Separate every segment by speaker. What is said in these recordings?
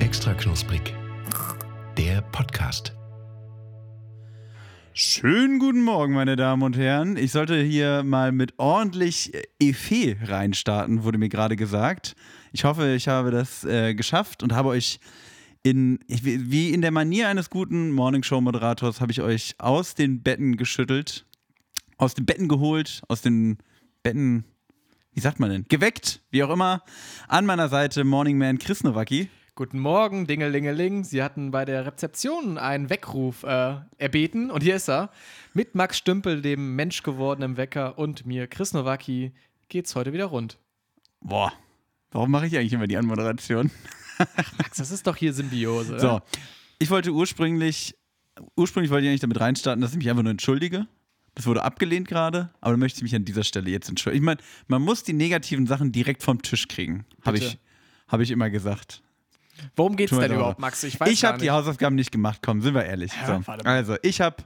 Speaker 1: Extra knusprig. Der Podcast.
Speaker 2: Schönen guten Morgen, meine Damen und Herren. Ich sollte hier mal mit ordentlich äh, Effet reinstarten, wurde mir gerade gesagt. Ich hoffe, ich habe das äh, geschafft und habe euch in, ich- wie in der Manier eines guten Morningshow-Moderators, habe ich euch aus den Betten geschüttelt, aus den Betten geholt, aus den Betten, wie sagt man denn, geweckt, wie auch immer. An meiner Seite Morning Man Chris Nowacki.
Speaker 3: Guten Morgen, Dingelingeling. Sie hatten bei der Rezeption einen Weckruf äh, erbeten und hier ist er. Mit Max Stümpel, dem menschgewordenen Wecker und mir, Chris Nowacki, geht's heute wieder rund.
Speaker 2: Boah, warum mache ich eigentlich immer die Anmoderation?
Speaker 3: Max, das ist doch hier Symbiose.
Speaker 2: So, ich wollte ursprünglich, ursprünglich wollte ich eigentlich damit reinstarten, dass ich mich einfach nur entschuldige. Das wurde abgelehnt gerade, aber dann möchte ich mich an dieser Stelle jetzt entschuldigen. Ich meine, man muss die negativen Sachen direkt vom Tisch kriegen, habe
Speaker 3: Bitte.
Speaker 2: ich, hab ich immer gesagt.
Speaker 3: Worum geht's
Speaker 2: Tut mir
Speaker 3: denn
Speaker 2: leid,
Speaker 3: überhaupt,
Speaker 2: aber-
Speaker 3: Max? Ich weiß
Speaker 2: Ich
Speaker 3: gar
Speaker 2: habe
Speaker 3: nicht.
Speaker 2: die Hausaufgaben nicht gemacht, komm, sind wir ehrlich.
Speaker 3: Ja,
Speaker 2: so.
Speaker 3: warte mal.
Speaker 2: Also, ich habe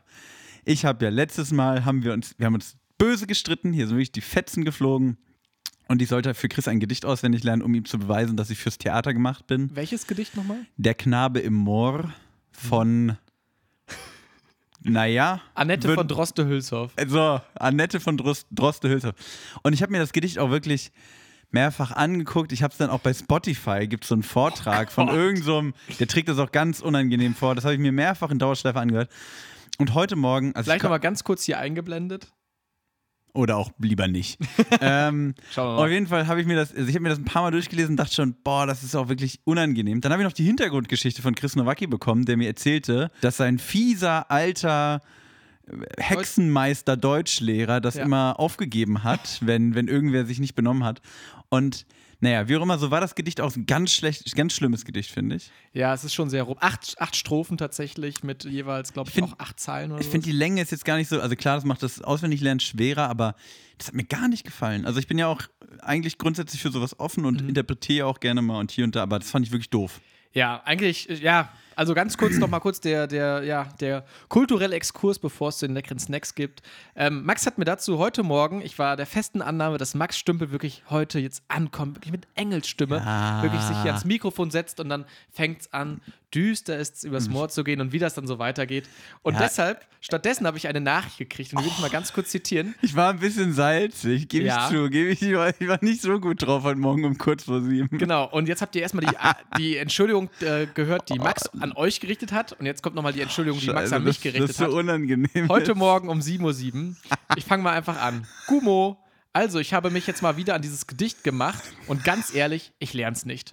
Speaker 2: ich hab ja letztes Mal, haben wir uns, wir haben uns böse gestritten, hier sind wirklich die Fetzen geflogen. Und ich sollte für Chris ein Gedicht auswendig lernen, um ihm zu beweisen, dass ich fürs Theater gemacht bin.
Speaker 3: Welches Gedicht nochmal?
Speaker 2: Der Knabe im Moor von. Naja.
Speaker 3: Annette
Speaker 2: würd-
Speaker 3: von Droste-Hülshoff.
Speaker 2: Also, Annette von Drost, Droste Hülshoff. Und ich habe mir das Gedicht auch wirklich mehrfach angeguckt. Ich habe es dann auch bei Spotify, gibt es so einen Vortrag
Speaker 3: Oh
Speaker 2: von irgendeinem, der trägt das auch ganz unangenehm vor. Das habe ich mir mehrfach in Dauerschleife angehört. Und heute Morgen, also ich
Speaker 3: Vielleicht
Speaker 2: ko-
Speaker 3: nochmal ganz kurz hier eingeblendet.
Speaker 2: oder auch lieber nicht. ähm,
Speaker 3: Schauen wir
Speaker 2: auf
Speaker 3: mal.
Speaker 2: jeden Fall habe ich mir das, also ich habe mir das ein paar Mal durchgelesen und dachte schon, boah, das ist auch wirklich unangenehm. Dann habe ich noch die Hintergrundgeschichte von Chris Nowacki bekommen, der mir erzählte, dass sein fieser alter äh, Hexenmeister Deutschlehrer das
Speaker 3: Ja.
Speaker 2: immer aufgegeben hat, wenn, wenn irgendwer sich nicht benommen hat. Und naja, wie auch immer, so war das Gedicht auch ein ganz schlecht, ganz schlimmes Gedicht, finde ich.
Speaker 3: Ja, es ist schon sehr rum. Acht, acht Strophen tatsächlich mit jeweils, glaube ich,
Speaker 2: find-
Speaker 3: auch acht Zeilen oder
Speaker 2: Ich finde, die Länge ist jetzt gar nicht so, also klar, das macht das Auswendiglernen schwerer, aber das hat mir gar nicht gefallen. Also ich bin ja auch eigentlich grundsätzlich für sowas offen und
Speaker 3: Mhm.
Speaker 2: interpretiere auch gerne mal und hier und da, aber das fand ich wirklich doof.
Speaker 3: Ja, eigentlich, äh, ja, also ganz kurz noch mal kurz der, der, ja, der kulturelle Exkurs, bevor es zu den leckeren Snacks gibt. Ähm, Max hat mir dazu heute Morgen, ich war der festen Annahme, dass Max Stümpel wirklich heute jetzt ankommt, wirklich mit Engelsstimme,
Speaker 2: Ja.
Speaker 3: wirklich sich hier ans Mikrofon setzt und dann fängt es an, düster ist übers Moor zu gehen und wie das dann so weitergeht. Und
Speaker 2: Mhm. Ja.
Speaker 3: deshalb, stattdessen habe ich eine Nachricht gekriegt und die will ich mal ganz kurz zitieren.
Speaker 2: Ich war ein bisschen salzig, gebe
Speaker 3: Ja.
Speaker 2: ich zu. Gebe ich, ich war ich war nicht so gut drauf heute Morgen um kurz vor sieben.
Speaker 3: Genau, und jetzt habt ihr erstmal die, die Entschuldigung äh, gehört, die Max an euch gerichtet hat. Und jetzt kommt nochmal die Entschuldigung, die Max
Speaker 2: Scheiße,
Speaker 3: an mich
Speaker 2: das-
Speaker 3: gerichtet
Speaker 2: Das ist so
Speaker 3: hat.
Speaker 2: unangenehm.
Speaker 3: Heute
Speaker 2: jetzt.
Speaker 3: Morgen um 7.07 Uhr. Ich fange mal einfach an. Gumo, also ich habe mich jetzt mal wieder an dieses Gedicht gemacht und ganz ehrlich, ich lern's nicht.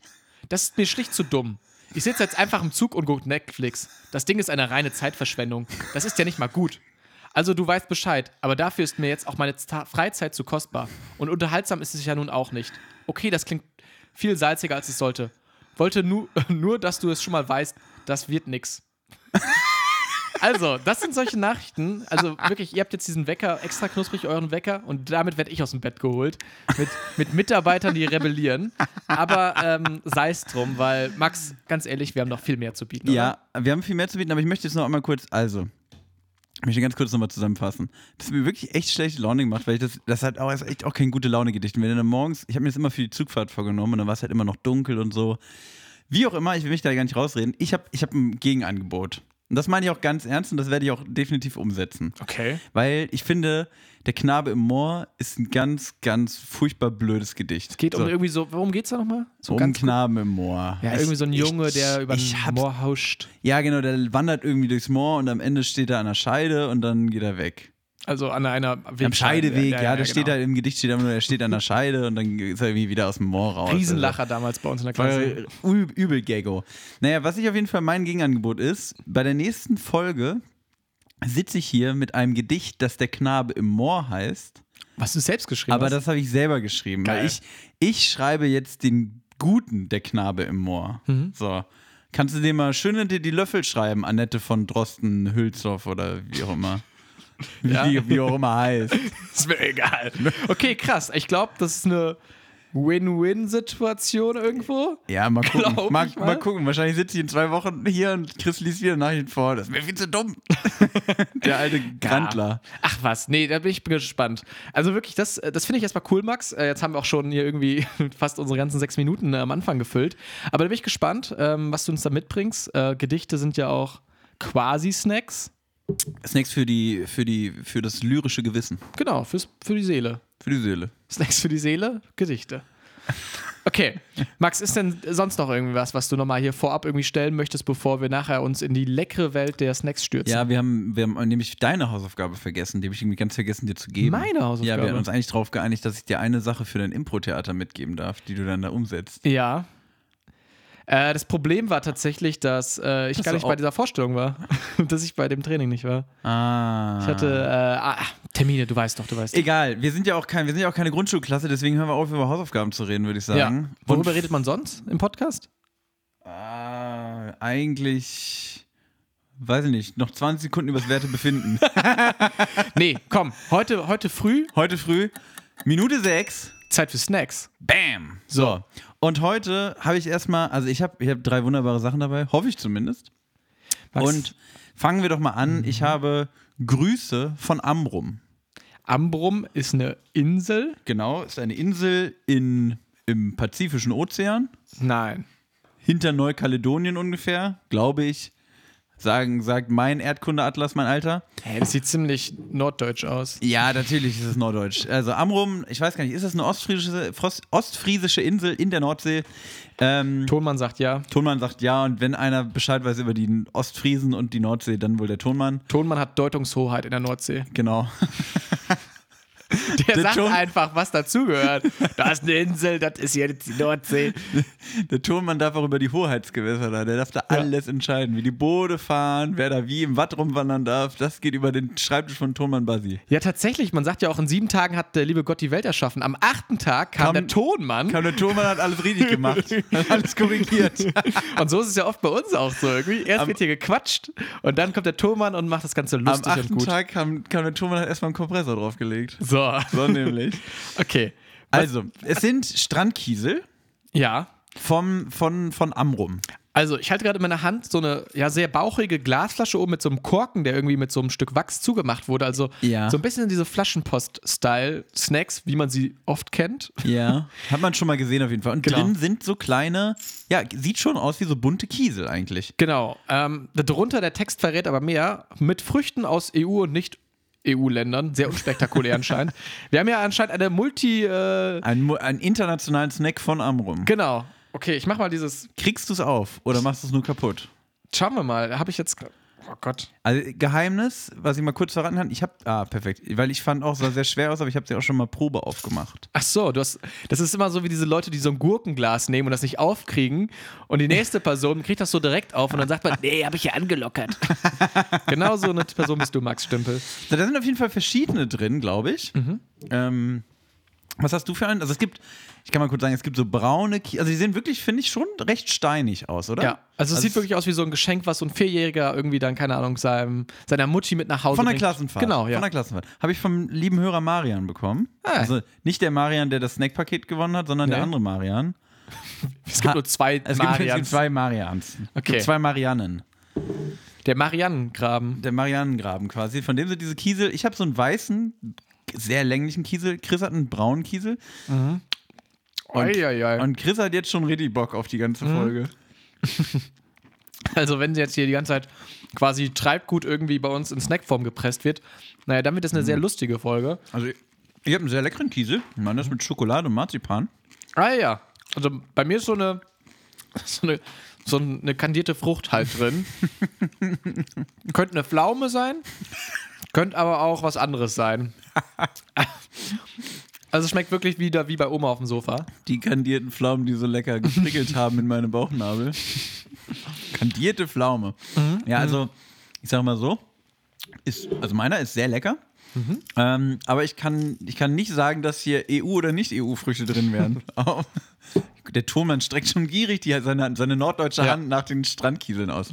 Speaker 3: Das ist mir schlicht zu dumm. Ich sitze jetzt einfach im Zug und gucke Netflix. Das Ding ist eine reine Zeitverschwendung. Das ist ja nicht mal gut. Also du weißt Bescheid, aber dafür ist mir jetzt auch meine Sta- Freizeit zu kostbar. Und unterhaltsam ist es ja nun auch nicht. Okay, das klingt viel salziger, als es sollte. Wollte nu nur, dass du es schon mal weißt, das wird nix. Also, das sind solche Nachrichten. Also wirklich, ihr habt jetzt diesen Wecker, extra knusprig euren Wecker und damit werde ich aus dem Bett geholt. Mit, mit Mitarbeitern, die rebellieren. Aber ähm, sei es drum, weil Max, ganz ehrlich, wir haben noch viel mehr zu bieten.
Speaker 2: Ja, wir haben viel mehr zu bieten, aber ich möchte jetzt noch einmal kurz, also, ich möchte ganz kurz nochmal zusammenfassen. Das hat mir wirklich echt schlechte Laune gemacht, weil ich das, das hat auch ist echt auch kein gute Laune-Gedicht. Und Wenn du dann morgens, ich habe mir das immer für die Zugfahrt vorgenommen und dann war es halt immer noch dunkel und so. Wie auch immer, ich will mich da gar nicht rausreden. Ich habe ich hab ein Gegenangebot. Und das meine ich auch ganz ernst und das werde ich auch definitiv umsetzen.
Speaker 3: Oder? Okay.
Speaker 2: Weil ich finde, Der Knabe im Moor ist ein ganz, ganz furchtbar blödes Gedicht.
Speaker 3: Es geht
Speaker 2: so,
Speaker 3: um irgendwie so, worum geht's da nochmal? So
Speaker 2: um
Speaker 3: ganz
Speaker 2: Knaben im Moor.
Speaker 3: Ja,
Speaker 2: Ich-
Speaker 3: irgendwie so ein Junge, der über
Speaker 2: ich
Speaker 3: den
Speaker 2: hab's-
Speaker 3: Moor hauscht.
Speaker 2: Ja, genau, der wandert irgendwie durchs Moor und am Ende steht er an der Scheide und dann geht er weg.
Speaker 3: Also an einer Weg
Speaker 2: Am Scheideweg, ja, genau. der steht da im Gedicht steht einfach nur, er steht an der Scheide und dann ist er irgendwie wieder aus dem Moor raus.
Speaker 3: Riesenlacher damals bei uns in der
Speaker 2: Also,
Speaker 3: Klasse.
Speaker 2: voll üb- übel Gaggo. Naja, was ich auf jeden Fall mein Gegenangebot ist, bei der nächsten Folge sitze ich hier mit einem Gedicht, das der Knabe im Moor heißt.
Speaker 3: Was du selbst geschrieben
Speaker 2: Aber
Speaker 3: hast.
Speaker 2: das habe ich selber geschrieben. Weil
Speaker 3: Geil.
Speaker 2: ich, ich schreibe jetzt den guten Der Knabe im Moor.
Speaker 3: Mhm.
Speaker 2: So. Kannst du dir mal schön hinter die Löffel schreiben, Annette von Drosten Hülshoff oder wie auch immer.
Speaker 3: Ja.
Speaker 2: wie, wie auch immer heißt.
Speaker 3: Ist mir egal. Okay, krass. Ich glaube, das ist eine. Win-Win-Situation irgendwo.
Speaker 2: Ja, mal gucken.
Speaker 3: Glaub ich
Speaker 2: Mal,
Speaker 3: mal.
Speaker 2: mal gucken. Wahrscheinlich sitzt sie in zwei Wochen hier und Chris liest wieder Nachrichten vor. Das ist mir viel zu dumm. Der alte Grandler.
Speaker 3: Ja. Ach was, nee, da bin ich gespannt. Also wirklich, das, das finde ich erstmal cool, Max. Äh, Jetzt haben wir auch schon hier irgendwie fast unsere ganzen sechs Minuten äh, am Anfang gefüllt. Aber da bin ich gespannt, ähm, was du uns da mitbringst. Äh, Gedichte sind ja auch quasi Snacks.
Speaker 2: Snacks für die, für die, für das lyrische Gewissen.
Speaker 3: Genau, fürs, für die Seele.
Speaker 2: Für die Seele.
Speaker 3: Snacks für die Seele, Gedichte. Okay, Max, ist denn sonst noch irgendwas, was du nochmal hier vorab irgendwie stellen möchtest, bevor wir nachher uns in die leckere Welt der Snacks stürzen?
Speaker 2: Ja, wir haben, wir haben nämlich deine Hausaufgabe vergessen. Die habe ich irgendwie ganz vergessen, dir zu geben.
Speaker 3: Meine Hausaufgabe?
Speaker 2: Ja, wir haben uns eigentlich darauf geeinigt, dass ich dir eine Sache für dein Impro-Theater mitgeben darf, die du dann da umsetzt.
Speaker 3: Ja. Äh, das Problem war tatsächlich, dass äh, ich
Speaker 2: Hast
Speaker 3: gar
Speaker 2: du
Speaker 3: nicht
Speaker 2: auch-
Speaker 3: bei dieser Vorstellung war. Und dass ich bei dem Training nicht war.
Speaker 2: Ah.
Speaker 3: Ich hatte äh, ah, Termine, du weißt doch, du weißt.
Speaker 2: Egal, wir sind ja auch kein, wir sind ja auch keine Grundschulklasse, deswegen hören wir auf, über Hausaufgaben zu reden, würde ich
Speaker 3: ja.
Speaker 2: sagen.
Speaker 3: Worüber redet man sonst im Podcast?
Speaker 2: Ah, eigentlich, weiß ich nicht, noch 20 Sekunden übers Wertebefinden.
Speaker 3: Nee, komm, heute, heute früh
Speaker 2: Heute früh, Minute 6,
Speaker 3: Zeit für Snacks.
Speaker 2: bam. So, und heute habe ich erstmal, also ich habe ich hab drei wunderbare Sachen dabei, hoffe ich zumindest.
Speaker 3: Max,
Speaker 2: Und fangen wir doch mal an, ich habe Grüße von Amrum.
Speaker 3: Ambrum ist eine Insel?
Speaker 2: Genau, ist eine Insel in, im Pazifischen Ozean.
Speaker 3: Nein.
Speaker 2: hinter Neukaledonien ungefähr, glaube ich. Sagen, sagt mein Erdkundeatlas, mein Alter.
Speaker 3: Hä, das sieht ziemlich norddeutsch aus.
Speaker 2: Ja, natürlich ist es Norddeutsch. Also Amrum, ich weiß gar nicht, ist das eine ostfriesische, Fros- ostfriesische Insel in der Nordsee? Ähm,
Speaker 3: Tonmann sagt ja.
Speaker 2: Tonmann sagt ja, und wenn einer Bescheid weiß über die Ostfriesen und die Nordsee, dann wohl der Tonmann.
Speaker 3: Tonmann hat Deutungshoheit in der Nordsee.
Speaker 2: Genau.
Speaker 3: Der, sagt
Speaker 2: Ton-
Speaker 3: einfach, was dazugehört. Das ist eine Insel, das ist hier die Nordsee.
Speaker 2: Der Tonmann darf auch über die Hoheitsgewässer da. Der darf da alles entscheiden, wie die Boote fahren, wer da wie im Watt rumwandern darf. Das geht über den Schreibtisch von Tonmann Basi.
Speaker 3: Ja, tatsächlich. Man sagt ja auch, in sieben Tagen hat der liebe Gott die Welt erschaffen. Am achten Tag kam,
Speaker 2: Kam-
Speaker 3: der Tonmann.
Speaker 2: Kam der Tonmann, hat alles richtig gemacht. Hat alles korrigiert.
Speaker 3: und so ist es ja oft bei uns auch so irgendwie. Erst wird hier gequatscht und dann kommt der Tonmann und macht das Ganze
Speaker 2: Am
Speaker 3: lustig und
Speaker 2: achten
Speaker 3: halt gut.
Speaker 2: Tag kam, kam der Turmann hat erstmal einen Kompressor draufgelegt.
Speaker 3: So,
Speaker 2: So nämlich.
Speaker 3: okay.
Speaker 2: Also, es sind Strandkiesel
Speaker 3: Ja.
Speaker 2: vom, von, von Amrum.
Speaker 3: Also, ich halte gerade in meiner Hand so eine ja, sehr bauchige Glasflasche oben mit so einem Korken, der irgendwie mit so einem Stück Wachs zugemacht wurde. Also,
Speaker 2: Ja.
Speaker 3: so ein bisschen diese Flaschenpost-Style-Snacks, wie man sie oft kennt.
Speaker 2: Ja. Hat man schon mal gesehen auf jeden Fall. Und
Speaker 3: Genau.
Speaker 2: drin sind so kleine, ja, sieht schon aus wie so bunte Kiesel eigentlich.
Speaker 3: Genau. Ähm, darunter der Text verrät aber mehr. Mit Früchten aus EU und nicht EU-Ländern. Sehr unspektakulär anscheinend. Wir haben ja anscheinend eine Multi. Äh,
Speaker 2: Ein, Mu- ein internationalen Snack von Amrum.
Speaker 3: genau. Okay, ich mach mal dieses.
Speaker 2: Kriegst du es auf oder machst du es nur kaputt?
Speaker 3: Schauen wir mal. Habe ich jetzt. Oh Gott.
Speaker 2: Also Geheimnis, was ich mal kurz verraten kann, ich habe, ah, perfekt, weil ich fand auch, sah sehr schwer aus, aber ich habe sie auch schon mal Probe aufgemacht.
Speaker 3: Ach so, du hast, das ist immer so wie diese Leute, die so ein Gurkenglas nehmen und das nicht aufkriegen. Und die nächste Person kriegt das so direkt auf und dann sagt man, nee, habe ich ja angelockert. genau so eine Person bist du, Max Stümpel.
Speaker 2: So, da sind auf jeden Fall verschiedene drin, glaube ich.
Speaker 3: Mhm.
Speaker 2: Ähm, was hast du für einen? Also es gibt, ich kann mal kurz sagen, es gibt so braune, Kie also die sehen wirklich, finde ich, schon recht steinig aus, oder?
Speaker 3: Ja, also es sieht wirklich aus wie so ein Geschenk, was so ein Vierjähriger irgendwie dann, keine Ahnung, seinem, seiner Mutti mit nach Hause
Speaker 2: von der
Speaker 3: bringt.
Speaker 2: Klassenfahrt.
Speaker 3: Genau, ja.
Speaker 2: Von der Klassenfahrt. Habe ich vom lieben Hörer Marian bekommen.
Speaker 3: Ah.
Speaker 2: Also nicht der Marian, der das Snackpaket gewonnen hat, sondern
Speaker 3: Nee.
Speaker 2: der andere Marian.
Speaker 3: es gibt nur zwei
Speaker 2: Es gibt, es gibt
Speaker 3: Marians.
Speaker 2: zwei Marians. Es
Speaker 3: Okay.
Speaker 2: gibt zwei Mariannen.
Speaker 3: Der Marianengraben.
Speaker 2: Der Marianengraben quasi. Von dem sind diese Kiesel. Ich habe so einen weißen, sehr länglichen Kiesel. Chris hat einen braunen Kiesel. Und,
Speaker 3: Eieiei.
Speaker 2: und Chris hat jetzt schon richtig Bock auf die ganze Folge.
Speaker 3: Also wenn sie jetzt hier die ganze Zeit quasi Treibgut irgendwie bei uns in Snackform gepresst wird, naja, dann wird das eine
Speaker 2: Mhm.
Speaker 3: sehr lustige Folge.
Speaker 2: Also, ich, ich habe einen sehr leckeren Kiesel. Ich meine, das mit Schokolade und Marzipan.
Speaker 3: Ah ja. Also bei mir ist so eine, so eine, so eine kandierte Frucht halt drin. könnte eine Pflaume sein, könnte aber auch was anderes sein. Also es schmeckt wirklich wieder wie bei Oma auf dem Sofa.
Speaker 2: Die kandierten Pflaumen, die so lecker geprickelt haben in meine Bauchnabel. Kandierte Pflaume.
Speaker 3: Mhm.
Speaker 2: Ja, also, ich sag mal so. Ist, also, meiner ist sehr lecker.
Speaker 3: Mhm.
Speaker 2: Ähm, aber ich kann, ich kann nicht sagen, dass hier EU- oder Nicht-EU-Früchte drin wären. Au. Der Tonmann streckt schon gierig die, seine, seine norddeutsche
Speaker 3: Ja.
Speaker 2: Hand nach den Strandkieseln aus.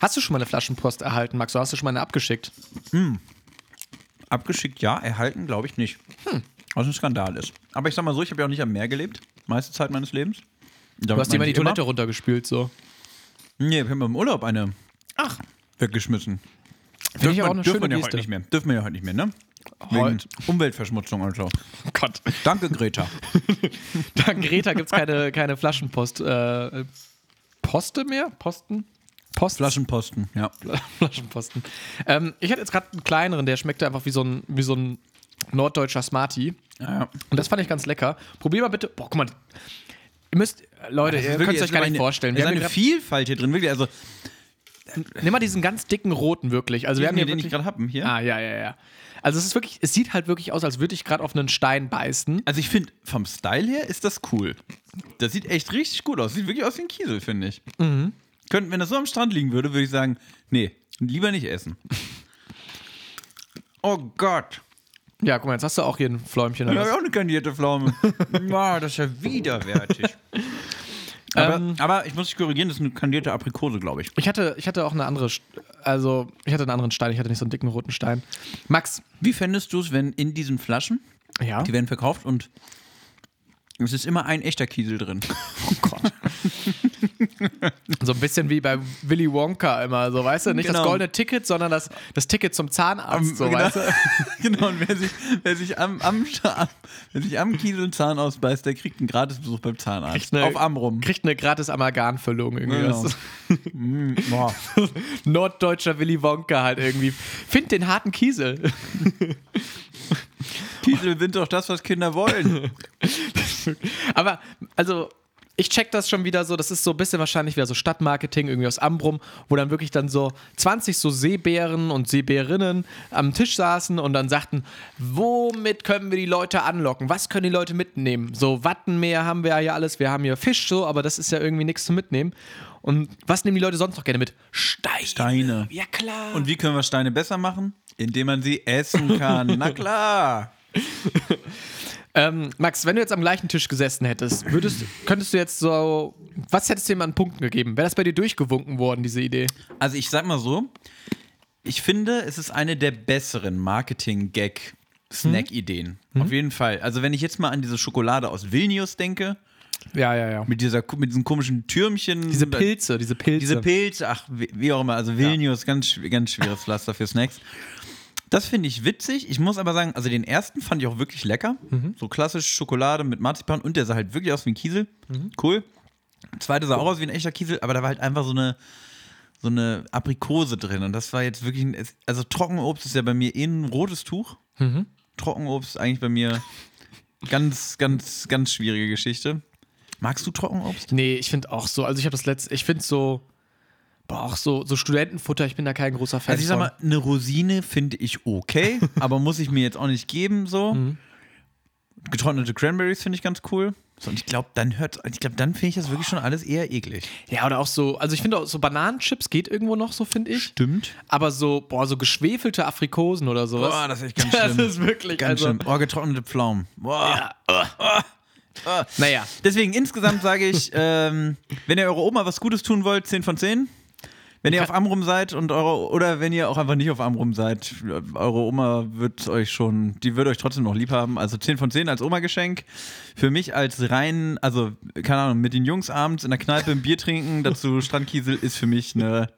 Speaker 3: Hast du schon mal eine Flaschenpost erhalten, Max? Oder Hast du schon mal eine abgeschickt? Hm.
Speaker 2: Abgeschickt ja, erhalten glaube ich nicht. Was ein Skandal ist. Aber ich sag mal so, ich habe ja auch nicht am Meer gelebt. meiste Zeit meines Lebens.
Speaker 3: Du hast dir mal die Toilette runtergespült, so.
Speaker 2: Nee, wir haben im Urlaub eine
Speaker 3: Ach,
Speaker 2: weggeschmissen.
Speaker 3: finde ich auch eine
Speaker 2: dürfen
Speaker 3: schöne
Speaker 2: wir ja heute
Speaker 3: Geste.
Speaker 2: nicht
Speaker 3: Halt.
Speaker 2: mehr. Dürfen wir ja heute nicht mehr, ne?
Speaker 3: Heute.
Speaker 2: Wegen Umweltverschmutzung und so.
Speaker 3: Oh Gott.
Speaker 2: Danke, Greta.
Speaker 3: Dank Greta gibt es keine, keine Flaschenpost. Äh, Poste mehr? Posten? Post?
Speaker 2: Flaschenposten, ja.
Speaker 3: Flaschenposten. Ähm, ich hatte jetzt gerade einen kleineren, der schmeckte einfach wie so ein, wie so ein norddeutscher Smarty.
Speaker 2: ja.
Speaker 3: Und das fand ich ganz lecker. Probier mal bitte. Boah, guck mal. Ihr müsst, äh, Leute,
Speaker 2: Also
Speaker 3: ihr könnt es euch gar nicht vorstellen.
Speaker 2: Wir
Speaker 3: Wir
Speaker 2: ist
Speaker 3: haben
Speaker 2: eine
Speaker 3: hier
Speaker 2: Vielfalt hier drin, wirklich. Also,
Speaker 3: grad, nimm mal diesen ganz dicken roten wirklich. Also wir haben hier
Speaker 2: den ich
Speaker 3: wirklich,
Speaker 2: gerade habe. Hier.
Speaker 3: Ah, ja, ja, ja. Also es ist wirklich, es sieht halt wirklich aus, als würde ich gerade auf einen Stein beißen.
Speaker 2: Also, ich finde, vom Style her ist das cool. Das sieht echt richtig gut aus. Sieht wirklich aus wie ein Kiesel, finde ich.
Speaker 3: Mhm.
Speaker 2: Könnten, wenn das so am Strand liegen würde, würde ich sagen, nee, lieber nicht essen. oh Gott.
Speaker 3: Ja, guck mal, jetzt hast du auch hier ein Fläumchen.
Speaker 2: Da
Speaker 3: oder
Speaker 2: habe ich
Speaker 3: was?
Speaker 2: auch eine kandierte Pflaume. Na, das ist ja widerwärtig. aber, aber ich muss dich korrigieren, das ist eine kandierte Aprikose, glaube ich.
Speaker 3: Ich hatte, ich hatte auch eine andere, St- also ich hatte einen anderen Stein, ich hatte nicht so einen dicken roten Stein. Max,
Speaker 2: Wie fändest du es, wenn in diesen Flaschen,
Speaker 3: ja.
Speaker 2: die werden verkauft und es ist immer ein echter Kiesel drin?
Speaker 3: Oh Gott. so ein bisschen wie bei Willy Wonka immer, so weißt du, nicht das
Speaker 2: Genau.
Speaker 3: goldene Ticket, sondern das, das Ticket zum Zahnarzt, so
Speaker 2: genau,
Speaker 3: weißt du.
Speaker 2: genau, und wer sich, wer sich, am, am, Scha- am, wer sich am Kiesel einen Zahn ausbeißt, der kriegt einen Gratisbesuch beim Zahnarzt.
Speaker 3: Kriegt eine-
Speaker 2: Auf Arm rum.
Speaker 3: Kriegt eine gratis Amalgamfüllung irgendwie.
Speaker 2: Genau.
Speaker 3: Das ist
Speaker 2: Mm, boah.
Speaker 3: Norddeutscher Willy Wonka halt irgendwie. Find den harten Kiesel.
Speaker 2: Kiesel sind doch das, was Kinder wollen.
Speaker 3: Aber, also. Ich check das schon wieder so, das ist so ein bisschen wahrscheinlich wieder so Stadtmarketing irgendwie aus Ambrum, wo dann wirklich dann so 20 so Seebären und Seebärinnen am Tisch saßen und dann sagten, womit können wir die Leute anlocken? Was können die Leute mitnehmen? So Wattenmeer haben wir ja hier alles, wir haben hier Fisch so, aber das ist ja irgendwie nichts zu mitnehmen. Und was nehmen die Leute sonst noch gerne mit? Steine.
Speaker 2: Steine.
Speaker 3: Ja klar.
Speaker 2: Und wie können wir Steine besser machen? Indem man sie essen kann. Na klar.
Speaker 3: Ähm, Max, wenn du jetzt am gleichen Tisch gesessen hättest, würdest, könntest du jetzt so. Was hättest du ihm an Punkten gegeben? Wäre das bei dir durchgewunken worden, diese Idee?
Speaker 2: Also ich sag mal so, ich finde, es ist eine der besseren Marketing-Gag-Snack-Ideen.
Speaker 3: Mhm.
Speaker 2: Auf jeden Fall. Also wenn ich jetzt mal an diese Schokolade aus Vilnius denke,
Speaker 3: Ja, ja, ja.
Speaker 2: mit, dieser, mit diesen komischen Türmchen.
Speaker 3: Diese Pilze, diese Pilze.
Speaker 2: Diese Pilze, ach, wie, wie auch immer. Also Vilnius, ganz, schw- ganz schweres Pflaster für Snacks. Das finde ich witzig. Ich muss aber sagen, also den ersten fand ich auch wirklich lecker. So klassisch Schokolade mit Marzipan und der sah halt wirklich aus wie ein Kiesel. Cool. Der Zweite sah auch aus wie ein echter Kiesel, aber da war halt einfach so eine, so eine Aprikose drin. Und das war jetzt wirklich ein. es- Also Trockenobst ist ja bei mir eh ein rotes Tuch. Trockenobst eigentlich bei mir ganz, ganz, ganz schwierige Geschichte. Magst du Trockenobst?
Speaker 3: Nee, ich finde auch so. Also, ich habe das letzte. Ich finde so. Boah, auch so, so Studentenfutter, ich bin da kein großer Fan.
Speaker 2: Also ich sag
Speaker 3: von.
Speaker 2: mal, eine Rosine finde ich okay, aber muss ich mir jetzt auch nicht geben so. Getrocknete Cranberries finde ich ganz cool. So, und ich glaube, dann hört, ich glaube, dann finde ich das wirklich schon alles eher eklig.
Speaker 3: Ja, oder auch so. Also, ich finde auch so Bananenchips geht irgendwo noch so, finde ich.
Speaker 2: Stimmt.
Speaker 3: Aber so, boah, so geschwefelte Aprikosen oder sowas.
Speaker 2: Boah, das ist echt ganz
Speaker 3: Das
Speaker 2: schlimm. Ah.
Speaker 3: ist wirklich.
Speaker 2: Ganz
Speaker 3: also,
Speaker 2: schön. Oh, getrocknete Pflaumen. Boah. Ah.
Speaker 3: Naja.
Speaker 2: Deswegen insgesamt sage ich, ähm, wenn ihr eurer Oma was Gutes tun wollt, 10 von 10. Wenn ihr auf Amrum seid und eure, oder wenn ihr auch einfach nicht auf Amrum seid, eure Oma wird euch schon, die wird euch trotzdem noch lieb haben. Also 10 von 10 als Oma-Geschenk. Für mich als rein, also keine Ahnung, mit den Jungs abends in der Kneipe ein Bier trinken, dazu Strandkiesel ist für mich eine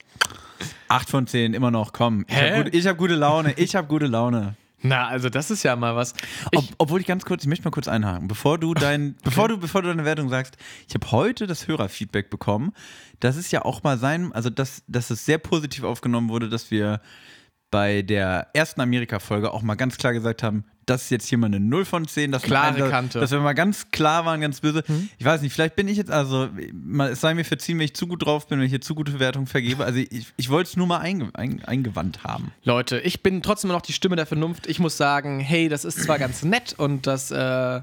Speaker 2: 8 von 10 immer noch. Komm, ich
Speaker 3: Hä?
Speaker 2: habe gut, ich hab gute Laune, ich habe gute Laune.
Speaker 3: Na, also, das ist ja mal was. Ich,
Speaker 2: Ob, obwohl ich ganz kurz, ich möchte mal kurz einhaken, bevor du dein, bevor du, bevor du deine Wertung sagst, ich habe heute das Hörerfeedback bekommen. Das ist ja auch mal sein, also dass, dass es sehr positiv aufgenommen wurde, dass wir bei der ersten Amerika-Folge auch mal ganz klar gesagt haben, das ist jetzt hier mal eine 0 von 10, dass,
Speaker 3: Klare
Speaker 2: wir,
Speaker 3: Kante. Hm?
Speaker 2: dass wir mal ganz klar waren, ganz böse. Ich weiß nicht, vielleicht bin ich jetzt, also mal- es sei mir verziehen, wenn ich zu gut drauf bin, wenn ich hier zu gute Wertung vergebe. Also ich, ich wollte es nur mal einge, ein, eingewandt haben.
Speaker 3: Leute, ich bin trotzdem noch die Stimme der Vernunft. Ich muss sagen, hey, das ist zwar ganz nett und das äh,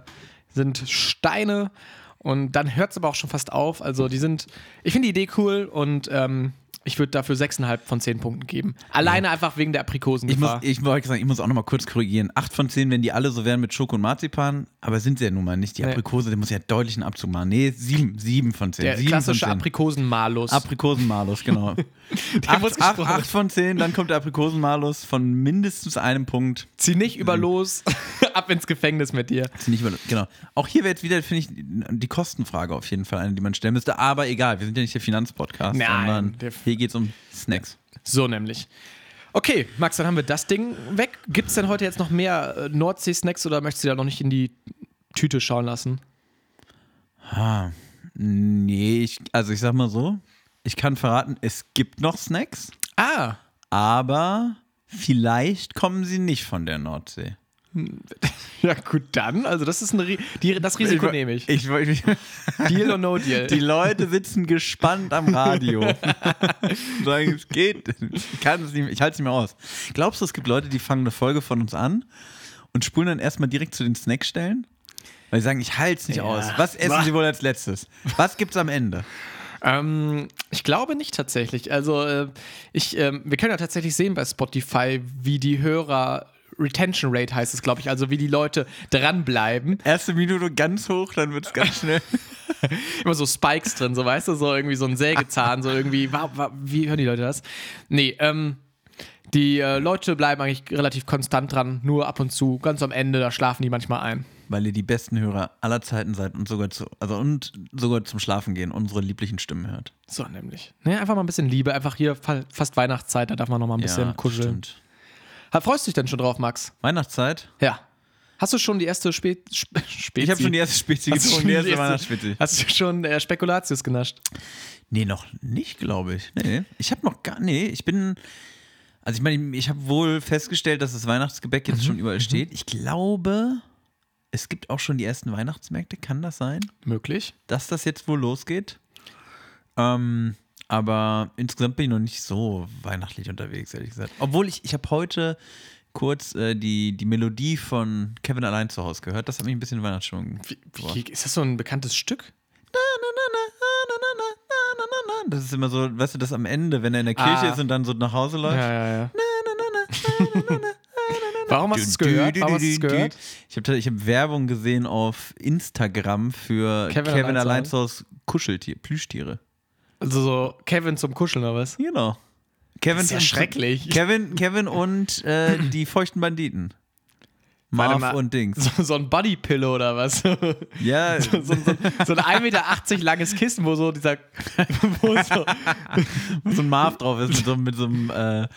Speaker 3: sind Steine und dann hört es aber auch schon fast auf. Also die sind, ich finde die Idee cool und ähm, ich würde dafür 6,5 von 10 Punkten geben. Alleine einfach wegen der
Speaker 2: Ich muss,
Speaker 3: Aprikosengefahr.
Speaker 2: ich wollte sagen, ich muss auch noch mal kurz korrigieren. Acht von zehn, wenn die alle so wären mit Schoko und Marzipan, aber sind sie ja nun mal nicht. Die
Speaker 3: Nee.
Speaker 2: Aprikose, der muss ja deutlich einen Abzug machen. Nee, sieben, sieben von zehn.
Speaker 3: der
Speaker 2: sieben
Speaker 3: klassische
Speaker 2: von zehn.
Speaker 3: Aprikosenmalus.
Speaker 2: Aprikosenmalus, genau.
Speaker 3: muss
Speaker 2: acht, acht,
Speaker 3: gesprochen
Speaker 2: acht von zehn, dann kommt der Aprikosenmalus von mindestens einem Punkt.
Speaker 3: Zieh nicht über los. Ab ins Gefängnis mit dir.
Speaker 2: Ist Nicht mal, genau. Auch hier wäre jetzt wieder, finde ich, die Kostenfrage auf jeden Fall eine, die man stellen müsste. Aber egal, wir sind ja nicht der Finanzpodcast,
Speaker 3: Nein,
Speaker 2: sondern
Speaker 3: der-
Speaker 2: hier geht es um Snacks.
Speaker 3: So nämlich. Okay, Max, dann haben wir das Ding weg. Gibt es denn heute jetzt noch mehr äh, Nordsee-Snacks oder möchtest du da noch nicht in die Tüte schauen lassen?
Speaker 2: Ah, nee, ich, also ich sag mal so, ich kann verraten, es gibt noch Snacks,
Speaker 3: Ah,
Speaker 2: aber vielleicht kommen sie nicht von der Nordsee.
Speaker 3: ja gut, dann. Also das ist ein Ri die, das Risiko nehme ich.
Speaker 2: Ich, wollte mich-
Speaker 3: Deal or no deal.
Speaker 2: die Leute sitzen gespannt am Radio. Sagen, es geht. Ich, kann es nicht, mehr- ich halte es nicht mehr aus. Glaubst du, es gibt Leute, die fangen eine Folge von uns an und spulen dann erstmal direkt zu den Snackstellen? Weil sie sagen, ich halte es nicht
Speaker 3: Ja.
Speaker 2: aus. Was essen
Speaker 3: Bah.
Speaker 2: sie wohl als letztes? Was gibt's am Ende?
Speaker 3: Ähm, ich glaube nicht tatsächlich. Also, äh, ich, ähm, wir können ja tatsächlich sehen bei Spotify, wie die Hörer. Retention Rate heißt es, glaube ich, also wie die Leute dranbleiben.
Speaker 2: Erste Minute ganz hoch, dann wird's ganz schnell.
Speaker 3: Immer so Spikes drin, so weißt du, so irgendwie so ein Sägezahn, so irgendwie, wa, wa, wie hören die Leute das? Nee, ähm, die äh, Leute bleiben eigentlich relativ konstant dran, nur ab und zu, ganz am Ende, da schlafen die manchmal ein.
Speaker 2: Weil ihr die besten Hörer aller Zeiten seid und sogar zu, also und sogar zum Schlafen gehen unsere lieblichen Stimmen hört.
Speaker 3: So nämlich. Naja, Ne, einfach mal ein bisschen Liebe, einfach hier fa fast Weihnachtszeit, da darf man noch mal ein bisschen kuscheln.
Speaker 2: stimmt.
Speaker 3: Ha, freust du dich denn schon drauf, Max?
Speaker 2: Weihnachtszeit.
Speaker 3: Ja. Hast du schon die erste Spe Spe Spezi?
Speaker 2: Ich habe schon die erste Spitze
Speaker 3: Hast du
Speaker 2: gezogen,
Speaker 3: schon
Speaker 2: die erste
Speaker 3: erste
Speaker 2: Weihnachtsspitze.
Speaker 3: Hast du schon äh, Spekulatius genascht?
Speaker 2: Nee, noch nicht, glaube ich. Nee, ich habe noch gar nee, ich bin also ich meine, ich habe wohl festgestellt, dass das Weihnachtsgebäck jetzt schon überall steht. Ich glaube, es gibt auch schon die ersten Weihnachtsmärkte, kann das sein?
Speaker 3: Möglich.
Speaker 2: dass das jetzt wohl losgeht. Ähm, aber insgesamt bin ich noch nicht so weihnachtlich unterwegs, ehrlich gesagt. Obwohl ich, ich habe heute kurz äh, die, die Melodie von Kevin allein zu Hause gehört. Das hat mich ein bisschen in Weihnachtsstimmung
Speaker 3: Wie,
Speaker 2: gebracht.
Speaker 3: wie, ist das so ein bekanntes Stück?
Speaker 2: Das ist immer so, weißt du, das am Ende, wenn er in der Kirche
Speaker 3: Ah.
Speaker 2: ist und dann so nach Hause läuft.
Speaker 3: ja, ja. Warum hast du es gehört? Warum hast du es gehört?
Speaker 2: Ich habe ich hab Werbung gesehen auf Instagram für
Speaker 3: Kevin
Speaker 2: Kevin,
Speaker 3: allein zu
Speaker 2: allein zu Hause Kuscheltier, Plüschtiere.
Speaker 3: Also so Kevin zum Kuscheln oder was?
Speaker 2: Genau. Kevin
Speaker 3: Das ist ja
Speaker 2: und-
Speaker 3: schrecklich.
Speaker 2: Kevin, Kevin und äh, die feuchten Banditen.
Speaker 3: Warte
Speaker 2: Marv
Speaker 3: mal.
Speaker 2: und Dings.
Speaker 3: So, so ein Bodypillow oder was? So,
Speaker 2: Ja,
Speaker 3: so, so, so ein 1,80 Meter langes Kissen, wo so dieser. Wo so,
Speaker 2: so ein Marv drauf ist mit so, mit so einem äh,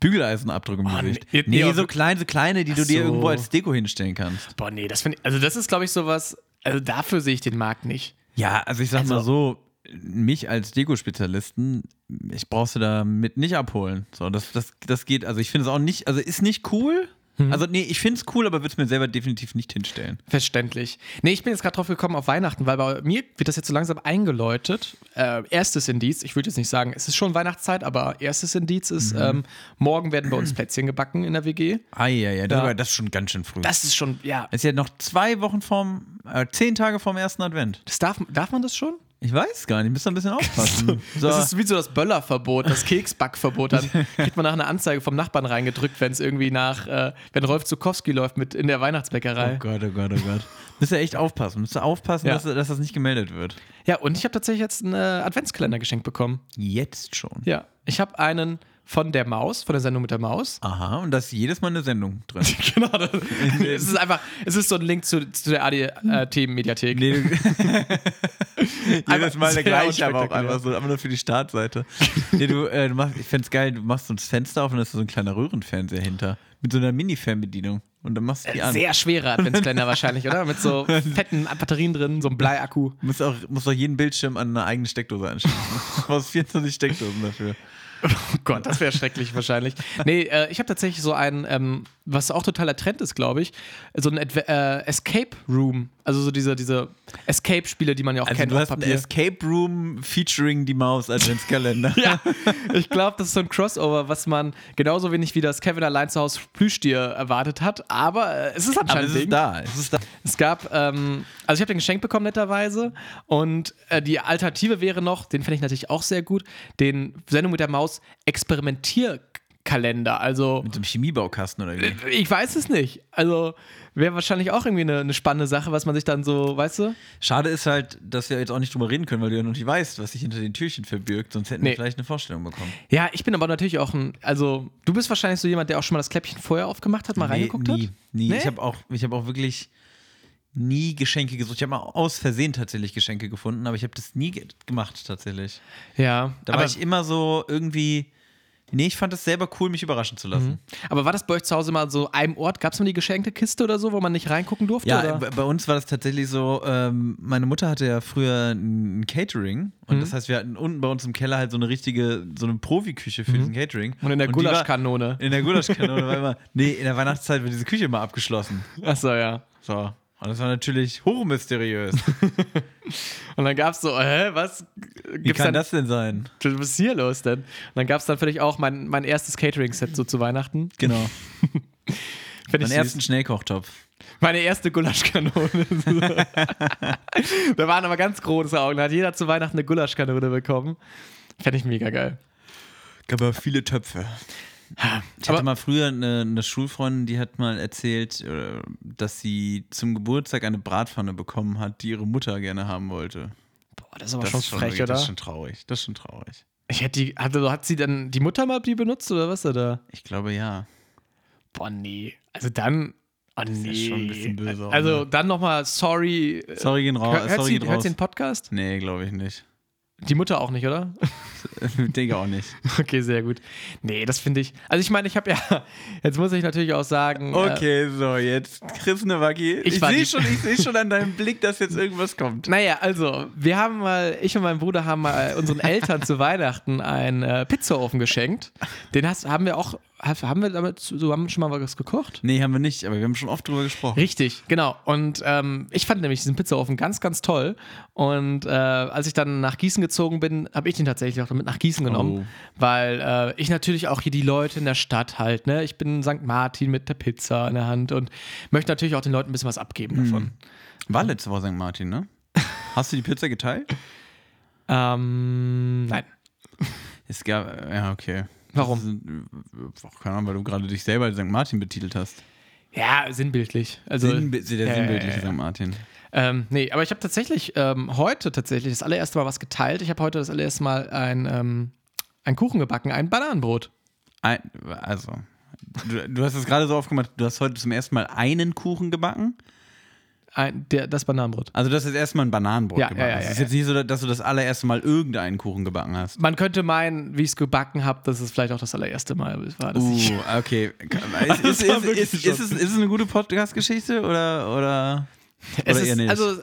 Speaker 2: Bügeleisenabdruck im
Speaker 3: Oh,
Speaker 2: Gesicht.
Speaker 3: nee,
Speaker 2: Ah, Nee,
Speaker 3: nee, aber-
Speaker 2: so kleine, so kleine, die du
Speaker 3: Ach
Speaker 2: dir
Speaker 3: so.
Speaker 2: irgendwo als Deko hinstellen kannst.
Speaker 3: boah, nee, das finde ich. Also, das ist, glaube ich, sowas. Also, dafür sehe ich den Markt nicht.
Speaker 2: Ja, also ich sag mal so, mich als Deko-Spezialisten, ich brauchst du damit nicht abholen. So, das, das, das geht, also ich finde es auch nicht, also ist nicht cool. Also nee, ich finde es cool, aber würde es mir selber definitiv nicht hinstellen.
Speaker 3: Verständlich. Nee, ich bin jetzt gerade drauf gekommen auf Weihnachten, weil bei mir wird das jetzt so langsam eingeläutet. Äh, erstes Indiz, ich würde jetzt nicht sagen, es ist schon Weihnachtszeit, aber erstes Indiz ist, ähm, morgen werden bei uns Plätzchen gebacken in der WG.
Speaker 2: Ah, ja, ja, das,
Speaker 3: Ja.
Speaker 2: ist aber- das ist schon ganz schön früh.
Speaker 3: Das ist schon, ja.
Speaker 2: Es ist ja noch zwei Wochen vorm, äh, zehn Tage vorm ersten Advent.
Speaker 3: Das darf, darf man das schon?
Speaker 2: Ich weiß gar nicht, müsst ihr ein bisschen aufpassen. So,
Speaker 3: Das ist wie so das Böllerverbot, das Keksbackverbot. Dann kriegt man nach einer Anzeige vom Nachbarn reingedrückt, wenn es irgendwie nach, äh, wenn Rolf Zukowski läuft mit in der
Speaker 2: oh
Speaker 3: Weihnachtsbäckerei.
Speaker 2: Gott, oh Gott, oh Gott. Müsst ihr echt aufpassen. Müsst ihr aufpassen,
Speaker 3: Ja.
Speaker 2: dass, dass das nicht gemeldet wird.
Speaker 3: Ja, und ich habe tatsächlich jetzt einen äh, Adventskalender geschenkt bekommen.
Speaker 2: Jetzt schon.
Speaker 3: Ja, ich habe einen von der Maus, von der Sendung mit der Maus.
Speaker 2: Aha, und da ist jedes Mal eine Sendung drin.
Speaker 3: Genau, das, es ist einfach, es ist so ein Link zu, zu der äh, ADT-Mediathek.
Speaker 2: Nee, du- jedes Mal der
Speaker 3: sehr
Speaker 2: gleiche, aber auch
Speaker 3: unspektakulär.
Speaker 2: einfach so, aber nur für die Startseite. Nee, du, äh, du machst, ich find's geil, du machst so ein Fenster auf und da ist so ein kleiner Röhrenfernseher hinter. Mit so einer Mini-Fernbedienung. Und dann machst du die an.
Speaker 3: Sehr schwerer Adventskalender wahrscheinlich, oder? Mit so fetten Batterien drin, so einem Bleiakku.
Speaker 2: Muss auch, muss auch jeden Bildschirm an eine eigene Steckdose anschließen. Du brauchst 24 Steckdosen dafür.
Speaker 3: Oh Gott, das wäre schrecklich wahrscheinlich. Nee, äh, ich habe tatsächlich so einen, ähm, was auch totaler Trend ist, glaube ich, so ein Adve- äh, Escape Room. Also so diese, diese Escape-Spiele, die man ja auch
Speaker 2: Also
Speaker 3: kennt
Speaker 2: du
Speaker 3: auf
Speaker 2: hast einen
Speaker 3: Papier.
Speaker 2: Escape Room featuring die Maus Adventskalender.
Speaker 3: ja, ich glaube, das ist so ein Crossover, was man genauso wenig wie das Kevin allein zu Hause Plüschtier erwartet hat. Aber äh, es ist
Speaker 2: Aber
Speaker 3: anscheinend
Speaker 2: es
Speaker 3: ein Ding.
Speaker 2: ist da. Es ist da.
Speaker 3: Es gab, ähm, also ich habe den geschenkt bekommen netterweise und äh, die Alternative wäre noch, den fände ich natürlich auch sehr gut, den Sendung mit der Maus Experimentierkalender Kalender. Also
Speaker 2: Mit so einem Chemiebaukasten oder wie?
Speaker 3: ich weiß es nicht. Also wäre wahrscheinlich auch irgendwie eine, eine spannende Sache, was man sich dann so, weißt du?
Speaker 2: Schade ist halt, dass wir jetzt auch nicht drüber reden können, weil du ja noch nicht weißt, was sich hinter den Türchen verbirgt, sonst hätten
Speaker 3: Nee.
Speaker 2: wir vielleicht eine Vorstellung bekommen.
Speaker 3: Ja, ich bin aber natürlich auch ein, also du bist wahrscheinlich so jemand, der auch schon mal das Kläppchen vorher aufgemacht hat, mal reingeguckt
Speaker 2: nie,
Speaker 3: hat.
Speaker 2: Nie.
Speaker 3: Nee?
Speaker 2: Ich habe auch, ich hab auch wirklich nie Geschenke gesucht. Ich habe mal aus Versehen tatsächlich Geschenke gefunden, aber ich habe das nie ge- gemacht tatsächlich.
Speaker 3: Ja,
Speaker 2: Da
Speaker 3: aber,
Speaker 2: war ich immer so irgendwie. Nee, ich fand es selber cool, mich überraschen zu lassen.
Speaker 3: aber war das bei euch zu Hause mal so einem Ort? Gab es mal die geschenkte Kiste oder so, wo man nicht reingucken durfte?
Speaker 2: Ja,
Speaker 3: oder?
Speaker 2: bei- bei uns war das tatsächlich so, ähm, meine Mutter hatte ja früher ein Catering und
Speaker 3: Mhm.
Speaker 2: das heißt, wir hatten unten bei uns im Keller halt so eine richtige, so eine Profiküche für diesen Catering.
Speaker 3: Mhm. Und in der
Speaker 2: die war-
Speaker 3: Gulaschkanone.
Speaker 2: In der Gulaschkanone war immer, nee, in der Weihnachtszeit wird diese Küche immer abgeschlossen.
Speaker 3: Achso, ja.
Speaker 2: So. Und das war natürlich hochmysteriös.
Speaker 3: Und dann gab es so, hä, was?
Speaker 2: Wie
Speaker 3: Gibt's
Speaker 2: kann
Speaker 3: dann,
Speaker 2: das denn sein?
Speaker 3: Was ist hier los denn? Und dann gab es dann für dich auch mein, mein erstes Catering-Set so zu Weihnachten.
Speaker 2: Genau.
Speaker 3: Find ich
Speaker 2: Meinen
Speaker 3: süß.
Speaker 2: ersten Schnellkochtopf.
Speaker 3: Meine erste Gulaschkanone. da waren aber ganz große Augen. Da hat jeder zu Weihnachten eine Gulaschkanone bekommen. Fände ich mega geil.
Speaker 2: Gab aber viele Töpfe. Ich hatte
Speaker 3: Aber-
Speaker 2: mal früher eine, eine Schulfreundin, die hat mal erzählt, äh, dass sie zum Geburtstag eine Bratpfanne bekommen hat, die ihre Mutter gerne haben wollte.
Speaker 3: Boah, das ist aber
Speaker 2: Das
Speaker 3: schon
Speaker 2: ist Oh, schon
Speaker 3: frech,
Speaker 2: wirklich-
Speaker 3: oder?
Speaker 2: Das ist schon traurig. Das ist schon traurig.
Speaker 3: ich hätte die, hat, also hat sie dann die Mutter mal die benutzt oder was? Oder?
Speaker 2: Ich glaube ja.
Speaker 3: Boah, nee. Also dann. Oh, nee.
Speaker 2: ja schon ein bisschen böse auch,
Speaker 3: also
Speaker 2: ne?
Speaker 3: dann nochmal, sorry. äh,
Speaker 2: Sorry, gehen raus.
Speaker 3: Hör, hört,
Speaker 2: sorry,
Speaker 3: sie,
Speaker 2: gehen
Speaker 3: hört
Speaker 2: raus.
Speaker 3: sie den Podcast?
Speaker 2: Nee, glaube ich nicht.
Speaker 3: Die Mutter auch nicht, oder?
Speaker 2: Denke auch nicht.
Speaker 3: Okay, sehr gut. Nee, das finde ich. Also ich meine, ich habe ja. Jetzt muss ich natürlich auch sagen. Äh,
Speaker 2: Okay, so, jetzt Chris Nowacki.
Speaker 3: Ich
Speaker 2: Ich,
Speaker 3: war die-
Speaker 2: sehe schon, ich seh schon an deinem Blick, dass jetzt irgendwas kommt.
Speaker 3: Naja, also, wir haben mal, ich und mein Bruder haben mal unseren Eltern zu Weihnachten einen äh, Pizzaofen geschenkt. Den hast, haben wir auch, haben wir damit, so haben wir schon mal was gekocht?
Speaker 2: Nee, haben wir nicht, aber wir haben schon oft drüber gesprochen.
Speaker 3: Richtig, genau. Und ähm, ich fand nämlich diesen Pizzaofen ganz, ganz toll. Und äh, als ich dann nach Gießen gezogen bin, habe ich den tatsächlich auch mit nach Gießen genommen,
Speaker 2: Oh.
Speaker 3: weil äh, ich natürlich auch hier die Leute in der Stadt halt, ne? Ich bin in St. Martin mit der Pizza in der Hand und möchte natürlich auch den Leuten ein bisschen was abgeben
Speaker 2: Mhm.
Speaker 3: davon.
Speaker 2: War letzte Woche St. Martin, ne? Hast du die Pizza geteilt?
Speaker 3: Ähm, nein.
Speaker 2: Es gab, ja, okay.
Speaker 3: Warum?
Speaker 2: Das Ist, äh, keine Ahnung, weil du gerade dich selber als St. Martin betitelt hast.
Speaker 3: Ja, sinnbildlich. Also,
Speaker 2: Sinnbi- der
Speaker 3: ja,
Speaker 2: sinnbildliche
Speaker 3: ja, ja.
Speaker 2: St. Martin.
Speaker 3: Ähm, nee, aber ich habe tatsächlich ähm, heute tatsächlich das allererste Mal was geteilt. Ich habe heute das allererste Mal ein, ähm, einen Kuchen gebacken, ein Bananenbrot.
Speaker 2: Ein, also, du, du hast es gerade so aufgemacht, du hast heute zum ersten Mal einen Kuchen gebacken.
Speaker 3: Ein, der, das Bananenbrot.
Speaker 2: Also, du hast jetzt erstmal ein Bananenbrot
Speaker 3: Ja, ja,
Speaker 2: gebacken.
Speaker 3: ja,
Speaker 2: es ist
Speaker 3: ja,
Speaker 2: jetzt nicht so, dass du das allererste Mal irgendeinen Kuchen gebacken hast.
Speaker 3: Man könnte meinen, wie ich es gebacken habe, dass es vielleicht auch das allererste Mal war, dass ich.
Speaker 2: Uh, okay. Ist, ist, ist,
Speaker 3: war
Speaker 2: ist,
Speaker 3: wirklich
Speaker 2: ist, ist, es- ist es eine gute Podcast-Geschichte oder, oder,
Speaker 3: Es
Speaker 2: Uh, oder
Speaker 3: ist- Also, äh,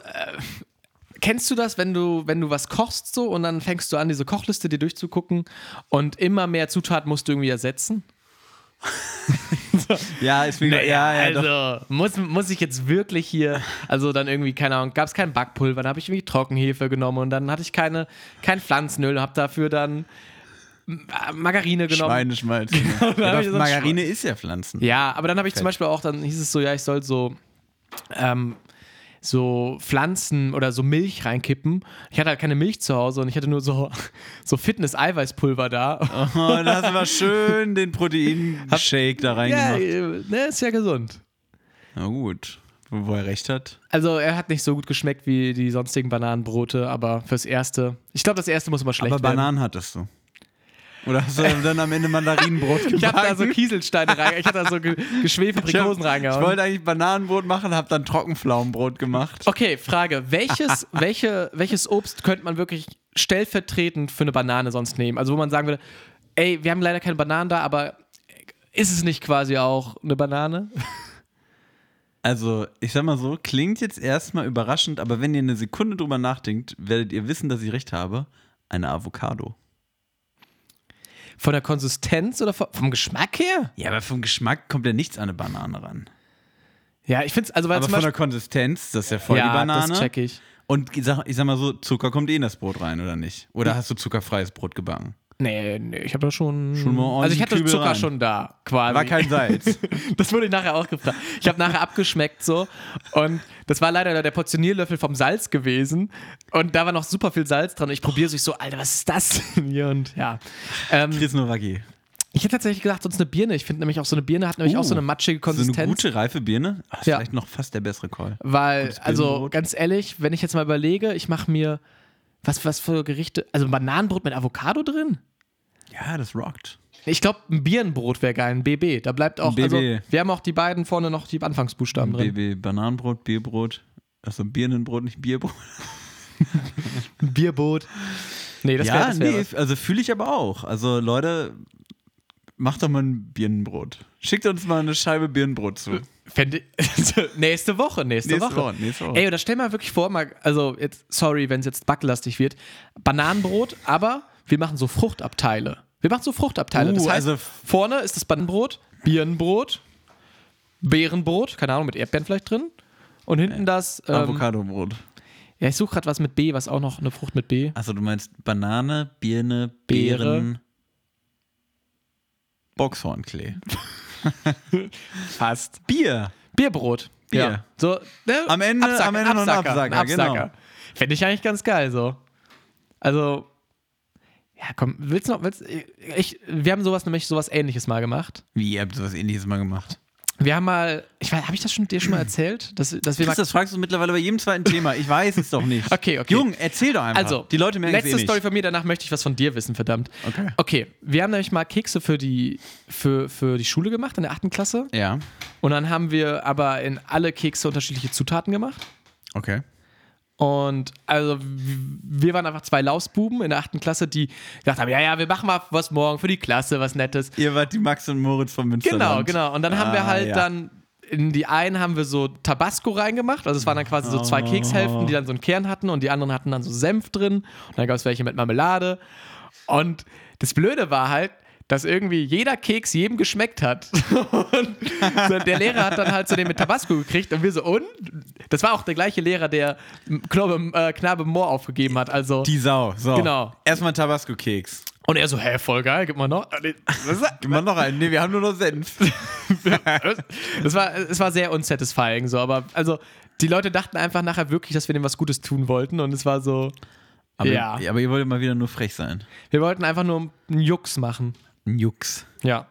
Speaker 3: kennst du das, wenn du, wenn du was kochst so und dann fängst du an, diese Kochliste dir durchzugucken und immer mehr Zutaten musst du irgendwie ersetzen?
Speaker 2: ja, ist mir, ja, ja, doch.
Speaker 3: also, muss, muss ich jetzt wirklich hier, also dann irgendwie, keine Ahnung, gab es kein Backpulver, dann habe ich irgendwie Trockenhefe genommen und dann hatte ich keine, kein Pflanzenöl und habe dafür dann äh, Margarine genommen.
Speaker 2: Schweineschmalz.
Speaker 3: Genau, hab
Speaker 2: Ja,
Speaker 3: ich
Speaker 2: doch,
Speaker 3: so-
Speaker 2: Margarine ist ja Pflanzen.
Speaker 3: Ja, aber dann habe ich zum Beispiel auch, dann hieß es so, ja, ich soll so, ähm, so Pflanzen oder so Milch reinkippen. Ich hatte halt keine Milch zu Hause und ich hatte nur so, so Fitness-Eiweißpulver da.
Speaker 2: Oh, da hast du mal schön den Proteinshake da
Speaker 3: ja,
Speaker 2: reingemacht.
Speaker 3: äh, ne, ist ja gesund.
Speaker 2: Na gut. Wo er recht hat.
Speaker 3: Also er hat nicht so gut geschmeckt wie die sonstigen Bananenbrote, aber fürs erste. Ich glaube, das erste muss immer schlecht
Speaker 2: Aber
Speaker 3: werden.
Speaker 2: Bananen hattest du. Oder hast du dann am Ende Mandarinenbrot gebacken?
Speaker 3: Ich habe da so Kieselsteine rein, ich hatte da so ge geschwefelte
Speaker 2: Ich hab-
Speaker 3: Prikosen reingehauen.
Speaker 2: Ich wollte eigentlich Bananenbrot machen, habe dann Trockenpflaumenbrot gemacht.
Speaker 3: Okay, Frage. Welches, welche, welches Obst könnte man wirklich stellvertretend für eine Banane sonst nehmen? Also, wo man sagen würde, ey, wir haben leider keine Bananen da, aber ist es nicht quasi auch eine Banane?
Speaker 2: Also, ich sag mal so, klingt jetzt erstmal überraschend, aber wenn ihr eine Sekunde drüber nachdenkt, werdet ihr wissen, dass ich recht habe. Eine Avocado.
Speaker 3: Von der Konsistenz oder vom, vom Geschmack her?
Speaker 2: Ja, aber vom Geschmack kommt ja nichts an eine Banane ran.
Speaker 3: Ja, ich finde es, also, weil
Speaker 2: Aber
Speaker 3: zum
Speaker 2: von der
Speaker 3: Beispiel.
Speaker 2: Konsistenz, das ist ja voll
Speaker 3: ja,
Speaker 2: die Banane.
Speaker 3: das check ich.
Speaker 2: Und ich sag, ich sag mal so, Zucker kommt eh in das Brot rein, oder nicht? Oder hast du zuckerfreies Brot gebacken?
Speaker 3: Nee, nee, ich habe da schon.
Speaker 2: Schon mal ordentlich
Speaker 3: also, ich hatte
Speaker 2: Kübel
Speaker 3: Zucker
Speaker 2: rein.
Speaker 3: schon da, quasi.
Speaker 2: War kein Salz.
Speaker 3: Das wurde ich nachher auch gefragt. Ich habe nachher abgeschmeckt so und das war leider der Portionierlöffel vom Salz gewesen und da war noch super viel Salz dran. Ich probiere es ich so, Alter, was ist das denn hier? Und ja, ähm,
Speaker 2: Chris Nowacki.
Speaker 3: Ich hätte tatsächlich gedacht, sonst eine Birne. Ich finde nämlich auch so eine Birne hat nämlich auch so eine matschige
Speaker 2: Uh,
Speaker 3: Konsistenz.
Speaker 2: So eine gute reife Birne? Ah, ist
Speaker 3: Ja.
Speaker 2: Vielleicht noch fast der bessere Call.
Speaker 3: Weil,
Speaker 2: Gutes
Speaker 3: also
Speaker 2: Birnenbrot.
Speaker 3: ganz ehrlich, wenn ich jetzt mal überlege, ich mache mir was, was für Gerichte, also ein Bananenbrot mit Avocado drin?
Speaker 2: Ja, das rockt.
Speaker 3: Ich glaube, ein Birnenbrot wäre geil, ein BB. Da bleibt auch,
Speaker 2: Ein
Speaker 3: also
Speaker 2: BB.
Speaker 3: wir haben auch die beiden vorne noch die Anfangsbuchstaben drin.
Speaker 2: BB, Bananenbrot, Bierbrot. Also Birnenbrot, nicht Bierbrot.
Speaker 3: Ein Bierboot. Nee, das wäre
Speaker 2: ja,
Speaker 3: das wär
Speaker 2: nee,
Speaker 3: was.
Speaker 2: also fühle ich aber auch. Also Leute, macht doch mal ein Birnenbrot. Schickt uns mal eine Scheibe Birnenbrot zu.
Speaker 3: Fände, nächste Woche, nächste,
Speaker 2: Nächste
Speaker 3: Woche.
Speaker 2: Woche, nächste Woche.
Speaker 3: Ey, oder stell mal wirklich vor, mal, also jetzt, sorry, wenn es jetzt backlastig wird, Bananenbrot, aber wir machen so Fruchtabteile. Wir machen so Fruchtabteile.
Speaker 2: Uh,
Speaker 3: das heißt,
Speaker 2: also f-
Speaker 3: vorne ist das Bananenbrot, Birnenbrot, Beerenbrot, keine Ahnung, mit Erdbeeren vielleicht drin. Und hinten
Speaker 2: Äh,
Speaker 3: das. Ähm,
Speaker 2: Avocadobrot.
Speaker 3: Ja, ich suche gerade was mit B, was auch noch eine Frucht mit B.
Speaker 2: Also du meinst Banane, Birne,
Speaker 3: Beere.
Speaker 2: Beeren, Boxhornklee.
Speaker 3: Fast.
Speaker 2: Bier.
Speaker 3: Bierbrot.
Speaker 2: Bier.
Speaker 3: Ja. So, ne?
Speaker 2: Am Ende- am Ende noch ein Absacker, genau.
Speaker 3: Fände ich eigentlich ganz geil so. Also, ja, komm, willst du noch, willst, ich, wir haben sowas nämlich sowas ähnliches mal gemacht.
Speaker 2: Wie, ihr habt sowas ähnliches mal gemacht?
Speaker 3: Wir haben mal, ich weiß, habe ich das schon, dir schon mal erzählt? Dass, dass wir mal,
Speaker 2: Chris, das fragst du mittlerweile bei jedem zweiten Thema. Ich weiß es doch nicht.
Speaker 3: Okay, okay.
Speaker 2: Jung, erzähl doch einfach.
Speaker 3: also,
Speaker 2: die Leute merken es
Speaker 3: letzte
Speaker 2: eh nicht.
Speaker 3: Story von mir, danach möchte ich was von dir wissen, verdammt.
Speaker 2: Okay.
Speaker 3: Okay, wir haben nämlich mal Kekse für die, für, für die Schule gemacht in der 8. Klasse.
Speaker 2: Ja,
Speaker 3: Und dann haben wir aber in alle Kekse unterschiedliche Zutaten gemacht.
Speaker 2: okay.
Speaker 3: Und also w- wir waren einfach zwei Lausbuben in der achten Klasse, die gesagt haben, ja, ja, wir machen mal was morgen für die Klasse, was Nettes.
Speaker 2: Ihr wart die Max und Moritz von
Speaker 3: Genau,
Speaker 2: Münsterland.
Speaker 3: genau. Und dann haben wir
Speaker 2: Ah,
Speaker 3: halt
Speaker 2: ja.
Speaker 3: dann in die einen haben wir so Tabasco reingemacht, also es waren dann quasi so
Speaker 2: Oh.
Speaker 3: zwei Kekshälften, die dann so einen Kern hatten und die anderen hatten dann so Senf drin und dann gab es welche mit Marmelade. Und das Blöde war halt, dass irgendwie jeder Keks jedem geschmeckt hat. Und so, der Lehrer hat dann halt so den mit Tabasco gekriegt und wir so, und? Das war auch der gleiche Lehrer, der Knobe, äh, Knabe Moor aufgegeben hat. Also,
Speaker 2: Die Sau. So.
Speaker 3: Genau.
Speaker 2: Erstmal Tabasco-Keks.
Speaker 3: und er so, hä, voll geil, gib mal noch. Was?
Speaker 2: Gib mal noch einen. Nee, wir haben nur noch Senf.
Speaker 3: Das war, es war sehr unsatisfying, so, aber also die Leute dachten einfach nachher wirklich, dass wir dem was Gutes tun wollten und es war so,
Speaker 2: Aber,
Speaker 3: Ja.
Speaker 2: aber ihr wollt mal wieder nur frech sein.
Speaker 3: wir wollten einfach nur einen Jux machen.
Speaker 2: Ein Jux.
Speaker 3: Ja.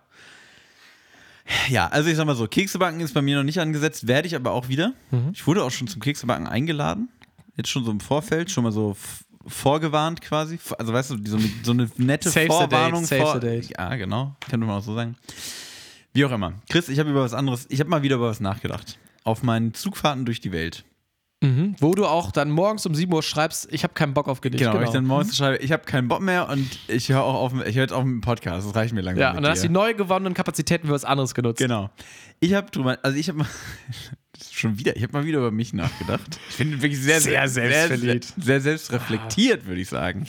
Speaker 2: Ja, also ich sag mal so, Keksebacken ist bei mir noch nicht angesetzt, werde ich aber auch wieder.
Speaker 3: Mhm.
Speaker 2: Ich wurde auch schon zum Keksebacken eingeladen. Jetzt schon so im Vorfeld, schon mal so f- vorgewarnt quasi. F- Also weißt du, die- so eine, so eine nette
Speaker 3: Save the date,
Speaker 2: Vorwarnung.
Speaker 3: save
Speaker 2: vor
Speaker 3: the date.
Speaker 2: Ja, genau. Könnte man auch so sagen. Wie auch immer. Chris, ich habe über was anderes, ich habe mal wieder über was nachgedacht. Auf meinen Zugfahrten durch die Welt.
Speaker 3: Mhm. Wo du auch dann morgens um 7 Uhr schreibst, ich habe keinen Bock auf Gedicht.
Speaker 2: Genau, ich dann morgens schreibe, ich habe keinen Bock mehr und ich höre auch auf, ich höre jetzt auf mit dem Podcast, das reicht mir langsam.
Speaker 3: Genau. ja,
Speaker 2: mit
Speaker 3: und
Speaker 2: dir.
Speaker 3: dann hast du die neu gewonnenen Kapazitäten für was anderes genutzt.
Speaker 2: Genau. Ich habe drüber, also ich habe mal das ist schon wieder, ich habe mal wieder über mich nachgedacht. Ich bin wirklich sehr,
Speaker 3: Sehr selbstverliebt.
Speaker 2: sehr, sehr selbstreflektiert, würde ich sagen.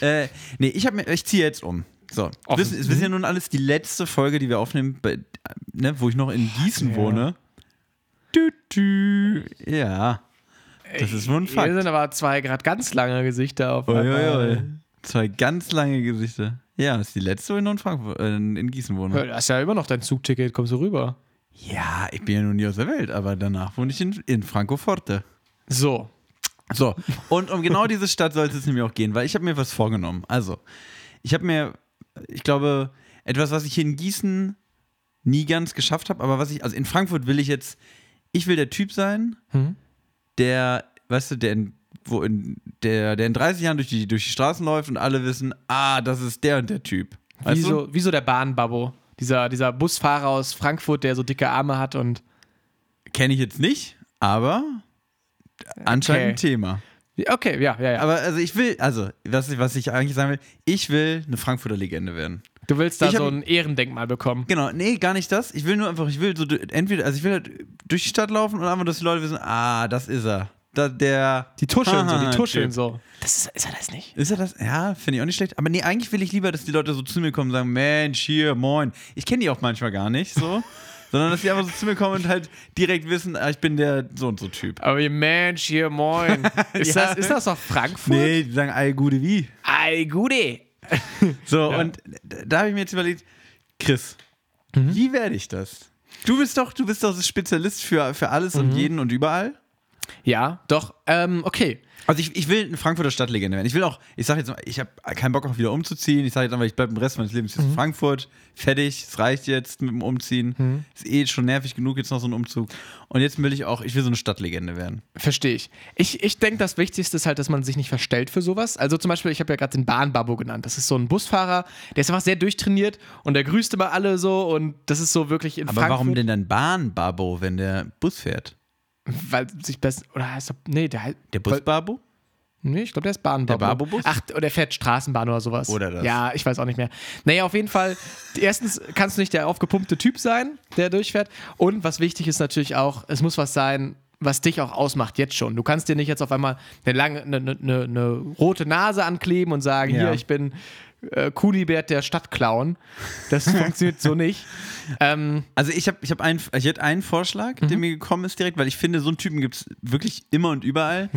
Speaker 2: äh, nee, ich habe mir, ich ziehe jetzt um. So,
Speaker 3: Offen.
Speaker 2: das ist ja nun alles die letzte Folge, die wir aufnehmen, bei, ne, wo ich noch in Gießen wohne. Dü, dü. Ja, das ist wohl ein
Speaker 3: Hier
Speaker 2: Fakt.
Speaker 3: sind aber zwei gerade ganz lange Gesichter auf. einmal.
Speaker 2: Uiuiui. Zwei ganz lange Gesichter. Ja, das ist die letzte, wo ich noch in, Frankfurt, äh, in in Gießen wohne.
Speaker 3: Hör, Das ist ja immer noch dein Zugticket, kommst du rüber.
Speaker 2: Ja, ich bin ja noch nie aus der Welt, aber danach wohne ich in, in Francoforte.
Speaker 3: So.
Speaker 2: So, und um genau diese Stadt sollte es nämlich auch gehen, weil ich habe mir was vorgenommen. Also, ich habe mir, ich glaube, etwas, was ich hier in Gießen nie ganz geschafft habe, aber was ich, also in Frankfurt will ich jetzt, ich will der Typ sein,
Speaker 3: Mhm.
Speaker 2: der, weißt du, der in, wo in, der, der in 30 Jahren durch die, durch die Straßen läuft und alle wissen, ah, das ist der und der Typ.
Speaker 3: Wie
Speaker 2: Weißt du?
Speaker 3: so, wie so der Bahnbabbo. Dieser, dieser Busfahrer aus Frankfurt, der so dicke Arme hat und
Speaker 2: Kenne ich jetzt nicht, aber anscheinend ein
Speaker 3: Okay.
Speaker 2: Thema.
Speaker 3: Okay, ja, ja, ja.
Speaker 2: Aber also ich will, also was ich, was ich eigentlich sagen will, ich will eine Frankfurter Legende werden.
Speaker 3: Du willst da
Speaker 2: Ich hab-
Speaker 3: so ein Ehrendenkmal bekommen.
Speaker 2: Genau, nee, gar nicht das. Ich will nur einfach, ich will so du- entweder, also ich will halt durch die Stadt laufen und einfach, dass die Leute wissen, ah, das ist er. Da, der.
Speaker 3: Die tuscheln so, die
Speaker 2: Aha,
Speaker 3: tuscheln
Speaker 2: Typ.
Speaker 3: so. Das ist, ist er das nicht?
Speaker 2: Ist er das? Ja, finde ich auch nicht schlecht. Aber nee, eigentlich will ich lieber, dass die Leute so zu mir kommen und sagen, Mensch, hier, moin. Ich kenne die auch manchmal gar nicht so. sondern dass die einfach so zu mir kommen und halt direkt wissen, ah, ich bin der so und so Typ.
Speaker 3: Aber ihr Mensch, hier, moin. ist, das, ist das noch Frankfurt?
Speaker 2: Nee, die sagen, ey, gute wie.
Speaker 3: Ei, gude.
Speaker 2: So, und d- da habe ich mir jetzt überlegt, Chris, Mhm. Mhm. wie werde ich das? Du bist doch, du bist doch Spezialist für, für alles und jeden und überall.
Speaker 3: Ja, doch. Ähm, okay.
Speaker 2: Also ich, ich will eine Frankfurter Stadtlegende werden. Ich will auch, ich sage jetzt mal, ich habe keinen Bock auch wieder umzuziehen. Ich sage jetzt einfach, ich bleibe den Rest meines Lebens jetzt in Frankfurt. Fertig, es reicht jetzt mit dem Umziehen. Ist eh schon nervig genug jetzt noch so ein Umzug. Und jetzt will ich auch, ich will so eine Stadtlegende werden.
Speaker 3: Verstehe ich. Ich, ich denke, das Wichtigste ist halt, dass man sich nicht verstellt für sowas. Also zum Beispiel, ich habe ja gerade den Bahnbabbo genannt. Das ist so ein Busfahrer, der ist einfach sehr durchtrainiert und der grüßt immer alle so und das ist so wirklich in
Speaker 2: Aber
Speaker 3: Frankfurt.
Speaker 2: warum denn dann Bahnbabo, wenn der Bus fährt?
Speaker 3: Weil sich besser. Oder heißt er. Nee, der heißt.
Speaker 2: Der
Speaker 3: weil-
Speaker 2: Busbabo?
Speaker 3: Nee, ich glaube, der ist Bahnbabbo.
Speaker 2: Der Babobus?
Speaker 3: Ach, oder der fährt Straßenbahn oder sowas.
Speaker 2: Oder das.
Speaker 3: Ja, ich weiß auch nicht mehr. Naja, auf jeden Fall, erstens kannst du nicht der aufgepumpte Typ sein, der durchfährt. Und was wichtig ist natürlich auch, es muss was sein, was dich auch ausmacht jetzt schon. Du kannst dir nicht jetzt auf einmal eine lange, eine, eine, eine, eine rote Nase ankleben und sagen, hier, ich bin äh, Kunibert der Stadtclown. Das funktioniert so nicht. Ähm,
Speaker 2: Also ich habe ich hab einen, ich hätte einen Vorschlag, der mir gekommen ist direkt, weil ich finde, so einen Typen gibt es wirklich immer und überall.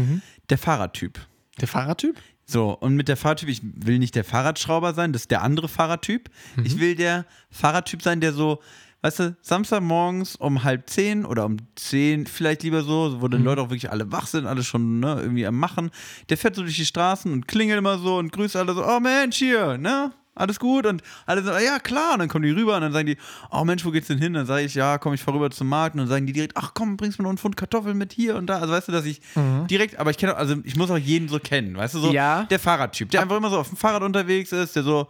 Speaker 2: Der Fahrradtyp.
Speaker 3: der Fahrradtyp?
Speaker 2: So, und mit der Fahrradtyp, ich will nicht der Fahrradschrauber sein, das ist der andere Fahrradtyp. Ich will der Fahrradtyp sein, der so, weißt du, Samstagmorgens um halb zehn oder um zehn vielleicht lieber so, wo dann Leute auch wirklich alle wach sind, alle schon ne, irgendwie am Machen. Der fährt so durch die Straßen und klingelt immer so und grüßt alle so, oh Mensch, hier, ne? Alles gut und alle sagen, ja klar, und dann kommen die rüber und dann sagen die, oh Mensch, wo geht's denn hin? Dann sage ich, ja, komm, ich fahr rüber zum Markt und dann sagen die direkt, ach komm, bringst mir noch einen Pfund Kartoffeln mit hier und da. Also weißt du, dass ich direkt, aber ich kenne, also ich muss auch jeden so kennen, weißt du, so
Speaker 3: Ja.
Speaker 2: der Fahrradtyp, der einfach immer so auf dem Fahrrad unterwegs ist, der so,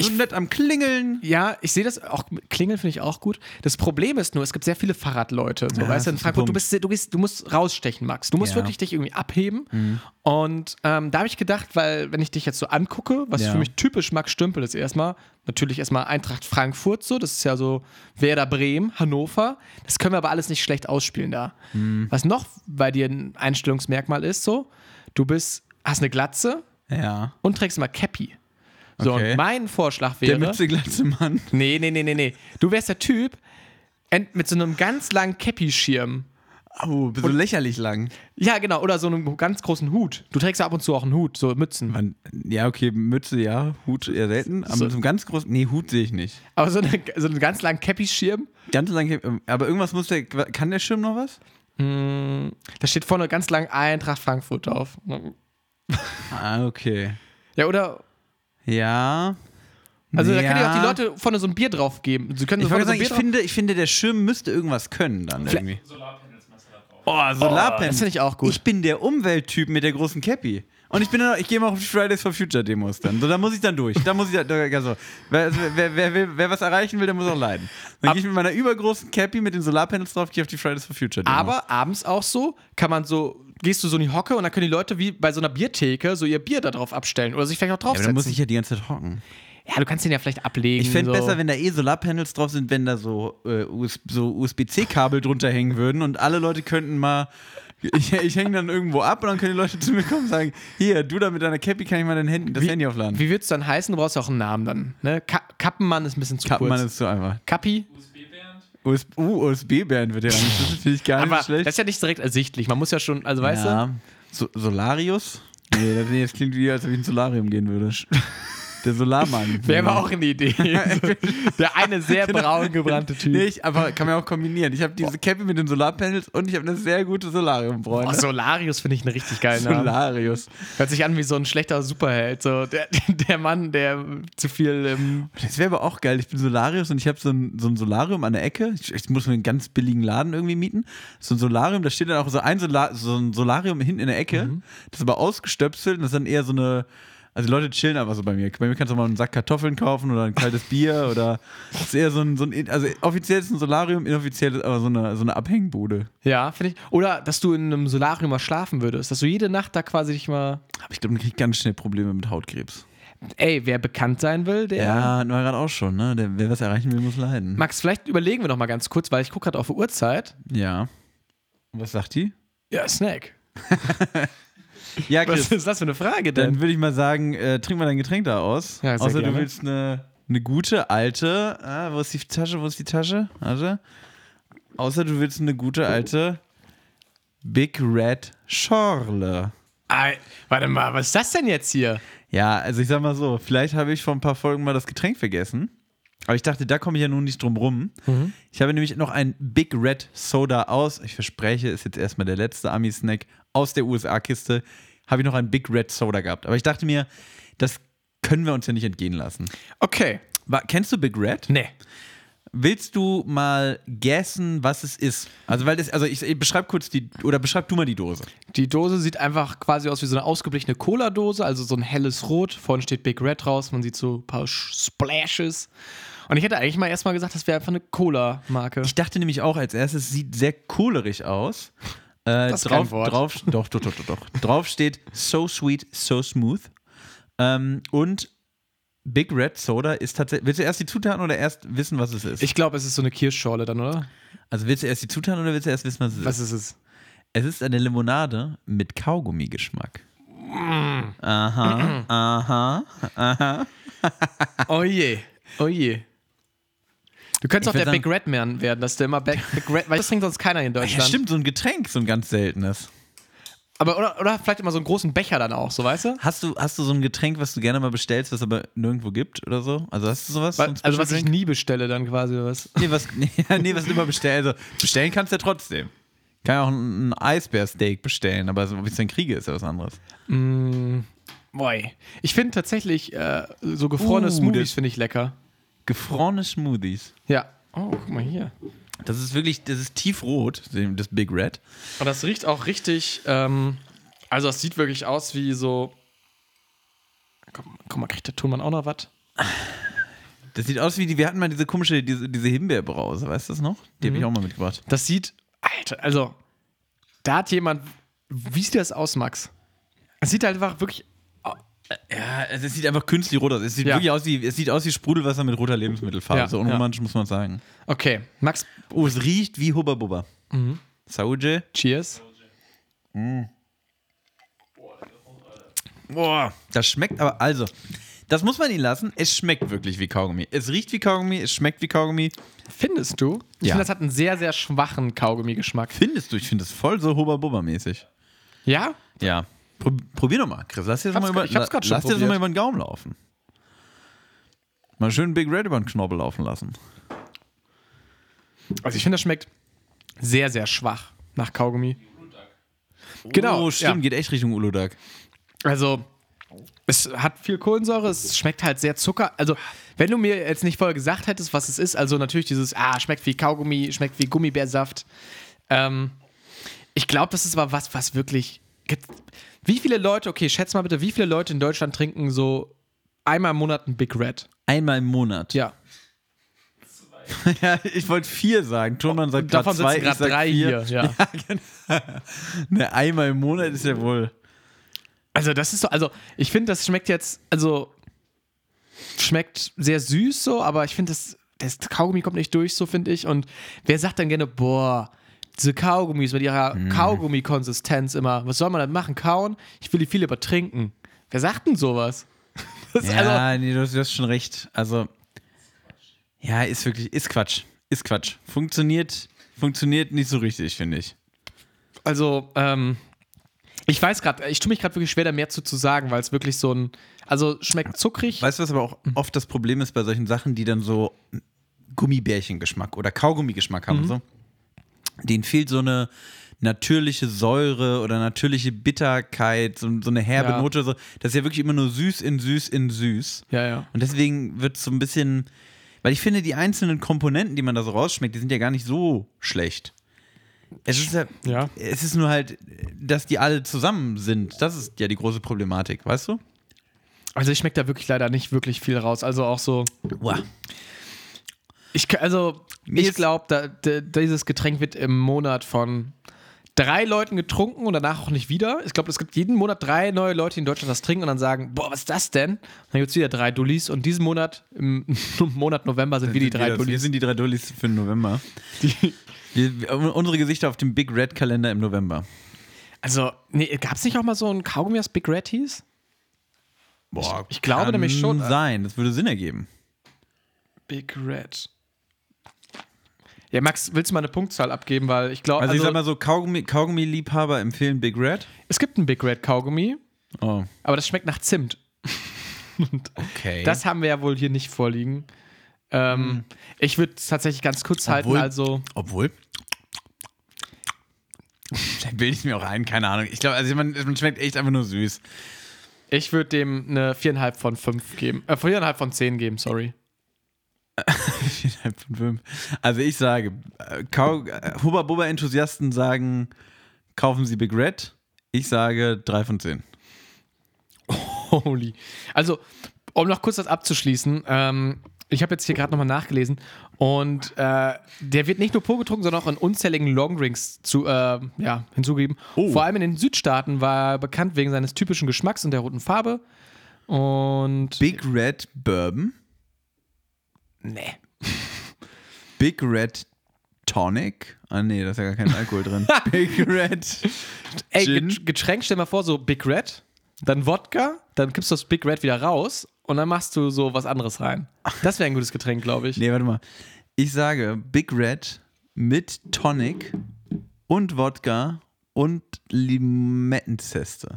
Speaker 2: so nett am Klingeln.
Speaker 3: Ja, ich sehe das auch. Klingeln finde ich auch gut. Das Problem ist nur, es gibt sehr viele Fahrradleute. So, weißt du, in
Speaker 2: das ist ein
Speaker 3: Frankfurt, du,
Speaker 2: Punkt.
Speaker 3: bist, sehr- du, gehst, du musst rausstechen, Max. Du musst
Speaker 2: Ja. Mhm.
Speaker 3: wirklich dich irgendwie abheben. Und ähm, da habe ich gedacht, weil, wenn ich dich jetzt so angucke, was
Speaker 2: Ja.
Speaker 3: für mich typisch Max Stümpel ist, erstmal, natürlich erstmal Eintracht Frankfurt, so, das ist ja so Werder Bremen, Hannover. Das können wir aber alles nicht schlecht ausspielen da.
Speaker 2: Mhm.
Speaker 3: Was noch bei dir ein Einstellungsmerkmal ist, so, du bist, hast eine Glatze
Speaker 2: Ja.
Speaker 3: und trägst mal Cappy. So,
Speaker 2: Okay.
Speaker 3: und mein Vorschlag wäre.
Speaker 2: Der mützeglatze Mann.
Speaker 3: Nee, nee, nee, nee, nee. Du wärst der Typ ent- mit so einem ganz langen Käppi-Schirm.
Speaker 2: Au, so lächerlich lang.
Speaker 3: Ja, genau. Oder so einem ganz großen Hut. Du trägst ja ab und zu auch einen Hut, so Mützen.
Speaker 2: Man, ja, okay, Mütze ja, Hut eher selten, aber
Speaker 3: So.
Speaker 2: mit so einem ganz großen, nee, Hut sehe ich nicht.
Speaker 3: Aber so, eine, so einen ganz langen Käppi-Schirm.
Speaker 2: Ganz lang, ähm, aber irgendwas muss der, kann der Schirm noch was?
Speaker 3: Da steht vorne ganz lang Eintracht Frankfurt drauf.
Speaker 2: Ah, okay.
Speaker 3: Ja, oder?
Speaker 2: Ja.
Speaker 3: Also da können ja
Speaker 2: ja
Speaker 3: auch die Leute vorne so ein Bier drauf geben. Sie können so
Speaker 2: Ich, wollte
Speaker 3: vorne so ein
Speaker 2: sagen,
Speaker 3: Bier
Speaker 2: ich,
Speaker 3: drauf
Speaker 2: finde, ich finde, der Schirm müsste irgendwas können dann irgendwie. Oh, Solarpanels.
Speaker 3: das finde ich auch gut.
Speaker 2: Ich bin der Umwelttyp mit der großen Cappy. Und ich bin dann, auch- ich gehe mal auf die Fridays for Future Demos dann. So, da muss ich dann durch. Da muss ich dann, also, wer, wer, wer, will, wer was erreichen will, der muss auch leiden. Dann gehe ich mit meiner übergroßen Cappy mit den Solarpanels drauf, gehe auf die Fridays for Future Demos.
Speaker 3: Aber abends auch so, kann man so, gehst du so in die Hocke und dann können die Leute wie bei so einer Biertheke so ihr Bier da drauf abstellen oder sich vielleicht auch
Speaker 2: ja,
Speaker 3: draufsetzen.
Speaker 2: dann muss ich ja die ganze Zeit hocken.
Speaker 3: Ja, du kannst den ja vielleicht ablegen.
Speaker 2: Ich fände
Speaker 3: so.
Speaker 2: besser, wenn da eh Solarpanels drauf sind, wenn da so, äh, US so USB-C-Kabel drunter hängen würden und alle Leute könnten mal. Ich, ich hänge dann irgendwo ab und dann können die Leute zu mir kommen und sagen: Hier, du da mit deiner Cappy kann ich mal dein Handy, das Handy aufladen.
Speaker 3: Wie wird's dann heißen? Du brauchst ja auch einen Namen dann. Ne? Ka Kappenmann ist ein bisschen zu
Speaker 2: Kappenmann
Speaker 3: kurz.
Speaker 2: ist so einfach.
Speaker 3: Kappi.
Speaker 2: US uh, USB-Band wird ja nicht. Das finde ich gar
Speaker 3: Aber
Speaker 2: nicht
Speaker 3: das
Speaker 2: schlecht.
Speaker 3: ist ja nicht direkt ersichtlich. Man muss ja schon, also weißt du?
Speaker 2: ja. so Solarius? Nee, das, nee, das klingt wie, als ob ich ins Solarium gehen würde. Der Solarmann.
Speaker 3: Wäre aber auch eine Idee. So, Der eine sehr braun gebrannte Typ.
Speaker 2: Genau. Nee, ich, aber kann man auch kombinieren. Ich habe diese Cappy mit den Solarpanels und ich habe eine sehr gute Solarium-Freunde.
Speaker 3: Oh, Solarius finde ich einen richtig geilen Namen.
Speaker 2: Solarius.
Speaker 3: Hört sich an wie so ein schlechter Superheld. So, der, der Mann, der zu viel. Ähm,
Speaker 2: Das wäre aber auch geil. Ich bin Solarius und ich habe so ein, so ein Solarium an der Ecke. Ich, ich muss mir einen ganz billigen Laden irgendwie mieten. So ein Solarium, da steht dann auch so ein, Sola so ein Solarium hinten in der Ecke. Das ist aber ausgestöpselt und das ist dann eher so eine. Also die Leute chillen einfach so bei mir. Bei mir kannst du mal einen Sack Kartoffeln kaufen oder ein kaltes Bier oder das ist eher so ein, so ein also offiziell ist ein Solarium, inoffiziell ist aber so eine, so eine Abhängbude.
Speaker 3: ja, finde ich. Oder dass du in einem Solarium mal schlafen würdest. Dass du jede Nacht da quasi dich mal.
Speaker 2: Aber ich glaube, man kriegt ganz schnell Probleme mit Hautkrebs.
Speaker 3: Ey, wer bekannt sein will, der.
Speaker 2: Ja, hatten wir gerade auch schon, ne? Der, wer was erreichen will, muss leiden.
Speaker 3: Max, vielleicht überlegen wir noch mal ganz kurz, weil ich gucke gerade auf die Uhrzeit.
Speaker 2: Ja. Und was sagt die?
Speaker 3: Ja, Snack.
Speaker 2: Ja,
Speaker 3: Was ist das für eine Frage denn?
Speaker 2: Dann würde ich mal sagen, äh, trink mal dein Getränk da aus.
Speaker 3: Ja, sehr
Speaker 2: Außer
Speaker 3: gerne.
Speaker 2: du willst eine, eine gute alte. Ah, wo ist die Tasche? Wo ist die Tasche? Warte. Außer du willst eine gute alte Big Red Schorle.
Speaker 3: Ei, warte mal, was ist das denn jetzt hier?
Speaker 2: Ja, also ich sag mal so, vielleicht habe ich vor ein paar Folgen mal das Getränk vergessen. Aber ich dachte, da komme ich ja nun nicht drum rum. Ich habe nämlich noch ein Big Red Soda aus, ich verspreche, ist jetzt erstmal der letzte Ami-Snack aus der USA-Kiste, habe ich noch ein Big Red Soda gehabt. Aber ich dachte mir, das können wir uns ja nicht entgehen lassen.
Speaker 3: Okay.
Speaker 2: Wa- Kennst du Big Red?
Speaker 3: Nee.
Speaker 2: Willst du mal guessen, was es ist? Also, weil das, also ich, ich beschreib kurz die, oder beschreib du mal die Dose.
Speaker 3: Die Dose sieht einfach quasi aus wie so eine ausgeblichene Cola-Dose, also so ein helles Rot. Vorne steht Big Red draus, man sieht so ein paar Sch- Splashes. Und ich hätte eigentlich mal erstmal gesagt, das wäre einfach eine Cola-Marke.
Speaker 2: Ich dachte nämlich auch als erstes, sieht sehr kohlerig aus. Äh,
Speaker 3: Das ist
Speaker 2: drauf,
Speaker 3: kein Wort.
Speaker 2: Drauf, doch, doch, doch, doch, doch. drauf steht So Sweet, So Smooth. Ähm, und Big Red Soda ist tatsächlich. Willst du erst die Zutaten oder erst wissen, was es ist?
Speaker 3: Ich glaube, es ist so eine Kirschschorle dann, oder?
Speaker 2: also willst du erst die Zutaten oder willst du erst wissen, was es ist?
Speaker 3: Was ist es?
Speaker 2: Es ist eine Limonade mit Kaugummi-Geschmack. Aha, aha.
Speaker 3: Oh je. Oh je. Du könntest auch
Speaker 2: würd
Speaker 3: der
Speaker 2: sagen-
Speaker 3: Big Red Man werden, dass der immer Big, Big Red, weil das trinkt sonst keiner hier in
Speaker 2: Ja,
Speaker 3: Deutschland.
Speaker 2: stimmt, so ein Getränk, so ein ganz seltenes.
Speaker 3: Aber oder, oder vielleicht immer so einen großen Becher dann auch, so weißt du?
Speaker 2: Hast du, hast du so ein Getränk, was du gerne mal bestellst, was aber nirgendwo gibt oder so? Also hast du sowas? So ein
Speaker 3: Also was
Speaker 2: Special
Speaker 3: ich nie bestelle dann quasi oder was.
Speaker 2: Nee, was, nee, nee, was du immer bestellen. Also, bestellen kannst du ja trotzdem. Kann ja auch ein ein Eisbärsteak bestellen, aber so, ob ich es dann kriege, ist ja was anderes.
Speaker 3: Boy. Ich finde tatsächlich äh, so gefrorene
Speaker 2: Uh,
Speaker 3: Smoothies
Speaker 2: das-
Speaker 3: finde ich lecker.
Speaker 2: Gefrorene Smoothies.
Speaker 3: Ja. Oh, guck mal hier.
Speaker 2: Das ist wirklich, das ist tiefrot, das Big Red.
Speaker 3: Und das riecht auch richtig, ähm, also das sieht wirklich aus wie so. Komm, guck mal, kriegt der Turmann auch noch was?
Speaker 2: Das sieht aus wie, die, wir hatten mal diese komische, diese, diese Himbeerbrause, weißt du das noch? Die habe ich auch mal mitgebracht.
Speaker 3: Das sieht, Alter, also da hat jemand, wie sieht das aus, Max? Es sieht halt einfach wirklich,
Speaker 2: Ja, also es sieht einfach künstlich rot aus. Es sieht
Speaker 3: Ja.
Speaker 2: wirklich aus wie, es sieht aus wie Sprudelwasser mit roter Lebensmittelfarbe.
Speaker 3: Ja,
Speaker 2: so
Speaker 3: ja.
Speaker 2: unromantisch muss man sagen.
Speaker 3: okay, Max,
Speaker 2: Oh, es riecht wie Hubba Bubba. Mhm. Sauje.
Speaker 3: cheers.
Speaker 2: Boah, das schmeckt aber, also, das muss man ihn lassen. Es schmeckt wirklich wie Kaugummi. Es riecht wie Kaugummi, es schmeckt wie Kaugummi.
Speaker 3: Findest du? Ich
Speaker 2: Ja.
Speaker 3: finde, das hat einen sehr, sehr schwachen Kaugummi-Geschmack.
Speaker 2: Findest du, ich finde es voll so Hubba-Bubba-mäßig.
Speaker 3: Ja?
Speaker 2: Ja. Prob probier doch mal, Chris. Lass dir das
Speaker 3: Hab's
Speaker 2: mal über,
Speaker 3: grad- ich hab's grad schon
Speaker 2: lass dir das
Speaker 3: probiert.
Speaker 2: mal über den Gaumen laufen. Mal schön Big Red über den Knorpel laufen lassen.
Speaker 3: Also ich finde, das schmeckt sehr, sehr schwach nach Kaugummi. Genau,
Speaker 2: Oh, stimmt,
Speaker 3: ja.
Speaker 2: geht echt Richtung Uludag.
Speaker 3: Also es hat viel Kohlensäure, es schmeckt halt sehr Zucker. Also wenn du mir jetzt nicht vorher gesagt hättest, was es ist, also natürlich dieses, ah, schmeckt wie Kaugummi, schmeckt wie Gummibärsaft. Ähm, ich glaube, das ist aber was, was wirklich... ge- Wie viele Leute, okay, schätz mal bitte, wie viele Leute in Deutschland trinken so einmal im Monat ein Big Red?
Speaker 2: Einmal im Monat.
Speaker 3: Ja.
Speaker 2: Ja, ich wollte vier sagen. Turmann sagt grad
Speaker 3: Davon
Speaker 2: zwei,
Speaker 3: sitzen
Speaker 2: ich
Speaker 3: gerade
Speaker 2: sag
Speaker 3: drei
Speaker 2: vier.
Speaker 3: hier. Ja.
Speaker 2: Ne, einmal im Monat ist ja wohl.
Speaker 3: Also das ist so, also ich finde, das schmeckt jetzt, also schmeckt sehr süß so, aber ich finde, das, das Kaugummi kommt nicht durch, so finde ich. Und wer sagt dann gerne, boah, diese Kaugummis mit ihrer Kaugummi-Konsistenz immer, was soll man dann machen? Kauen? Ich will die viel übertrinken. Wer sagt denn sowas? Das, ist
Speaker 2: Ja, nee, du hast, du hast schon recht. Also, ja, ist wirklich, ist Quatsch. Ist Quatsch. Funktioniert, funktioniert nicht so richtig, finde ich.
Speaker 3: Also, ähm, ich weiß gerade, ich tue mich gerade wirklich schwer, da mehr zu, zu sagen, weil es wirklich so ein, also schmeckt zuckrig.
Speaker 2: Weißt du, was aber auch
Speaker 3: Mhm.
Speaker 2: oft das Problem ist bei solchen Sachen, die dann so Gummibärchengeschmack oder Kaugummigeschmack
Speaker 3: Mhm.
Speaker 2: haben, so? Denen fehlt so eine natürliche Säure oder natürliche Bitterkeit, so, so eine herbe
Speaker 3: Ja.
Speaker 2: Note. So. Das ist ja wirklich immer nur süß in süß in süß.
Speaker 3: Ja, ja.
Speaker 2: Und deswegen wird es so ein bisschen, weil ich finde, die einzelnen Komponenten, die man da so rausschmeckt, die sind ja gar nicht so schlecht. Es ist, ja,
Speaker 3: Ja.
Speaker 2: es ist nur halt, dass die alle zusammen sind. Das ist ja die große Problematik, weißt du?
Speaker 3: Also ich schmeckt da wirklich leider nicht wirklich viel raus. Also auch so,
Speaker 2: Wow.
Speaker 3: Ich, k- also,
Speaker 2: Mir
Speaker 3: ich
Speaker 2: ist-
Speaker 3: glaube, da, d- dieses Getränk wird im Monat von drei Leuten getrunken und danach auch nicht wieder. Ich glaube, es gibt jeden Monat drei neue Leute, die in Deutschland das trinken und dann sagen, boah, was ist das denn? Und dann gibt es wieder drei Dullis und diesen Monat, im Monat November, sind wir die drei
Speaker 2: Wir
Speaker 3: Dullis.
Speaker 2: sind Äh, die drei Dullis für den November. Wir, wir, unsere Gesichter auf dem Big Red Kalender im November.
Speaker 3: Also, nee, gab es nicht auch mal so ein Kaugummi aus Big Red hieß?
Speaker 2: Boah,
Speaker 3: ich glaube nämlich schon. äh,
Speaker 2: sein, das würde Sinn ergeben.
Speaker 3: Big Red. Ja, Max, willst du mal eine Punktzahl abgeben, weil ich glaube,
Speaker 2: Also,
Speaker 3: also
Speaker 2: ich sag mal so, Kaugummi- Kaugummi-Liebhaber empfehlen Big Red.
Speaker 3: es gibt ein Big Red Kaugummi,
Speaker 2: Oh,
Speaker 3: aber das schmeckt nach Zimt.
Speaker 2: okay. Hm.
Speaker 3: Das haben wir ja wohl hier nicht vorliegen. Ähm, Ich würde es tatsächlich ganz kurz
Speaker 2: Obwohl-
Speaker 3: halten. Also,
Speaker 2: Obwohl. Vielleicht bilde ich mir auch ein, keine Ahnung. Ich glaube, also man, man schmeckt echt einfach nur süß.
Speaker 3: ich würde dem eine 4,5 von 5 geben. Äh, 4,5 von 10 geben, sorry.
Speaker 2: Viereinhalb von fünf.
Speaker 4: Also ich sage, äh, Kau- äh, Hubba-Bubba-Enthusiasten sagen, kaufen Sie Big Red. Ich sage 3 von 10.
Speaker 3: Holy. Also, um noch kurz das abzuschließen, ähm, ich habe jetzt hier gerade nochmal nachgelesen und äh, der wird nicht nur pur getrunken, sondern auch in unzähligen Longdrinks zu, äh, ja, hinzugegeben.
Speaker 2: Oh.
Speaker 3: Vor allem in den Südstaaten war er bekannt wegen seines typischen Geschmacks und der roten Farbe. Und.
Speaker 2: Big Red Bourbon,
Speaker 3: nee.
Speaker 2: Big Red Tonic. Ah, nee, da ist ja gar kein Alkohol drin. Big Red.
Speaker 3: Ey,
Speaker 2: Gin.
Speaker 3: Get- Getränk, stell mal vor, so Big Red, dann Wodka, dann kippst du das Big Red wieder raus und dann machst du so was anderes rein. Das wäre ein gutes Getränk, glaube ich.
Speaker 2: Nee, warte mal. Ich sage Big Red mit Tonic und Wodka und Limettenzesto.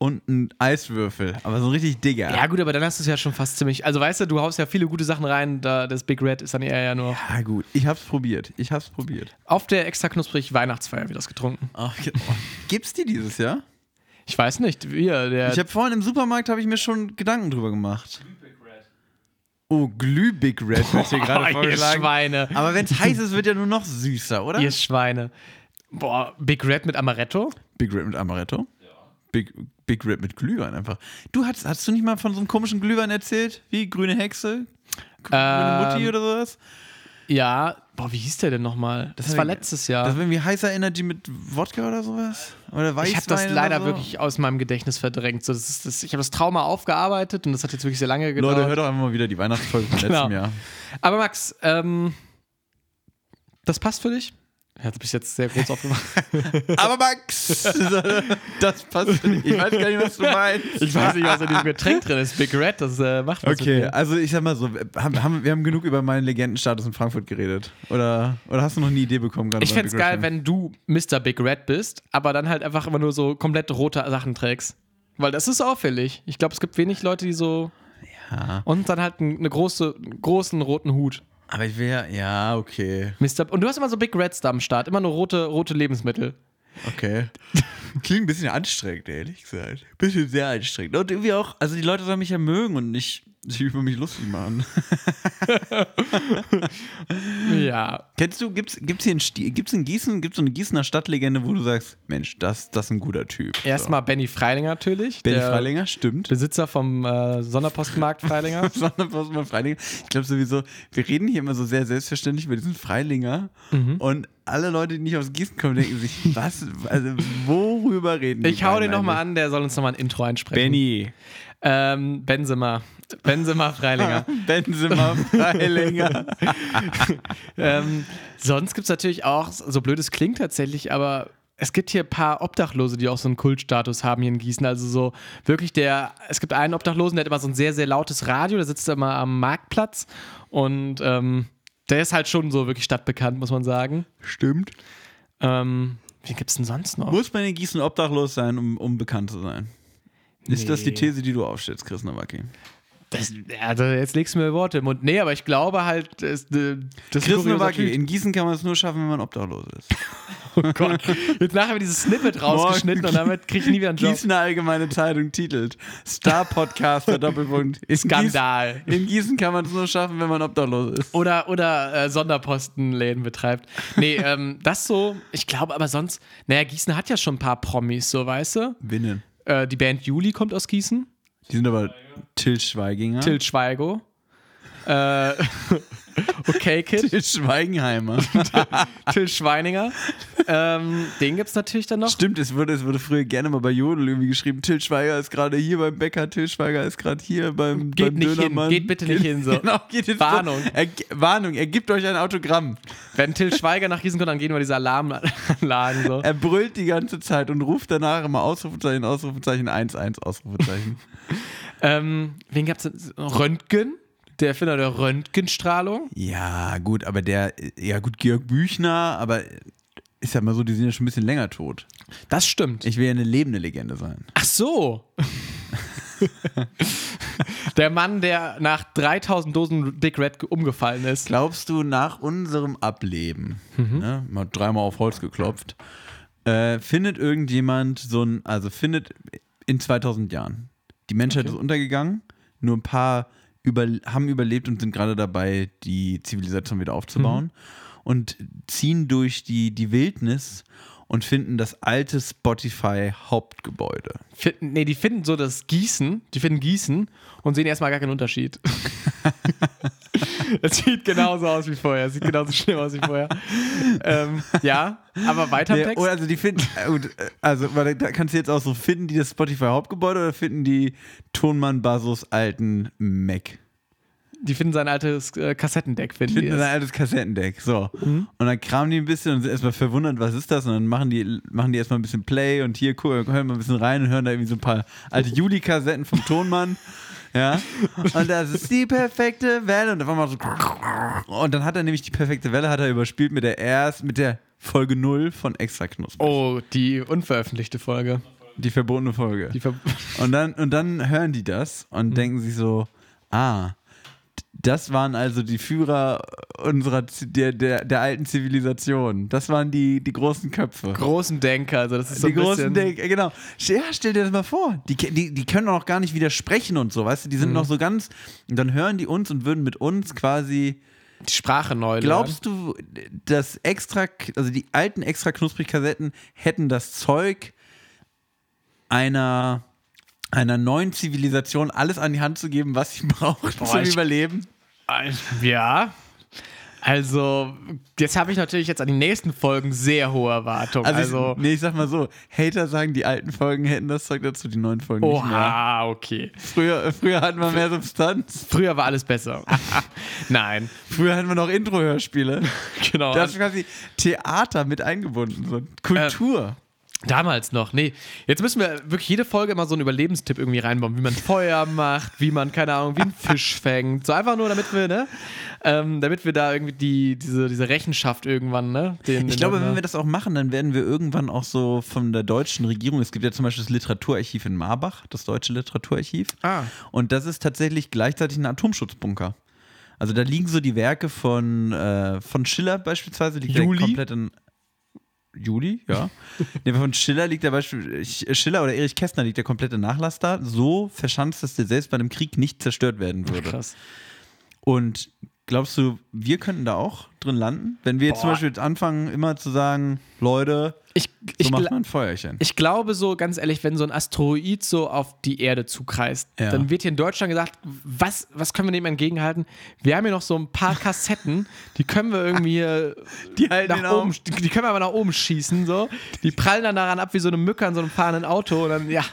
Speaker 2: Und ein Eiswürfel. Aber so richtig digger.
Speaker 3: Ja, gut, aber dann hast du es ja schon fast ziemlich. Also, weißt du, du haust ja viele gute Sachen rein. Da, das Big Red ist dann eher ja nur.
Speaker 2: Ah, gut. Ich hab's probiert. Ich hab's probiert.
Speaker 3: Auf der extra knusprig Weihnachtsfeier wird das getrunken.
Speaker 2: Ach, genau. Gibt's die dieses Jahr?
Speaker 3: Ich weiß nicht, wir, der.
Speaker 2: Ich habe vorhin im Supermarkt habe ich mir schon Gedanken drüber gemacht. Oh, Glühbig Red wird hier gerade
Speaker 3: oh, ihr
Speaker 2: vorgeschlagen.
Speaker 3: Schweine.
Speaker 2: Aber wenn es heiß ist, wird ja nur noch süßer, oder?
Speaker 3: Ihr Schweine. Boah, Big Red mit Amaretto?
Speaker 2: Big Red mit Amaretto. Big, Big Red mit Glühwein einfach. Du hast, hast du nicht mal von so einem komischen Glühwein erzählt? Wie grüne Hexe, grüne
Speaker 3: Ähm,
Speaker 2: Mutti oder sowas?
Speaker 3: Ja. Boah, wie hieß der denn nochmal? Das, war letztes Jahr.
Speaker 2: Das war irgendwie heißer Energy mit Wodka oder sowas? Oder Weißwein
Speaker 3: Ich habe das leider
Speaker 2: oder so?
Speaker 3: wirklich aus meinem Gedächtnis verdrängt. So, das ist, das, ich habe das Trauma aufgearbeitet und das hat jetzt wirklich sehr lange gedauert.
Speaker 2: Leute, hört doch einfach mal wieder die Weihnachtsfolge von letztem
Speaker 3: Genau.
Speaker 2: Jahr.
Speaker 3: Aber Max, ähm, das passt für dich? Ja, du bist jetzt sehr groß aufgemacht.
Speaker 2: Aber Max, das passt nicht. Ich weiß gar nicht, was du meinst.
Speaker 3: Ich weiß nicht, was in diesem Getränk drin ist. Big Red, das äh, macht was
Speaker 2: Okay,
Speaker 3: Mit
Speaker 2: also ich sag mal so, haben, haben, wir haben genug über meinen Legendenstatus in Frankfurt geredet. Oder, oder hast du noch eine Idee bekommen gerade?
Speaker 3: ich
Speaker 2: beim
Speaker 3: fände es
Speaker 2: Big Red
Speaker 3: geil,
Speaker 2: Fan?
Speaker 3: wenn du Mr. Big Red bist, aber dann halt einfach immer nur so komplett rote Sachen trägst. Weil das ist auffällig. Ich glaube, es gibt wenig Leute, die so.
Speaker 2: Ja,
Speaker 3: Und dann halt einen eine große, einen großen roten Hut.
Speaker 2: aber ich wäre, ja, okay.
Speaker 3: Mr. Und du hast immer so Big Reds da am Start. Immer nur rote, rote Lebensmittel.
Speaker 2: Okay. Klingt ein bisschen anstrengend, ehrlich gesagt. Bisschen sehr anstrengend. Und irgendwie auch, also die Leute sollen mich ja mögen und nicht sich über mich lustig machen.
Speaker 3: Ja.
Speaker 2: Kennst du, gibt's, gibt's hier in, Sti- gibt's in Gießen, gibt's so eine Gießener Stadtlegende, wo du sagst, Mensch, das, das ist ein guter Typ.
Speaker 3: Erstmal Benny Freilinger natürlich.
Speaker 2: Benny
Speaker 3: der
Speaker 2: Freilinger, stimmt.
Speaker 3: Besitzer vom äh, Sonderpostenmarkt Freilinger.
Speaker 2: sondern was man Freilinger. Ich glaube sowieso, wir reden hier immer so sehr selbstverständlich über diesen Freilinger
Speaker 3: Mhm.
Speaker 2: und alle Leute, die nicht aus Gießen kommen, denken sich, was, also worüber reden die
Speaker 3: Ich hau den
Speaker 2: beiden
Speaker 3: nochmal
Speaker 2: eigentlich?
Speaker 3: an, der soll uns nochmal ein Intro einsprechen.
Speaker 2: Benny.
Speaker 3: Ähm, Benzema. Benzema Freilinger.
Speaker 2: Benzema Freilinger.
Speaker 3: ähm, sonst gibt es natürlich auch, so blöd es klingt tatsächlich, aber es gibt hier ein paar Obdachlose, die auch so einen Kultstatus haben hier in Gießen. Also so wirklich der, es gibt einen Obdachlosen, der hat immer so ein sehr, sehr lautes Radio, der sitzt immer am Marktplatz und ähm, der ist halt schon so wirklich stadtbekannt, muss man sagen.
Speaker 2: Stimmt.
Speaker 3: Ähm, wie gibt's denn sonst noch?
Speaker 2: Muss man in Gießen obdachlos sein, um, um bekannt zu sein? Ist das die
Speaker 3: Nee.
Speaker 2: These, die du aufstellst, Chris Nowacki?
Speaker 3: Das, also jetzt legst du mir Worte im Mund. Nee, aber ich glaube halt, das, das
Speaker 2: Chris Nowacki,
Speaker 3: Nowacki.
Speaker 2: in Gießen kann man es nur schaffen, wenn man obdachlos ist.
Speaker 3: Oh Gott. Jetzt nachher wird dieses Snippet rausgeschnitten und damit krieg ich nie wieder einen Job.
Speaker 2: Gießener Allgemeine Zeitung titelt Star-Podcaster Doppelpunkt. In
Speaker 3: Skandal.
Speaker 2: Gießen, in Gießen kann man es nur schaffen, wenn man obdachlos ist.
Speaker 3: Oder, oder äh, Sonderpostenläden betreibt. Nee, ähm, das so, ich glaube aber sonst, naja, Gießen hat ja schon ein paar Promis, so weißt du.
Speaker 2: Winnen.
Speaker 3: Äh, die Band Juli kommt aus Gießen.
Speaker 2: Die sind aber Till Schweiginger.
Speaker 3: Till Schweigo. Äh, okay, Kid.
Speaker 2: Till Schweigenheimer.
Speaker 3: Till Schweininger. Ähm, den gibt's natürlich dann noch.
Speaker 2: Stimmt, es wurde, es wurde früher gerne mal bei Jodel irgendwie geschrieben, Till Schweiger ist gerade hier beim Bäcker, Till Schweiger ist gerade hier beim,
Speaker 3: Geht
Speaker 2: beim
Speaker 3: nicht hin,
Speaker 2: Dönermann.
Speaker 3: geht bitte nicht hin, so.
Speaker 2: Genau, geht jetzt
Speaker 3: Warnung.
Speaker 2: So. Er, Warnung, er gibt euch ein Autogramm.
Speaker 3: Wenn Till Schweiger nach Gießen kommt, dann gehen wir diese Alarmanlagen so.
Speaker 2: Er brüllt die ganze Zeit und ruft danach immer Ausrufezeichen, Ausrufezeichen, 1-1, Ausrufezeichen.
Speaker 3: Ähm, wen gab's denn? Röntgen? Der Erfinder der Röntgenstrahlung?
Speaker 2: ja, gut, aber der, ja gut, Georg Büchner, aber ist ja mal so, die sind ja schon ein bisschen länger tot.
Speaker 3: Das stimmt.
Speaker 2: Ich will ja eine lebende Legende sein.
Speaker 3: Ach so. Der Mann, der nach 3000 Dosen Dick Red umgefallen ist.
Speaker 2: Glaubst du, nach unserem Ableben, ne, mal dreimal auf Holz geklopft, äh, findet irgendjemand so ein, also findet in 2000 Jahren, die Menschheit ist untergegangen, nur ein paar über, haben überlebt und sind gerade dabei, die Zivilisation wieder aufzubauen und ziehen durch die, die Wildnis und finden das alte Spotify-Hauptgebäude.
Speaker 3: Finden, nee, die finden so das Gießen, die finden Gießen und sehen erstmal gar keinen Unterschied. Es sieht genauso aus wie vorher, es sieht genauso schlimm aus wie vorher. ähm, ja, aber weiter im
Speaker 2: Ja,
Speaker 3: Text.
Speaker 2: oder also die finden, äh, gut, äh, also warte, da kannst du jetzt auch so finden, die das Spotify Hauptgebäude oder finden die Tonmann Basos alten Mac?
Speaker 3: die finden sein altes äh, Kassettendeck, finden die.
Speaker 2: Finden
Speaker 3: es.
Speaker 2: ein altes Kassettendeck, so.
Speaker 3: Mhm.
Speaker 2: Und dann kramen die ein bisschen und sind erstmal verwundert, was ist das? Und dann machen die, machen die erstmal ein bisschen Play und hier cool, hören mal ein bisschen rein und hören da irgendwie so ein paar alte Juli-Kassetten vom Tonmann. Ja, und das ist die perfekte Welle. Und dann mal so. Und dann hat er nämlich die perfekte Welle, hat er überspielt mit der erst, mit der Folge 0 von Extra Knusprig.
Speaker 3: Oh, die unveröffentlichte Folge.
Speaker 2: Die verbotene Folge.
Speaker 3: Oh. Die ver
Speaker 2: Und dann, und dann hören die das
Speaker 3: Mhm.
Speaker 2: und denken sich so, ah, d- das waren also die Führer unserer Z- der, der, der alten Zivilisation. Das waren die, die großen Köpfe.
Speaker 3: großen Denker, also das ist so
Speaker 2: die
Speaker 3: ein
Speaker 2: großen
Speaker 3: bisschen,
Speaker 2: Denk, äh, genau. Ja, stell dir das mal vor. Die, ke- die, die können auch noch gar nicht widersprechen und so, weißt du? Die
Speaker 3: Mhm.
Speaker 2: sind noch so ganz. Und dann hören die uns und würden mit uns quasi.
Speaker 3: die Sprache neu ne?
Speaker 2: Glaubst du, dass extra, also die alten extra knusprig Kassetten hätten das Zeug einer, einer neuen Zivilisation alles an die Hand zu geben, was sie braucht zum
Speaker 3: ich-
Speaker 2: Überleben?
Speaker 3: lernen. Ja. Also, jetzt habe ich natürlich jetzt an die nächsten Folgen sehr hohe Erwartungen. also
Speaker 2: ich, nee, ich sag mal so, Hater sagen, die alten Folgen hätten das Zeug dazu, die neuen Folgen nicht mehr.
Speaker 3: Oha, okay.
Speaker 2: Früher, äh, früher hatten wir mehr Substanz.
Speaker 3: Früher war alles besser. Nein,
Speaker 2: Früher hatten wir noch Intro-Hörspiele.
Speaker 3: genau.
Speaker 2: Da ist quasi Theater mit eingebunden,
Speaker 3: Ähm,
Speaker 2: so Kultur.
Speaker 3: Damals noch, nee. Jetzt müssen wir wirklich jede Folge immer so einen Überlebenstipp irgendwie reinbauen, wie man Feuer macht, wie man, keine Ahnung, wie einen Fisch fängt. So einfach nur, damit wir, ne? Ähm, damit wir da irgendwie die, diese, diese Rechenschaft irgendwann, ne? Den,
Speaker 2: Ich
Speaker 3: den
Speaker 2: glaube,
Speaker 3: Leuten-
Speaker 2: wenn wir das auch machen, dann werden wir irgendwann auch so von der deutschen Regierung, es gibt ja zum Beispiel das Literaturarchiv in Marbach, das deutsche Literaturarchiv.
Speaker 3: Ah.
Speaker 2: Und das ist tatsächlich gleichzeitig ein Atomschutzbunker. Also da liegen so die Werke von, äh, von Schiller beispielsweise, liegt
Speaker 3: Juli?
Speaker 2: da komplett in Juli, ja. nee, von Schiller liegt der Beispiel, Sch- Schiller oder Erich Kästner liegt der komplette Nachlass da, so verschanzt, dass der selbst bei einem Krieg nicht zerstört werden würde.
Speaker 3: Krass.
Speaker 2: Und glaubst du, wir könnten da auch drin landen? Wenn wir jetzt zum
Speaker 3: Boah.
Speaker 2: Beispiel jetzt anfangen, immer zu sagen, Leute,
Speaker 3: Ich,
Speaker 2: so
Speaker 3: ich,
Speaker 2: macht
Speaker 3: gla-
Speaker 2: man ein Feuerchen.
Speaker 3: ich glaube so, ganz ehrlich, wenn so ein Asteroid so auf die Erde zukreist,
Speaker 2: Ja.
Speaker 3: dann wird hier in Deutschland gesagt, was, was können wir dem entgegenhalten? Wir haben hier noch so ein paar Kassetten, die können wir irgendwie hier
Speaker 2: Die halten den
Speaker 3: nach oben,
Speaker 2: Augen.
Speaker 3: die, die können wir aber nach oben schießen, so. Die prallen dann daran ab wie so eine Mücke an so einem fahrenden Auto und dann, ja,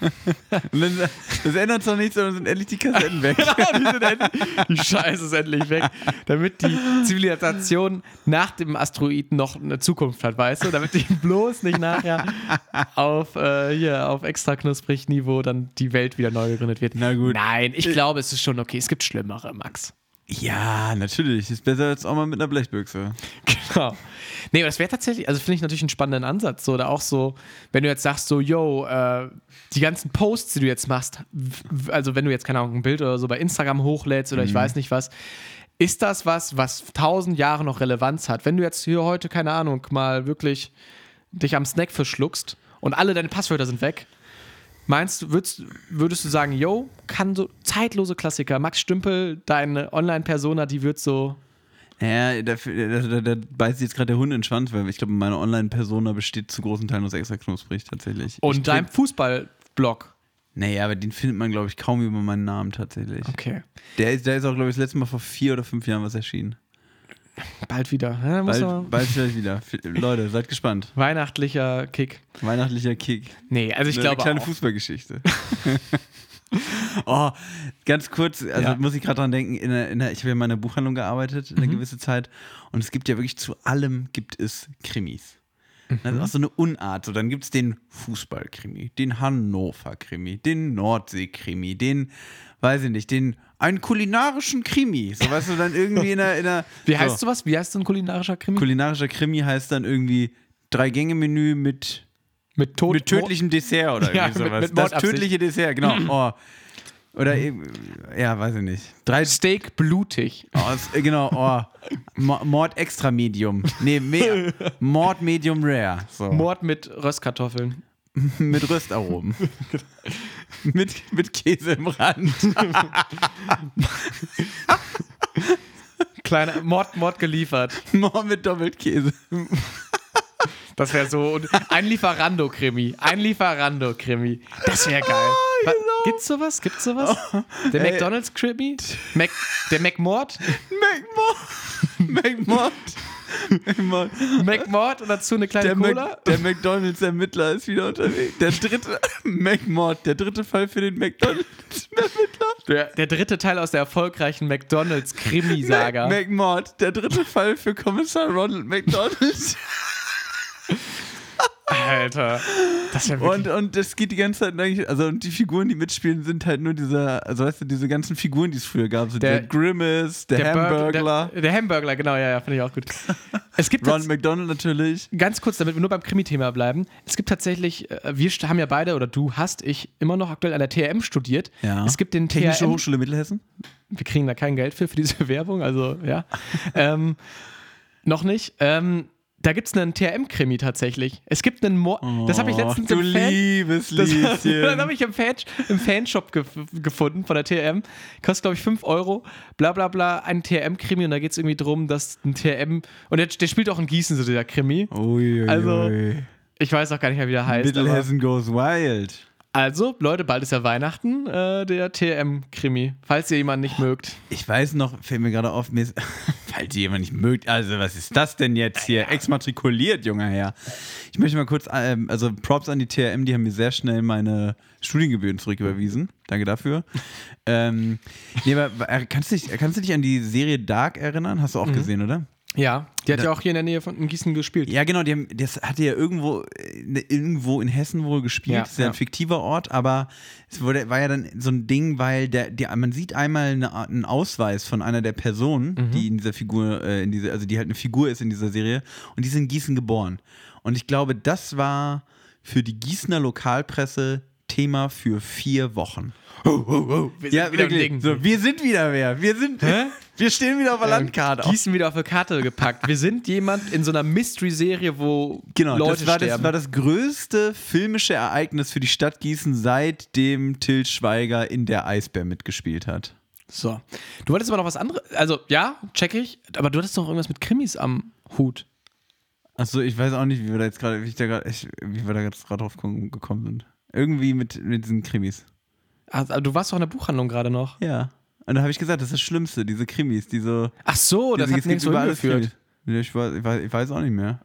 Speaker 2: Und dann, das ändert zwar nichts, sondern sind endlich die Kassetten weg.
Speaker 3: die, sind endlich, die Scheiße ist endlich weg, damit die Zivilisation nach dem Asteroiden noch eine Zukunft hat, weißt du? Damit die bloß nicht nachher auf, äh, hier, auf extra knusprig Niveau dann die Welt wieder neu gegründet wird.
Speaker 2: Na gut.
Speaker 3: Nein, ich glaube, es ist schon okay. Es gibt Schlimmere, Max.
Speaker 2: Ja, natürlich. Ist besser als auch mal mit einer Blechbüchse.
Speaker 3: Genau. Nee, aber das wäre tatsächlich, also finde ich natürlich einen spannenden Ansatz. So, oder auch so, wenn du jetzt sagst, so, yo, äh, die ganzen Posts, die du jetzt machst, w- w- also wenn du jetzt, keine Ahnung, ein Bild oder so bei Instagram hochlädst oder ich weiß nicht was, ist das was, was tausend Jahre noch Relevanz hat? Wenn du jetzt hier heute, keine Ahnung, mal wirklich dich am Snack verschluckst und alle deine Passwörter sind weg, meinst du, würdest, würdest du sagen, yo, kann so zeitlose Klassiker, Max Stümpel, deine Online-Persona, die wird so
Speaker 2: Ja, dafür, da, da, da beißt jetzt gerade der Hund in den Schwanz, weil ich glaube, meine Online-Persona besteht zu großen Teilen aus extra knusprig tatsächlich. ich,
Speaker 3: und deinem Fußball-Blog.
Speaker 2: naja, aber den findet man, glaube ich, kaum über meinen Namen tatsächlich.
Speaker 3: Okay.
Speaker 2: Der, ist, der ist auch, glaube ich, das letzte Mal vor vier oder fünf Jahren was erschienen.
Speaker 3: Bald wieder. Ja, muss
Speaker 2: Bald,
Speaker 3: man-
Speaker 2: bald vielleicht wieder. Leute, seid gespannt.
Speaker 3: Weihnachtlicher Kick.
Speaker 2: Weihnachtlicher Kick.
Speaker 3: Nee, also ich
Speaker 2: eine
Speaker 3: glaube.
Speaker 2: kleine
Speaker 3: auch.
Speaker 2: Fußballgeschichte. oh, ganz kurz, also
Speaker 3: Ja. Mhm.
Speaker 2: muss ich gerade dran denken, in der, in der, ich habe ja in meiner Buchhandlung gearbeitet eine gewisse Zeit und es gibt ja wirklich zu allem gibt es Krimis.
Speaker 3: Mhm.
Speaker 2: Das ist auch so eine Unart. So, dann gibt es den Fußballkrimi, den Hannover-Krimi, den Nordsee-Krimi, den, weiß ich nicht, den einen kulinarischen Krimi. So weißt du, dann irgendwie in der. In der
Speaker 3: Wie
Speaker 2: so.
Speaker 3: heißt sowas? Wie heißt so ein kulinarischer Krimi?
Speaker 2: Kulinarischer Krimi heißt dann irgendwie Drei-Gänge-Menü mit
Speaker 3: mit Tod.
Speaker 2: mit tödlichem Dessert oder
Speaker 3: Ja,
Speaker 2: irgendwie
Speaker 3: mit-
Speaker 2: sowas.
Speaker 3: mit
Speaker 2: das
Speaker 3: Mordabsicht.
Speaker 2: tödliche Dessert, genau. Oh. Oder eben, ja, weiß ich nicht. Drei,
Speaker 3: Steak blutig.
Speaker 2: oh, es- äh, genau, oh. Mo- Mord extra Medium. Nee, mehr. Mord Medium Rare. So.
Speaker 3: Mord mit Röstkartoffeln.
Speaker 2: mit Röstaromen. mit, mit Käse im Rand.
Speaker 3: Kleiner Mord, Mord geliefert.
Speaker 2: Mord mit Doppelkäse.
Speaker 3: Das wäre so. Und ein Lieferando-Krimi. Ein Lieferando-Krimi. Das wäre
Speaker 2: Ah,
Speaker 3: geil. Wa- Gibt's sowas? Gibt's sowas?
Speaker 2: Oh.
Speaker 3: Der
Speaker 2: ey.
Speaker 3: McDonalds-Krimi? Mac, der McMord?
Speaker 2: McMord. McMord.
Speaker 3: McMord und dazu eine kleine
Speaker 2: Der,
Speaker 3: Cola?
Speaker 2: Mac, der McDonalds-Ermittler ist wieder unterwegs. Der dritte, McMord, der dritte Fall für den McDonalds-Ermittler.
Speaker 3: Der, der dritte Teil aus der erfolgreichen McDonalds-Krimi-Saga.
Speaker 2: McMord, der dritte Fall für Kommissar Ronald McDonald.
Speaker 3: Alter. Das wäre wirklich.
Speaker 2: Und, und es geht die ganze Zeit eigentlich, also und die Figuren, die mitspielen, sind halt nur dieser, also weißt du, diese ganzen Figuren, die es früher gab. So
Speaker 3: Der-
Speaker 2: der, Grimace, der,
Speaker 3: Burg-
Speaker 2: Hamburglar,
Speaker 3: Der, der Hamburglar, genau, ja, ja, finde ich auch gut. Es gibt
Speaker 2: Ronald McDonald natürlich.
Speaker 3: ganz kurz, damit wir nur beim Krimi-Thema bleiben. Es gibt tatsächlich, äh, wir st- haben ja beide, oder du hast, ich, immer noch aktuell an der TRM studiert.
Speaker 2: Ja.
Speaker 3: Es gibt den
Speaker 2: Technische
Speaker 3: TRM.
Speaker 2: Hochschule Mittelhessen.
Speaker 3: Wir kriegen da kein Geld für, für diese Werbung, also ja. ähm, noch nicht. Ähm, da gibt es einen TRM-Krimi tatsächlich. Es gibt einen Mord. das habe ich letztens
Speaker 2: Oh, du
Speaker 3: im Fan.
Speaker 2: liebes
Speaker 3: Das,
Speaker 2: Lieschen.
Speaker 3: das habe ich im, Fan, im Fanshop gef- gefunden von der TRM. Kostet, glaube ich, 5 Euro. Bla bla bla, ein TRM-Krimi und da geht es irgendwie drum, dass ein TRM. Und der, der spielt auch in Gießen, so dieser Krimi.
Speaker 2: Uiuiui.
Speaker 3: Also, Ich weiß auch gar nicht mehr, wie der heißt. aber-
Speaker 2: Mittelhessen goes wild.
Speaker 3: Also, Leute, bald ist ja Weihnachten, äh, der TM-Krimi. Falls ihr jemanden nicht mögt.
Speaker 2: Ich weiß noch, fällt mir gerade auf, mir ist, falls ihr jemand nicht mögt, also was ist das denn jetzt hier? Exmatrikuliert, junger Herr. Ich möchte mal kurz, ähm, also Props an die TRM, die haben mir sehr schnell meine Studiengebühren zurücküberwiesen. Danke dafür. ähm, nee, aber äh, kannst du, dich, kannst du dich an die Serie Dark erinnern? Hast du auch gesehen, oder?
Speaker 3: Ja, die hat ja auch hier in der Nähe von in Gießen gespielt.
Speaker 2: Ne. Ja, genau, die haben, das hatte ja irgendwo, äh, ne- irgendwo in Hessen wohl gespielt.
Speaker 3: Ja,
Speaker 2: das ist ja
Speaker 3: ja.
Speaker 2: ein fiktiver Ort, aber es wurde, war ja dann so ein Ding, weil der, der, man sieht einmal eine, Art- einen Ausweis von einer der Personen,
Speaker 3: Mhm.
Speaker 2: die in dieser Figur, äh, in dieser, also die halt eine Figur ist in dieser Serie, und die ist in Gießen geboren. Und ich glaube, das war für die Gießener Lokalpresse Thema für vier Wochen.
Speaker 3: Wir
Speaker 2: Ja,
Speaker 3: sind wieder im
Speaker 2: wirklich.
Speaker 3: Ding.
Speaker 2: So, wir sind wieder wer. Wir sind. Wir stehen wieder auf
Speaker 3: Ähm,
Speaker 2: der Landkarte.
Speaker 3: Ne? Gießen wieder auf eine Karte gepackt. Wir sind jemand in so einer Mystery-Serie, wo
Speaker 2: Genau,
Speaker 3: Leute
Speaker 2: das, war
Speaker 3: sterben.
Speaker 2: das war das größte filmische Ereignis für die Stadt Gießen, seitdem Til Schweiger in der Eisbär mitgespielt hat.
Speaker 3: so. Du wolltest aber noch was anderes. Also, ja, check ich. Aber du hattest noch irgendwas mit Krimis am Hut.
Speaker 2: Achso, ich weiß auch nicht, wie wir da jetzt gerade, wie ich da gerade, ich- wie wir da jetzt gerade drauf kom- gekommen sind. Irgendwie mit, mit diesen Krimis.
Speaker 3: Also, du warst doch in der Buchhandlung gerade noch.
Speaker 2: Ja. Und da habe ich gesagt, das ist das Schlimmste, diese Krimis, diese.
Speaker 3: Ach so, das
Speaker 2: diese,
Speaker 3: hat
Speaker 2: es gibt
Speaker 3: nirgendwo
Speaker 2: überall
Speaker 3: hingeführt.
Speaker 2: Krimis. Ja, Ich weiß, ich, weiß, ich weiß auch nicht mehr.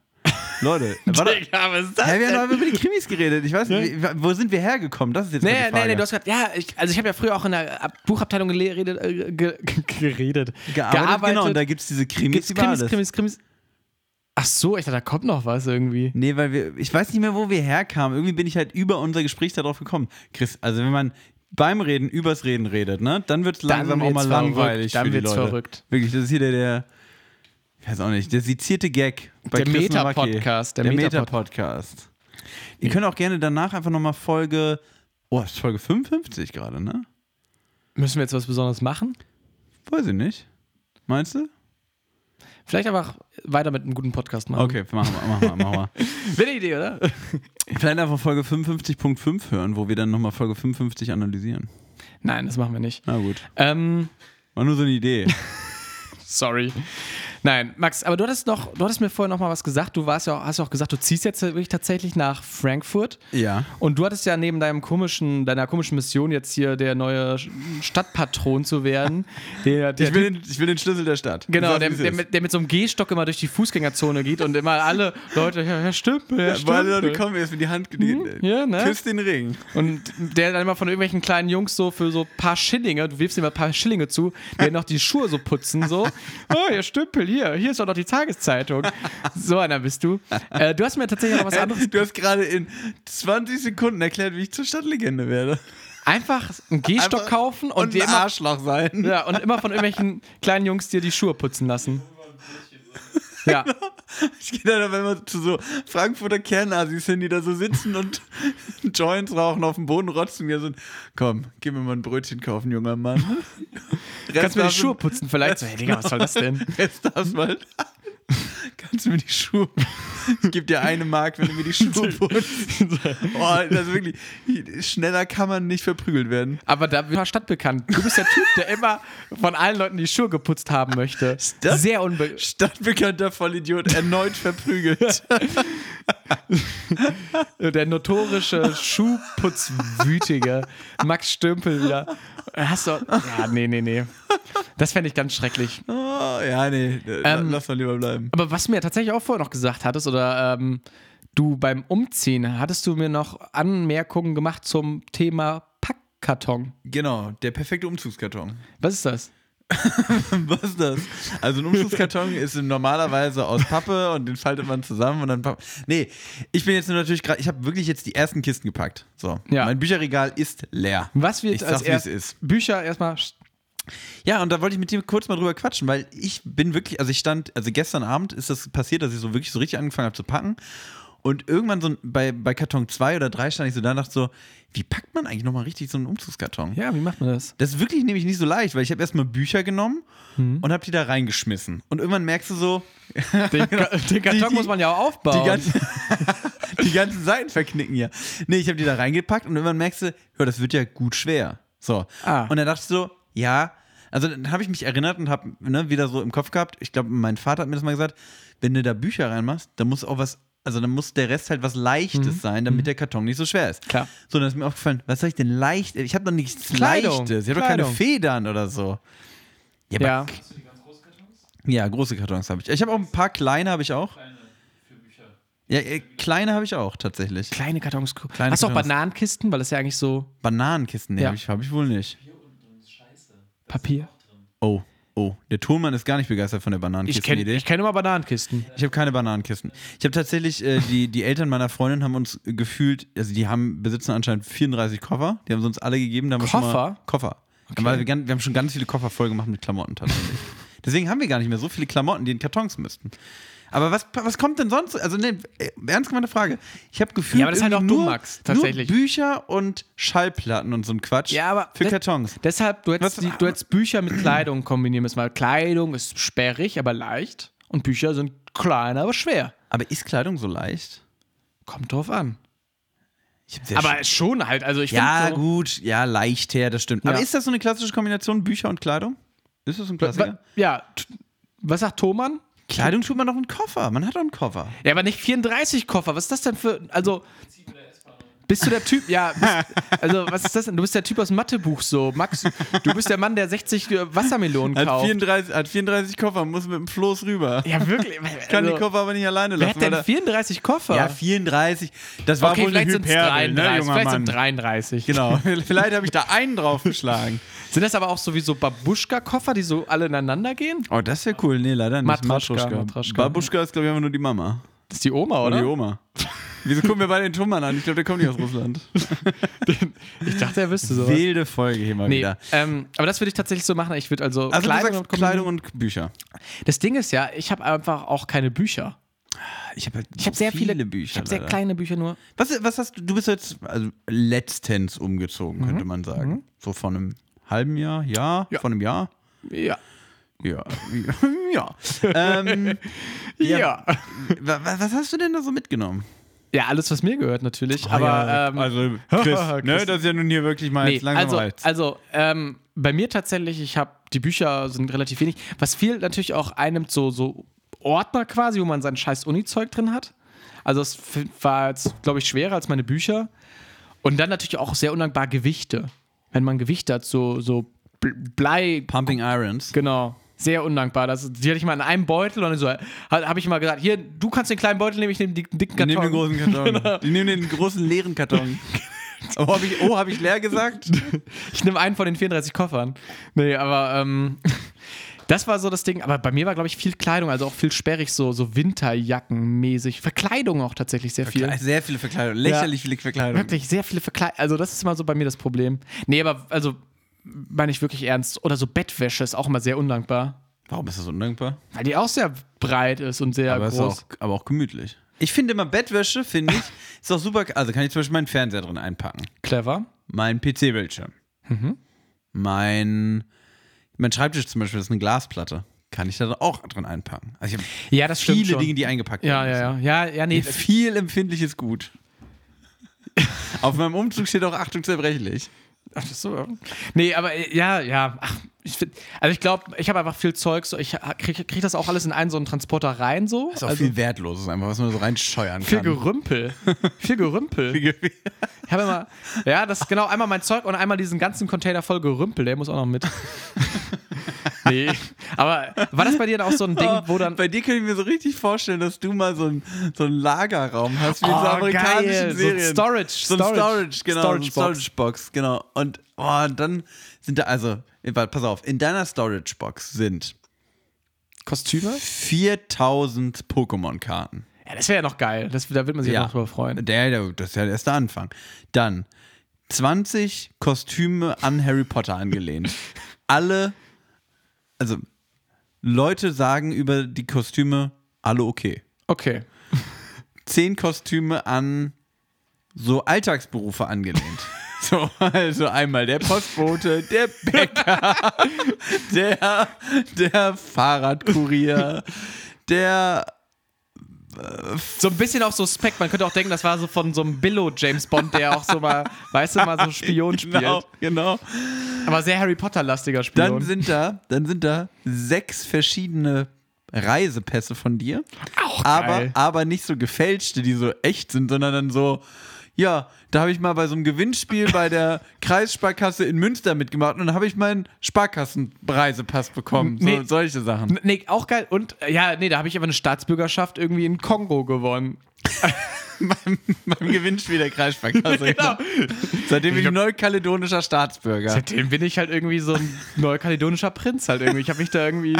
Speaker 2: Leute, warte.
Speaker 3: Digga, was ist das
Speaker 2: Hä, wir haben doch über die Krimis geredet. Ich weiß nicht, wie- wo sind wir hergekommen? Das ist jetzt
Speaker 3: Nee,
Speaker 2: meine
Speaker 3: nee,
Speaker 2: Frage.
Speaker 3: nee, du hast gesagt, ja, ich, also ich habe ja früher auch in der Ab- Buchabteilung geredet, äh, ge, geredet,
Speaker 2: gearbeitet. Genau, und da gibt es diese Krimis,
Speaker 3: Gibt's
Speaker 2: die war
Speaker 3: Krimis,
Speaker 2: alles.
Speaker 3: Krimis, Krimis. Ach so, ich dachte, da kommt noch was irgendwie.
Speaker 2: Nee, weil wir, ich weiß nicht mehr, wo wir herkamen. Irgendwie bin ich halt über unser Gespräch darauf gekommen. Chris, also wenn man beim Reden übers Reden redet, ne, dann wird es langsam auch mal
Speaker 3: wird's
Speaker 2: langweilig
Speaker 3: verrückt, dann
Speaker 2: für die
Speaker 3: wird's
Speaker 2: Leute.
Speaker 3: verrückt.
Speaker 2: Wirklich, das ist hier der, der, ich weiß auch nicht, der sezierte Gag
Speaker 3: Der
Speaker 2: Chris Nowacki.
Speaker 3: Meta-Podcast, der
Speaker 2: Der
Speaker 3: Meta-Pod-
Speaker 2: Meta-Podcast. Ihr könnt auch gerne danach einfach nochmal Folge, oh, ist Folge 55 gerade, ne?
Speaker 3: Müssen wir jetzt was Besonderes machen?
Speaker 2: Weiß ich nicht. Meinst du?
Speaker 3: Vielleicht einfach weiter mit einem guten Podcast machen.
Speaker 2: Okay, machen wir, machen wir, machen wir.
Speaker 3: Wilde Idee, oder?
Speaker 2: Vielleicht einfach Folge 55.5 hören, wo wir dann nochmal Folge 55 analysieren.
Speaker 3: Nein, das machen wir nicht.
Speaker 2: Na gut.
Speaker 3: Ähm,
Speaker 2: War nur so eine Idee.
Speaker 3: sorry. Nein, Max, aber du hattest noch, du hattest mir vorher noch mal was gesagt. Du warst ja auch, hast ja auch gesagt, du ziehst jetzt wirklich tatsächlich nach Frankfurt.
Speaker 2: Ja.
Speaker 3: Und du hattest ja neben deinem komischen, deiner komischen Mission jetzt hier der neue Sch- Stadtpatron zu werden. Der, der
Speaker 2: Ich will, den, ich will den Schlüssel der Stadt.
Speaker 3: Genau,
Speaker 2: Sag,
Speaker 3: der,
Speaker 2: wie es
Speaker 3: der,
Speaker 2: ist.
Speaker 3: mit, der mit so einem Gehstock immer durch die Fußgängerzone geht und immer alle Leute, Herr, Herr Stümpel, Herr
Speaker 2: Weil alle Leute
Speaker 3: Stümpel.
Speaker 2: kommen erst mit die Hand gedehnt.
Speaker 3: ja, ne?
Speaker 2: Küsst den Ring.
Speaker 3: Und der dann immer von irgendwelchen kleinen Jungs so für so ein paar Schillinge, du wirfst ihm ein paar Schillinge zu, der noch die Schuhe so putzen, so. Oh, Herr Stümpel, hier, hier ist doch noch die Tageszeitung. So einer bist du. Äh, du hast mir tatsächlich noch was anderes.
Speaker 2: Du hast gerade in 20 Sekunden erklärt, wie ich zur Stadtlegende werde.
Speaker 3: Einfach einen Gehstock
Speaker 2: Einfach-
Speaker 3: kaufen und, dir
Speaker 2: ein
Speaker 3: immer,
Speaker 2: Arschloch sein.
Speaker 3: ja, und immer von irgendwelchen kleinen Jungs dir die Schuhe putzen lassen. Ja.
Speaker 2: Ich gehe dann, wenn wir zu so Frankfurter Kernasis hin, die da so sitzen und Joints rauchen, auf dem Boden rotzen, wir sind, komm, geh mir mal ein Brötchen kaufen, junger Mann.
Speaker 3: Kannst
Speaker 2: Rest
Speaker 3: du mir die
Speaker 2: darfst
Speaker 3: Schuhe putzen vielleicht? So, hey, Digga, was soll das denn?
Speaker 2: Rest darfst mal. Kannst du mir die Schuhe? Ich gebe dir eine Mark, wenn du mir die Schuhe putzt. Oh, das ist wirklich, schneller kann man nicht verprügelt werden.
Speaker 3: Aber da war stadtbekannt. Du bist der Typ, der immer von allen Leuten die Schuhe geputzt haben möchte.
Speaker 2: Stadt-
Speaker 3: Sehr unbe
Speaker 2: Stadtbekannter Vollidiot, erneut verprügelt.
Speaker 3: Äh, Der notorische Schuhputzwütige Max Stümpel wieder. Hast du. Ja, nee, nee, nee. Das fände ich ganz schrecklich.
Speaker 2: Oh, ja, nee, la-
Speaker 3: Ähm.
Speaker 2: lass mal lieber bleiben.
Speaker 3: Aber was du mir tatsächlich auch vorher noch gesagt hattest, oder ähm, du beim Umziehen, hattest du mir noch Anmerkungen gemacht zum Thema Packkarton.
Speaker 2: Genau, der perfekte Umzugskarton.
Speaker 3: Was ist das?
Speaker 2: Was ist das? Also ein Umschlusskarton ist normalerweise aus Pappe und den faltet man zusammen und dann Pappe. Nee, ich bin jetzt nur natürlich gerade, ich habe wirklich jetzt die ersten Kisten gepackt. So,
Speaker 3: Ja.
Speaker 2: mein Bücherregal ist leer.
Speaker 3: Was wird
Speaker 2: Ich
Speaker 3: als
Speaker 2: sag's, wie es
Speaker 3: erstes?
Speaker 2: ist.
Speaker 3: Bücher erstmal.
Speaker 2: Ja, und da wollte ich mit dir kurz mal drüber quatschen, weil ich bin wirklich, also ich stand, also gestern Abend ist das passiert, dass ich so wirklich so richtig angefangen habe zu packen. Und irgendwann so bei, bei Karton 2 oder 3 stand ich so da und dachte so, wie packt man eigentlich nochmal richtig so einen Umzugskarton?
Speaker 3: Ja, wie macht man das?
Speaker 2: Das ist wirklich nämlich nicht so leicht, weil ich habe erstmal Bücher genommen und habe die da reingeschmissen. Und irgendwann merkst du so,
Speaker 3: Mhm. Den, Ka- den Karton
Speaker 2: die-
Speaker 3: muss man ja auch aufbauen.
Speaker 2: die, ganzen, die ganzen Seiten verknicken hier. Nee, ich habe die da reingepackt und irgendwann merkst du, hör, das wird ja gut schwer. So.
Speaker 3: Ah.
Speaker 2: Und dann dachte ich so, ja, also dann habe ich mich erinnert und habe ne, wieder so im Kopf gehabt, ich glaube, mein Vater hat mir das mal gesagt, wenn du da Bücher reinmachst, dann muss auch was, also dann muss der Rest halt was Leichtes sein, damit der Karton nicht so schwer ist.
Speaker 3: Mhm. Klar.
Speaker 2: So, dann ist mir aufgefallen, was soll ich denn leicht, ich habe doch nichts
Speaker 3: Kleidung.
Speaker 2: Leichtes, ich habe doch keine
Speaker 3: Kleidung.
Speaker 2: Federn oder so. aber-
Speaker 3: ja.
Speaker 2: ja, große Kartons habe ich. Ich habe auch ein paar kleine habe ich auch. Kleine für Bücher. Ja, äh, kleine habe ich auch tatsächlich.
Speaker 3: Kleine Kartons.
Speaker 2: Kleine
Speaker 3: Hast du auch
Speaker 2: Kartons.
Speaker 3: Bananenkisten? Weil das ist ja eigentlich so
Speaker 2: Bananenkisten, nee,
Speaker 3: Ja.
Speaker 2: habe ich, hab ich wohl nicht.
Speaker 3: Papier.
Speaker 2: Oh, oh, der Tonmann ist gar nicht begeistert von der
Speaker 3: Ich kenne
Speaker 2: Bananenkisten-Idee.
Speaker 3: ich kenn immer Bananenkisten.
Speaker 2: Ich habe keine Bananenkisten. Ich habe tatsächlich, äh, die, die Eltern meiner Freundin haben uns gefühlt, also die haben, besitzen anscheinend 34 Koffer. Die haben sie uns alle gegeben. Da haben wir Schon mal, Koffer.
Speaker 3: Koffer?
Speaker 2: Weil wir, gan- wir haben schon ganz viele Koffer voll gemacht mit Klamotten tatsächlich. Deswegen haben wir gar nicht mehr so viele Klamotten, die in Kartons müssten. Aber was, was kommt denn sonst? Also, ne, ernst gemeinte Frage. Ich habe gefühlt,
Speaker 3: Ja, aber das ist halt
Speaker 2: irgendwie
Speaker 3: auch dumm,
Speaker 2: nur,
Speaker 3: Max, tatsächlich.
Speaker 2: nur Bücher und Schallplatten und so ein Quatsch
Speaker 3: Ja, aber ne
Speaker 2: für
Speaker 3: das-
Speaker 2: Kartons.
Speaker 3: Deshalb, du hättest,
Speaker 2: Was-
Speaker 3: die, du hättest Bücher mit Kleidung kombinieren müssen, weil Kleidung ist sperrig, aber leicht. Und Bücher sind klein, aber schwer.
Speaker 2: Aber ist Kleidung so leicht?
Speaker 3: Kommt drauf an.
Speaker 2: Ich hab sehr
Speaker 3: aber schon halt, also ich
Speaker 2: Ja,
Speaker 3: finde so,
Speaker 2: gut, ja, leicht her, das stimmt.
Speaker 3: Ja.
Speaker 2: Aber ist das so eine klassische Kombination Bücher und Kleidung? Ist das ein
Speaker 3: Wa-
Speaker 2: Klassiker?
Speaker 3: Ja, t- was sagt Thomann?
Speaker 2: Kleidung tut man doch in den Koffer. Man hat doch einen Koffer.
Speaker 3: Ja, aber nicht 34 Koffer. Was ist das denn für. Also. Bist du der Typ, ja, bist, also was ist das denn? Du bist der Typ aus dem Mathebuch so, Max. Du bist der Mann, der 60 Wassermelonen
Speaker 2: Hat
Speaker 3: kauft.
Speaker 2: 34, hat 34 Koffer, muss mit dem Floß rüber.
Speaker 3: Ja, wirklich.
Speaker 2: Kann
Speaker 3: also,
Speaker 2: die Koffer aber nicht alleine
Speaker 3: wer
Speaker 2: lassen.
Speaker 3: hat denn
Speaker 2: weil
Speaker 3: 34 Koffer?
Speaker 2: da- ja, 34. Das war
Speaker 3: okay,
Speaker 2: wohl eine
Speaker 3: vielleicht sind es
Speaker 2: Hyperbel,
Speaker 3: 33,
Speaker 2: ne, junger
Speaker 3: vielleicht
Speaker 2: Mann.
Speaker 3: sind 33.
Speaker 2: Genau, vielleicht habe ich da einen draufgeschlagen.
Speaker 3: Sind das aber auch sowieso Babuschka-Koffer, die so alle ineinander gehen?
Speaker 2: Oh, das wäre cool. Nee, leider nicht.
Speaker 3: Matroschka, Matroschka.
Speaker 2: Matroschka. Babuschka ist, glaube ich, einfach nur die Mama.
Speaker 3: Das ist die Oma,
Speaker 2: Oder
Speaker 3: oder?
Speaker 2: die Oma. Wieso gucken wir beide den Tummann an? Ich glaube, der kommt nicht aus Russland.
Speaker 3: Ich dachte, er wüsste sowas.
Speaker 2: Wilde Folge hier mal
Speaker 3: Nee,
Speaker 2: wieder.
Speaker 3: ähm, aber das würde ich tatsächlich so machen. Ich würde also,
Speaker 2: Also
Speaker 3: Kleidung
Speaker 2: du
Speaker 3: und
Speaker 2: sagst
Speaker 3: Kombin-
Speaker 2: Kleidung und Bücher.
Speaker 3: Das Ding ist ja, ich habe einfach auch keine Bücher.
Speaker 2: Ich habe halt
Speaker 3: Ich habe sehr viele,
Speaker 2: Bücher.
Speaker 3: Ich habe sehr
Speaker 2: leider.
Speaker 3: kleine Bücher nur.
Speaker 2: Was, was hast du? Du bist jetzt also letztens umgezogen, könnte man sagen. So vor einem halben Jahr, Jahr,
Speaker 3: Ja.
Speaker 2: von einem Jahr.
Speaker 3: Ja.
Speaker 2: Ja. ja. ähm,
Speaker 3: Ja.
Speaker 2: Ja. wa- wa- was hast du denn da so mitgenommen?
Speaker 3: Ja, alles, was mir gehört,
Speaker 2: Ah,
Speaker 3: natürlich. aber ähm,
Speaker 2: also Chris,
Speaker 3: Chris.
Speaker 2: ne, das ist ja nun hier wirklich mal
Speaker 3: nee,
Speaker 2: jetzt langsam
Speaker 3: also,
Speaker 2: reizt.
Speaker 3: also ähm, bei mir tatsächlich, ich habe die Bücher sind relativ wenig. Was viel natürlich auch einnimmt, so, so Ordner quasi, wo man sein scheiß Uni-Zeug drin hat. Also es f- war jetzt, glaube ich, schwerer als meine Bücher. Und dann natürlich auch sehr undankbar Gewichte. Wenn man Gewichte hat, so, so Bl- Blei,
Speaker 2: Pumping Irons.
Speaker 3: Genau. Sehr undankbar. Das, die hatte ich mal in einem Beutel und dann so habe ich mal gesagt, hier, du kannst den kleinen Beutel nehmen, ich nehme den dicken- dicken
Speaker 2: Die nehmen
Speaker 3: Karton. Genau.
Speaker 2: den großen Karton. Die nehmen den großen leeren Karton. Oh, habe ich, oh, hab ich leer gesagt?
Speaker 3: Ich nehme einen von den 34 Koffern. Nee, aber ähm, das war so das Ding. Aber bei mir war, glaube ich, viel Kleidung, also auch viel sperrig, so, so Winterjackenmäßig. Verkleidung auch tatsächlich sehr viel.
Speaker 2: Sehr viele Verkleidungen, lächerlich viele Verkleidungen.
Speaker 3: Wirklich sehr viele Verkleidungen. Also, das ist immer so bei mir das Problem. Nee, aber also meine ich wirklich ernst. Oder so Bettwäsche ist auch immer sehr undankbar.
Speaker 2: Warum ist das undankbar?
Speaker 3: Weil die auch sehr breit ist und sehr
Speaker 2: aber, ist
Speaker 3: groß.
Speaker 2: auch, aber auch gemütlich. Ich finde immer Bettwäsche, finde ich, ist auch super. Also kann ich zum Beispiel meinen Fernseher drin einpacken.
Speaker 3: Clever.
Speaker 2: Mein PC-Bildschirm. Mhm. Mein, mein Schreibtisch zum Beispiel, das ist eine Glasplatte. Kann ich da auch drin einpacken. Also ich habe
Speaker 3: Ja, das stimmt.
Speaker 2: viele
Speaker 3: schon.
Speaker 2: Dinge, die eingepackt
Speaker 3: ja,
Speaker 2: werden.
Speaker 3: ja,
Speaker 2: müssen.
Speaker 3: ja. Ja, ja, nee.
Speaker 2: Viel empfindliches Gut. Auf meinem Umzug steht auch Achtung zerbrechlich.
Speaker 3: Ach, das ist so, ja. Nee, aber äh, ja, ja. Ach, ich find, also ich glaube, ich habe einfach viel Zeug. So, ich kriege krieg das auch alles in einen so einen Transporter rein. So.
Speaker 2: Ist auch
Speaker 3: also,
Speaker 2: viel Wertloses einfach, was man so reinscheuern
Speaker 3: viel
Speaker 2: kann.
Speaker 3: Gerümpel. viel Gerümpel. Ich habe immer, ja, das ist genau einmal mein Zeug und einmal diesen ganzen Container voll Gerümpel. Der muss auch noch mit. nee. Aber war das bei dir auch so ein Ding, wo dann.
Speaker 2: Bei dir kann ich mir so richtig vorstellen, dass du mal so einen so einen Lagerraum hast, wie in so
Speaker 3: Oh,
Speaker 2: amerikanischen
Speaker 3: geil. So ein
Speaker 2: Serien.
Speaker 3: Storage,
Speaker 2: So ein Storage,
Speaker 3: Storage,
Speaker 2: genau.
Speaker 3: Storage
Speaker 2: so ein Storage Box, genau. Und, oh, und dann sind da, also, warte, pass auf, in deiner Storage Box sind
Speaker 3: Kostüme?
Speaker 2: 4000 Pokémon-Karten.
Speaker 3: Ja, das wäre ja noch geil. Das, da wird man sich ja. noch drüber freuen.
Speaker 2: Der, der, das ist ja erst der Anfang. Dann 20 Kostüme an Harry Potter angelehnt. alle, also Leute sagen über die Kostüme, alle okay.
Speaker 3: Okay.
Speaker 2: zehn Kostüme an so Alltagsberufe angelehnt. So, also einmal der Postbote, der Bäcker, der, der Fahrradkurier, der
Speaker 3: So ein bisschen auch so Spec. Man könnte auch denken, das war so von so einem Billo-James Bond, der auch so mal, weißt du, mal so Spion
Speaker 2: genau,
Speaker 3: spielt.
Speaker 2: genau.
Speaker 3: Aber sehr Harry Potter-lastiger Spion.
Speaker 2: Dann sind da, dann sind da sechs verschiedene Reisepässe von dir.
Speaker 3: auch
Speaker 2: aber, aber nicht so gefälschte, die so echt sind, sondern dann so, ja, da habe ich mal bei so einem Gewinnspiel bei der Kreissparkasse in Münster mitgemacht und dann habe ich meinen Sparkassenreisepass bekommen. So,
Speaker 3: Nee.
Speaker 2: Solche Sachen.
Speaker 3: Nee, auch geil. Und äh, ja, nee, da habe ich aber eine Staatsbürgerschaft irgendwie in Kongo gewonnen.
Speaker 2: Beim Gewinnspiel der Kreissparkasse. genau. Seitdem bin ich neukaledonischer Staatsbürger.
Speaker 3: Seitdem bin ich halt irgendwie so ein neukaledonischer Prinz halt irgendwie. Ich habe mich da irgendwie.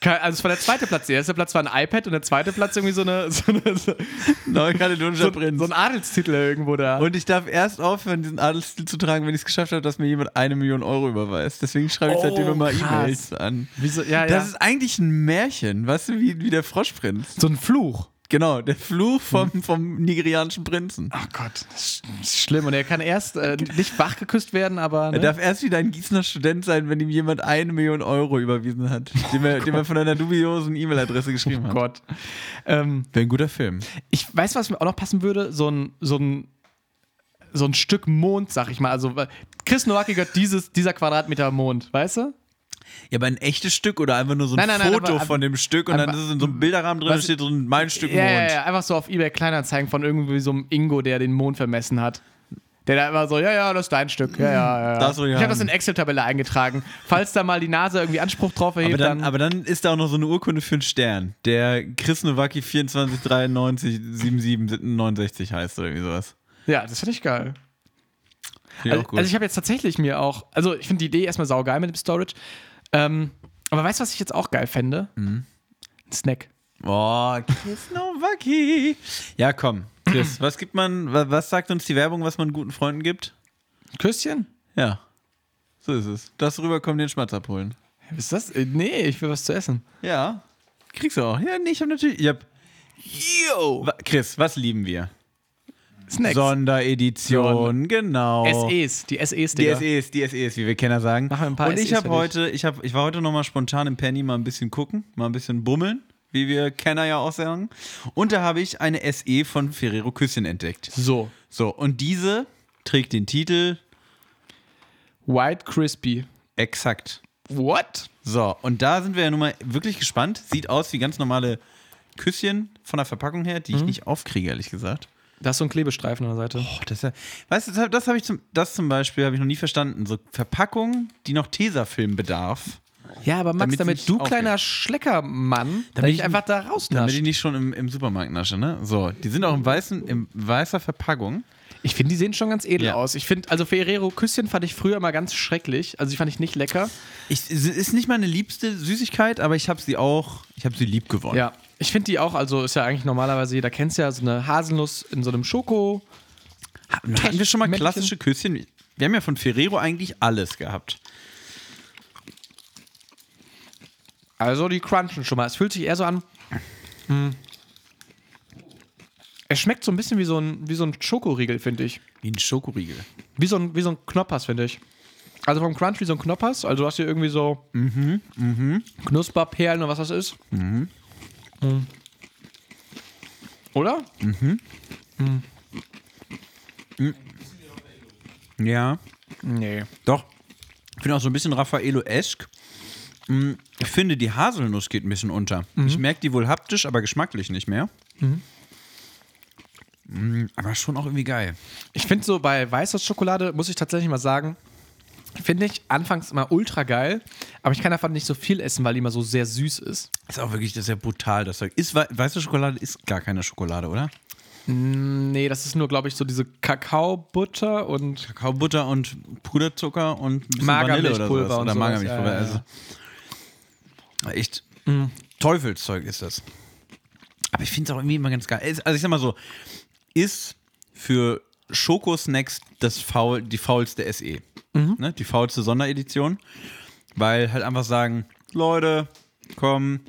Speaker 3: Ke- Also es war der zweite Platz. Der erste Platz war ein iPad und der zweite Platz irgendwie so, eine, so, eine, so,
Speaker 2: Neukaledonischer Prinz.
Speaker 3: so ein Adelstitel irgendwo da.
Speaker 2: und ich darf erst aufhören, diesen Adelsstil zu tragen, wenn ich es geschafft habe, dass mir jemand eine Million Euro überweist. Deswegen schreibe ich
Speaker 3: Oh,
Speaker 2: seitdem immer
Speaker 3: krass.
Speaker 2: E-Mails an.
Speaker 3: Wieso? Ja,
Speaker 2: Das
Speaker 3: ja.
Speaker 2: ist eigentlich ein Märchen, weißt du, wie, wie der Froschprinz.
Speaker 3: so ein Fluch.
Speaker 2: Genau, der Fluch
Speaker 3: Hm.
Speaker 2: vom, vom nigerianischen Prinzen.
Speaker 3: Oh Gott, das ist schlimm. Und er kann erst äh, nicht wach geküsst werden, aber.
Speaker 2: Er
Speaker 3: Ne?
Speaker 2: darf erst wieder ein Gießener Student sein, wenn ihm jemand eine Million Euro überwiesen hat, dem er, dem er von einer dubiosen E-Mail-Adresse geschrieben
Speaker 3: oh
Speaker 2: hat.
Speaker 3: Gott. Ähm,
Speaker 2: Wäre ein guter Film.
Speaker 3: ich weiß, was mir auch noch passen würde: so ein, so ein, so ein Stück Mond, sag ich mal. Also, weil Chris Nowacki gehört dieses, dieser Quadratmeter Mond, weißt du?
Speaker 2: Ja, aber ein echtes Stück oder einfach nur so ein
Speaker 3: Nein, nein, nein,
Speaker 2: Foto
Speaker 3: aber-
Speaker 2: von dem Stück und
Speaker 3: aber-
Speaker 2: dann ist es in so einem Bilderrahmen drin, da
Speaker 3: Was-
Speaker 2: steht drin, mein Stück
Speaker 3: ja,
Speaker 2: Mond.
Speaker 3: Ja, ja, einfach so auf eBay Kleinanzeigen von irgendwie so einem Ingo, der den Mond vermessen hat. Der da immer so, ja, ja, das ist dein Stück. Ja, ja, ja, ja.
Speaker 2: Das will ich
Speaker 3: ich habe das in
Speaker 2: haben.
Speaker 3: Excel-Tabelle eingetragen. Falls da mal die NASA irgendwie Anspruch drauf erhebt,
Speaker 2: Aber
Speaker 3: dann,
Speaker 2: dann, aber dann ist da auch noch so eine Urkunde für einen Stern, der Chris Nowacki 24937769 heißt oder irgendwie sowas.
Speaker 3: Ja, das finde ich geil.
Speaker 2: Finde
Speaker 3: Also, also ich habe jetzt tatsächlich mir auch, also ich finde die Idee erstmal saugeil mit dem Storage. Ähm, aber weißt du, was ich jetzt auch geil fände?
Speaker 2: Mhm.
Speaker 3: Ein Snack.
Speaker 2: Oh, Chris Nowacki. Ja, komm. Chris, was gibt man, wa- was sagt uns die Werbung, was man guten Freunden gibt?
Speaker 3: Ein Küsschen?
Speaker 2: Ja. So ist es. Das rüberkommen, den Schmatz abholen.
Speaker 3: Was ist das? Äh, Nee, ich will was zu essen.
Speaker 2: Ja. Kriegst du auch. Ja, nee, ich hab natürlich. Ich hab,
Speaker 3: Yo!
Speaker 2: wa, Chris, was lieben wir?
Speaker 3: Snacks.
Speaker 2: Sonderedition, genau.
Speaker 3: SEs, die SEs,
Speaker 2: Die
Speaker 3: Digga.
Speaker 2: SEs, die SEs, E wie wir Kenner sagen.
Speaker 3: Machen wir ein paar
Speaker 2: Und ich
Speaker 3: SEs
Speaker 2: habe
Speaker 3: fertig.
Speaker 2: heute, ich, hab, ich war heute nochmal spontan im Penny mal ein bisschen gucken, mal ein bisschen bummeln, wie wir Kenner ja auch sagen. Und da habe ich eine SE von Ferrero Küsschen entdeckt.
Speaker 3: So,
Speaker 2: So, und diese trägt den Titel
Speaker 3: White Crispy.
Speaker 2: exakt.
Speaker 3: What?
Speaker 2: So, und da sind wir ja nun mal wirklich gespannt. Sieht aus wie ganz normale Küsschen von der Verpackung her, die
Speaker 3: Mhm.
Speaker 2: ich nicht aufkriege, ehrlich gesagt.
Speaker 3: Da ist so ein Klebestreifen an der Seite.
Speaker 2: Boah, das, ist ja- weißt du, das, hab- das habe ich zum, das zum Beispiel habe ich noch nie verstanden. So Verpackung, die noch Tesafilm bedarf,
Speaker 3: Ja, aber Max,
Speaker 2: Damit
Speaker 3: damit,
Speaker 2: sie nicht
Speaker 3: du
Speaker 2: aufgeht.
Speaker 3: kleiner Schleckermann, damit
Speaker 2: Damit
Speaker 3: ich
Speaker 2: ich-
Speaker 3: einfach da
Speaker 2: damit ich
Speaker 3: rausnasche.
Speaker 2: nicht schon im, im Supermarkt nasche, ne? So, die sind auch im weißen, im weißer Verpackung.
Speaker 3: Ich finde, die sehen schon ganz edel
Speaker 2: Ja.
Speaker 3: aus. Ich finde, also Ferrero Küsschen fand ich früher mal ganz schrecklich. Also die fand ich nicht lecker.
Speaker 2: Ich, es ist nicht meine liebste Süßigkeit, aber ich habe sie auch, ich habe sie lieb gewonnen.
Speaker 3: Ja, ich finde die auch, also ist ja eigentlich normalerweise, jeder kennt es ja, so eine Haselnuss in so einem Schoko.
Speaker 2: Hatten wir schon mal
Speaker 3: Männchen.
Speaker 2: klassische Küsschen? Wir haben ja von Ferrero eigentlich alles gehabt.
Speaker 3: Also die crunchen schon mal. Es fühlt sich eher so an. mm. Es schmeckt so ein bisschen wie so ein, wie so ein Schokoriegel, finde ich.
Speaker 2: Wie ein Schokoriegel.
Speaker 3: Wie so ein, wie so ein Knoppers, finde ich. Also vom Crunch wie so ein Knoppers. Also du hast hier irgendwie so Knusperperlen oder was das ist. Mm. Oder?
Speaker 2: Ja.
Speaker 3: Nee.
Speaker 2: Doch. Ich finde auch so ein bisschen Raffaello-esk. Mm, Ich finde, die Haselnuss geht ein bisschen unter. Ich merke die wohl haptisch, aber geschmacklich nicht mehr. Mm, Aber schon auch irgendwie geil.
Speaker 3: Ich finde so bei weißer Schokolade, muss ich tatsächlich mal sagen, finde ich anfangs immer ultra geil, aber ich kann davon nicht so viel essen, weil die immer so sehr süß ist.
Speaker 2: Ist auch wirklich sehr brutal, das Zeug. Ist, wei- weiße Schokolade ist gar keine Schokolade, oder?
Speaker 3: Nee, das ist nur, glaube ich, so diese Kakaobutter und
Speaker 2: Kakaobutter und Puderzucker und ein bisschen Vanille oder
Speaker 3: Magermilchpulver
Speaker 2: sowas.
Speaker 3: und
Speaker 2: Oder
Speaker 3: sowas,
Speaker 2: Magermilchpulver.
Speaker 3: ja, Mhm. ja,
Speaker 2: Also, echt Teufelszeug ist das. Aber ich finde es auch irgendwie immer ganz geil. Ist- Also ich sag mal so, ist für Schokosnacks das faul, die faulste SE.
Speaker 3: Mhm.
Speaker 2: Ne? Die faulste Sonderedition. Weil halt einfach sagen, Leute, komm,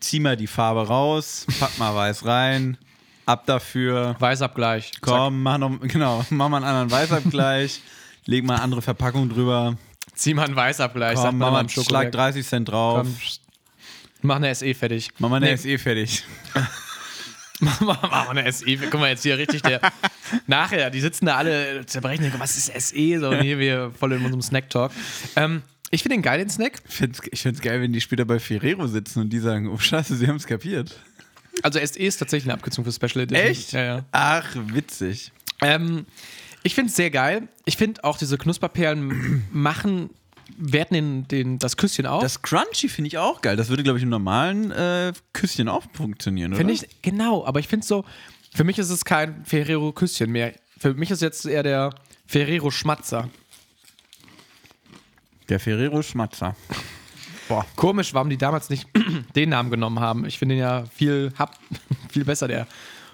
Speaker 2: zieh mal die Farbe raus, pack mal weiß rein, ab dafür.
Speaker 3: Weißabgleich. Zack.
Speaker 2: Komm, mach noch, genau, mach mal einen anderen Weißabgleich, leg mal eine andere Verpackung drüber,
Speaker 3: Zieh mal einen Weißabgleich. sagt
Speaker 2: komm,
Speaker 3: man
Speaker 2: mach
Speaker 3: immer
Speaker 2: mal
Speaker 3: im
Speaker 2: Schlag
Speaker 3: Schokowerk.
Speaker 2: 30 Cent drauf,
Speaker 3: Komm, pst. Mach eine SE fertig.
Speaker 2: mach mal eine E.
Speaker 3: Nee.
Speaker 2: SE fertig.
Speaker 3: mach mal eine SE. Guck mal, jetzt hier richtig der. Nachher, die sitzen da alle zerbrechen. denken, Was ist SE? So, und hier wir voll in unserem Snack-Talk. Ähm, ich finde den geil, den Snack.
Speaker 2: Ich find's, ich find's geil, wenn die später bei Ferrero sitzen und die sagen, oh scheiße, sie haben's kapiert.
Speaker 3: Also SE ist tatsächlich eine Abkürzung für Special Edition. Ja, ja.
Speaker 2: Ach, witzig.
Speaker 3: Ähm, ich finde es sehr geil. Ich finde auch diese Knusperperlen machen, werten den, den, das Küsschen auf.
Speaker 2: Das Crunchy finde ich auch geil. Das würde, glaube ich, im normalen äh, Küsschen auch funktionieren, oder?
Speaker 3: Finde ich, genau, aber ich finde so, für mich ist es kein Ferrero-Küsschen mehr. Für mich ist jetzt eher der Ferrero-Schmatzer.
Speaker 2: Der Ferrero-Schmatzer. Boah.
Speaker 3: Komisch, warum die damals nicht den Namen genommen haben. Ich finde den ja viel, hab, viel besser, der.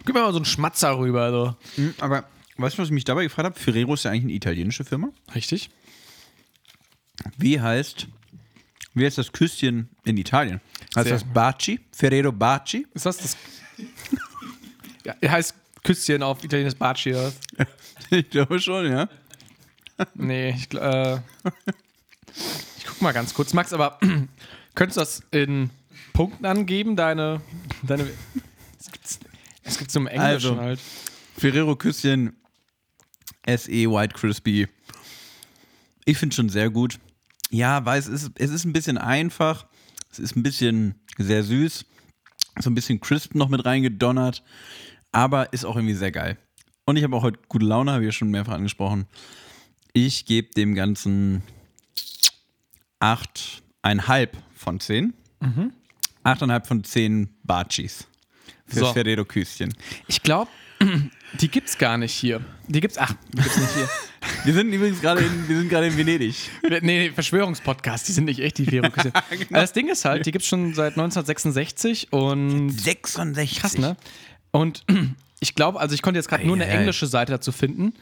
Speaker 3: Gib mir mal so einen Schmatzer rüber, so.
Speaker 2: Hm, Aber weißt du, was ich mich dabei gefragt habe? Ferrero ist ja eigentlich eine italienische Firma.
Speaker 3: Richtig?
Speaker 2: Wie heißt, wie heißt das Küsschen in Italien? Heißt
Speaker 3: Sehr-
Speaker 2: das Baci? Ferrero Baci?
Speaker 3: Ist das das. ja, er heißt Küsschen auf italienisch Baci. oder was?
Speaker 2: Ich glaube schon, ja.
Speaker 3: Nee, ich, gl- äh, ich guck mal ganz kurz. Max, aber könntest du das in Punkten angeben, deine. deine es gibt's- es gibt so im Englischen
Speaker 2: Also.
Speaker 3: halt.
Speaker 2: Ferrero Küsschen SE White Crispy. Ich finde schon sehr gut. Ja, weiß, es ist, es ist ein bisschen einfach. Es ist ein bisschen sehr süß. So ein bisschen crisp noch mit reingedonnert. Aber ist auch irgendwie sehr geil. Und ich habe auch heute gute Laune, habe ich ja schon mehrfach angesprochen. Ich gebe dem Ganzen 8,5 von 10. 8,5 von 10 Barchis. Für
Speaker 3: So.
Speaker 2: Ferrero Küsschen.
Speaker 3: Ich glaube, die gibt's gar nicht hier. Die gibt's. Ach, die gibt's nicht hier.
Speaker 2: Wir sind übrigens gerade in, wir sind gerade in Venedig.
Speaker 3: Nee, nee, Verschwörungspodcast, die sind nicht echt, die Ferroküsse. Das Ding ist halt, die gibt's schon seit 1966 und
Speaker 2: 66.
Speaker 3: krass, ne? Und ich glaube, also ich konnte jetzt gerade nur eine
Speaker 2: Eieiei.
Speaker 3: englische Seite dazu finden.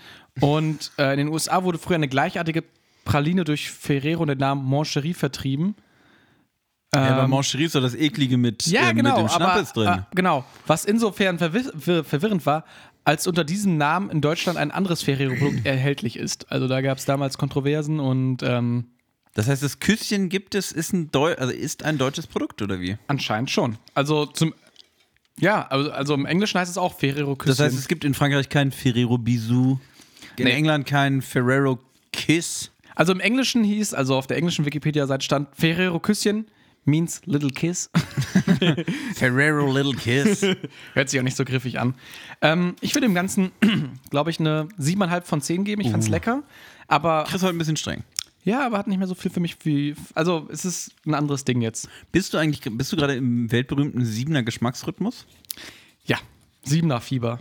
Speaker 3: Und äh, in den USA wurde früher eine gleichartige Praline durch Ferrero den Namen Mancherie vertrieben.
Speaker 2: Ja, bei Mancherie ist doch das Eklige mit,
Speaker 3: Ja,
Speaker 2: ähm,
Speaker 3: genau.
Speaker 2: mit dem Schnappes
Speaker 3: aber,
Speaker 2: drin.
Speaker 3: äh, genau. Was insofern verwir ver verwirrend war, als unter diesem Namen in Deutschland ein anderes Ferrero-Produkt erhältlich ist. Also da gab es damals Kontroversen und ähm,
Speaker 2: das heißt, das Küsschen gibt es, ist ein, Deu also ist ein deutsches Produkt, oder wie?
Speaker 3: Anscheinend schon. Also zum. Ja, also, also im Englischen heißt es auch Ferrero Küsschen.
Speaker 2: Das heißt, es gibt in Frankreich keinen Ferrero Bisou, in
Speaker 3: Nee.
Speaker 2: England keinen Ferrero Kiss.
Speaker 3: also im Englischen hieß, also auf der englischen Wikipedia-Seite stand Ferrero Küsschen means little kiss.
Speaker 2: Ferrero Little Kiss.
Speaker 3: Hört sich auch nicht so griffig an. Ähm, ich würde dem Ganzen, glaube ich, eine 7,5 von 10 geben. Ich fand's
Speaker 2: Uh.
Speaker 3: lecker. Aber
Speaker 2: Chris heute ein bisschen streng.
Speaker 3: ja, aber hat nicht mehr so viel für mich wie. Also es ist ein anderes Ding jetzt.
Speaker 2: Bist du eigentlich, bist du gerade im weltberühmten Siebener Geschmacksrhythmus?
Speaker 3: Ja. 7er Fieber.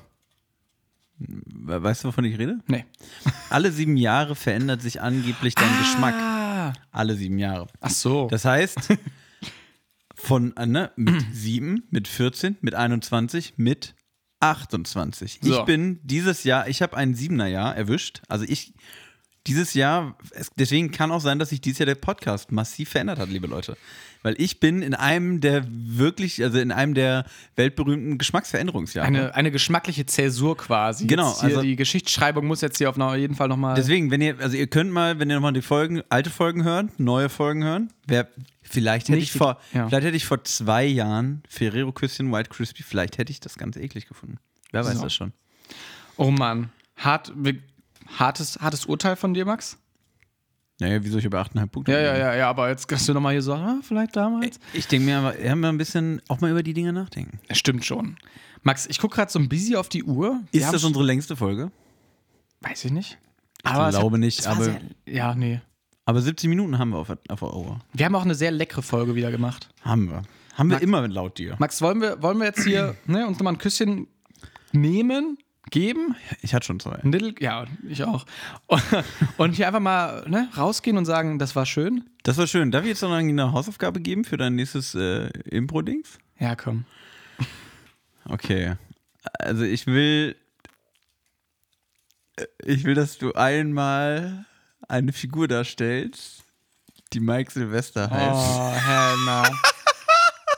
Speaker 2: We- Weißt du, wovon ich rede?
Speaker 3: Nee.
Speaker 2: Alle sieben Jahre verändert sich angeblich dein Geschmack. Alle sieben Jahre.
Speaker 3: Ach so.
Speaker 2: Ah. Das heißt, von äh, ne, mit 7, mit 14, mit 21, mit 28.
Speaker 3: So.
Speaker 2: Ich bin dieses Jahr, ich habe ein Siebener Jahr erwischt. Also ich dieses Jahr, es, deswegen kann auch sein, dass sich dieses Jahr der Podcast massiv verändert hat, liebe Leute. Weil ich bin in einem der wirklich, also in einem der weltberühmten Geschmacksveränderungsjahre.
Speaker 3: Eine, eine geschmackliche Zäsur quasi.
Speaker 2: Genau,
Speaker 3: Jetzt hier
Speaker 2: also-
Speaker 3: die Geschichtsschreibung muss jetzt hier auf na- jeden Fall nochmal.
Speaker 2: Deswegen, wenn ihr, also ihr könnt mal, wenn ihr nochmal die Folgen, alte Folgen hören, neue Folgen hören, wer, vielleicht hätte
Speaker 3: Nicht
Speaker 2: ich
Speaker 3: die-
Speaker 2: vor,
Speaker 3: ja.
Speaker 2: vielleicht hätte ich vor zwei Jahren Ferrero Küsschen White Crispy, vielleicht hätte ich das ganz eklig gefunden. Wer weiß
Speaker 3: So.
Speaker 2: das schon.
Speaker 3: Oh Mann. Hart, wir- hartes, hartes Urteil von dir, Max?
Speaker 2: Naja, wieso ich über 8,5 Punkte?
Speaker 3: Ja,
Speaker 2: bin?
Speaker 3: ja, ja, ja, aber jetzt kannst du nochmal hier sagen, ah, vielleicht damals.
Speaker 2: Ich denke mir, aber, ja, mal ein bisschen, auch mal über die Dinge nachdenken.
Speaker 3: Äh, Stimmt schon. Max, ich gucke gerade so ein bisschen auf die Uhr. Wir
Speaker 2: Ist
Speaker 3: haben-
Speaker 2: das unsere längste Folge?
Speaker 3: Weiß ich nicht. es
Speaker 2: glaube
Speaker 3: hat-
Speaker 2: nicht,
Speaker 3: es war
Speaker 2: aber-
Speaker 3: Sehr, ja, nee.
Speaker 2: Aber 70 Minuten haben wir auf, auf der Uhr.
Speaker 3: Wir haben auch eine sehr leckere Folge wieder gemacht.
Speaker 2: Haben wir. Haben wir immer laut dir.
Speaker 3: Max, wollen wir, wollen wir jetzt hier ne, uns nochmal ein Küsschen nehmen, geben?
Speaker 2: Ich hatte schon zwei.
Speaker 3: Ein Little, ja, ich auch. Und hier einfach mal ne, rausgehen und sagen, das war schön.
Speaker 2: Das war schön. Darf ich jetzt noch eine Hausaufgabe geben für dein nächstes äh, Impro-Dings?
Speaker 3: Ja, komm.
Speaker 2: Okay. Also ich will. Ich will, dass du einmal eine Figur darstellst, die Mike Silvester heißt.
Speaker 3: Oh, hell no.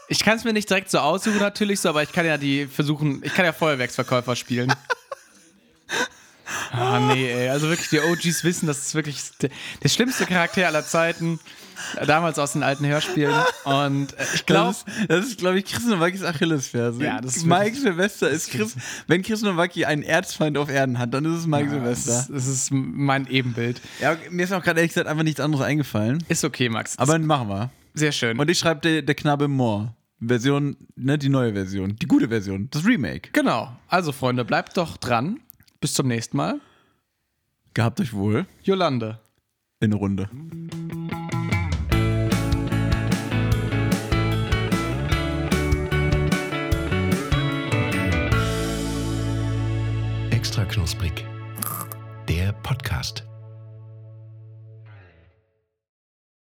Speaker 3: Ich kann es mir nicht direkt so aussuchen, natürlich so, aber ich kann ja die versuchen, ich kann ja Feuerwerksverkäufer spielen. Ah, nee, ey. Also wirklich, die OGs wissen, das ist wirklich der, der schlimmste Charakter aller Zeiten. Damals aus den alten Hörspielen. Und äh, ich glaube,
Speaker 2: Das ist, das ist glaube ich, Chris Nowakis Achillesferse.
Speaker 3: Ja, das ist
Speaker 2: Mike
Speaker 3: wirklich-
Speaker 2: Silvester ist Chris. Wenn Chris Nowaki einen Erzfeind auf Erden hat, dann ist es Mike
Speaker 3: es ist,
Speaker 2: Silvester.
Speaker 3: es ist mein Ebenbild.
Speaker 2: Ja, mir ist auch gerade ehrlich gesagt einfach nichts anderes eingefallen.
Speaker 3: Ist okay, Max.
Speaker 2: Aber machen wir.
Speaker 3: sehr schön.
Speaker 2: Und ich schreibe der, der Knabe Moore. Version, ne, die neue Version. Die gute Version. Das Remake.
Speaker 3: genau. Also, Freunde, bleibt doch dran. Bis zum nächsten Mal.
Speaker 2: Gehabt euch wohl.
Speaker 3: Jolande.
Speaker 2: In eine Runde.
Speaker 1: Extra knusprig. Der Podcast.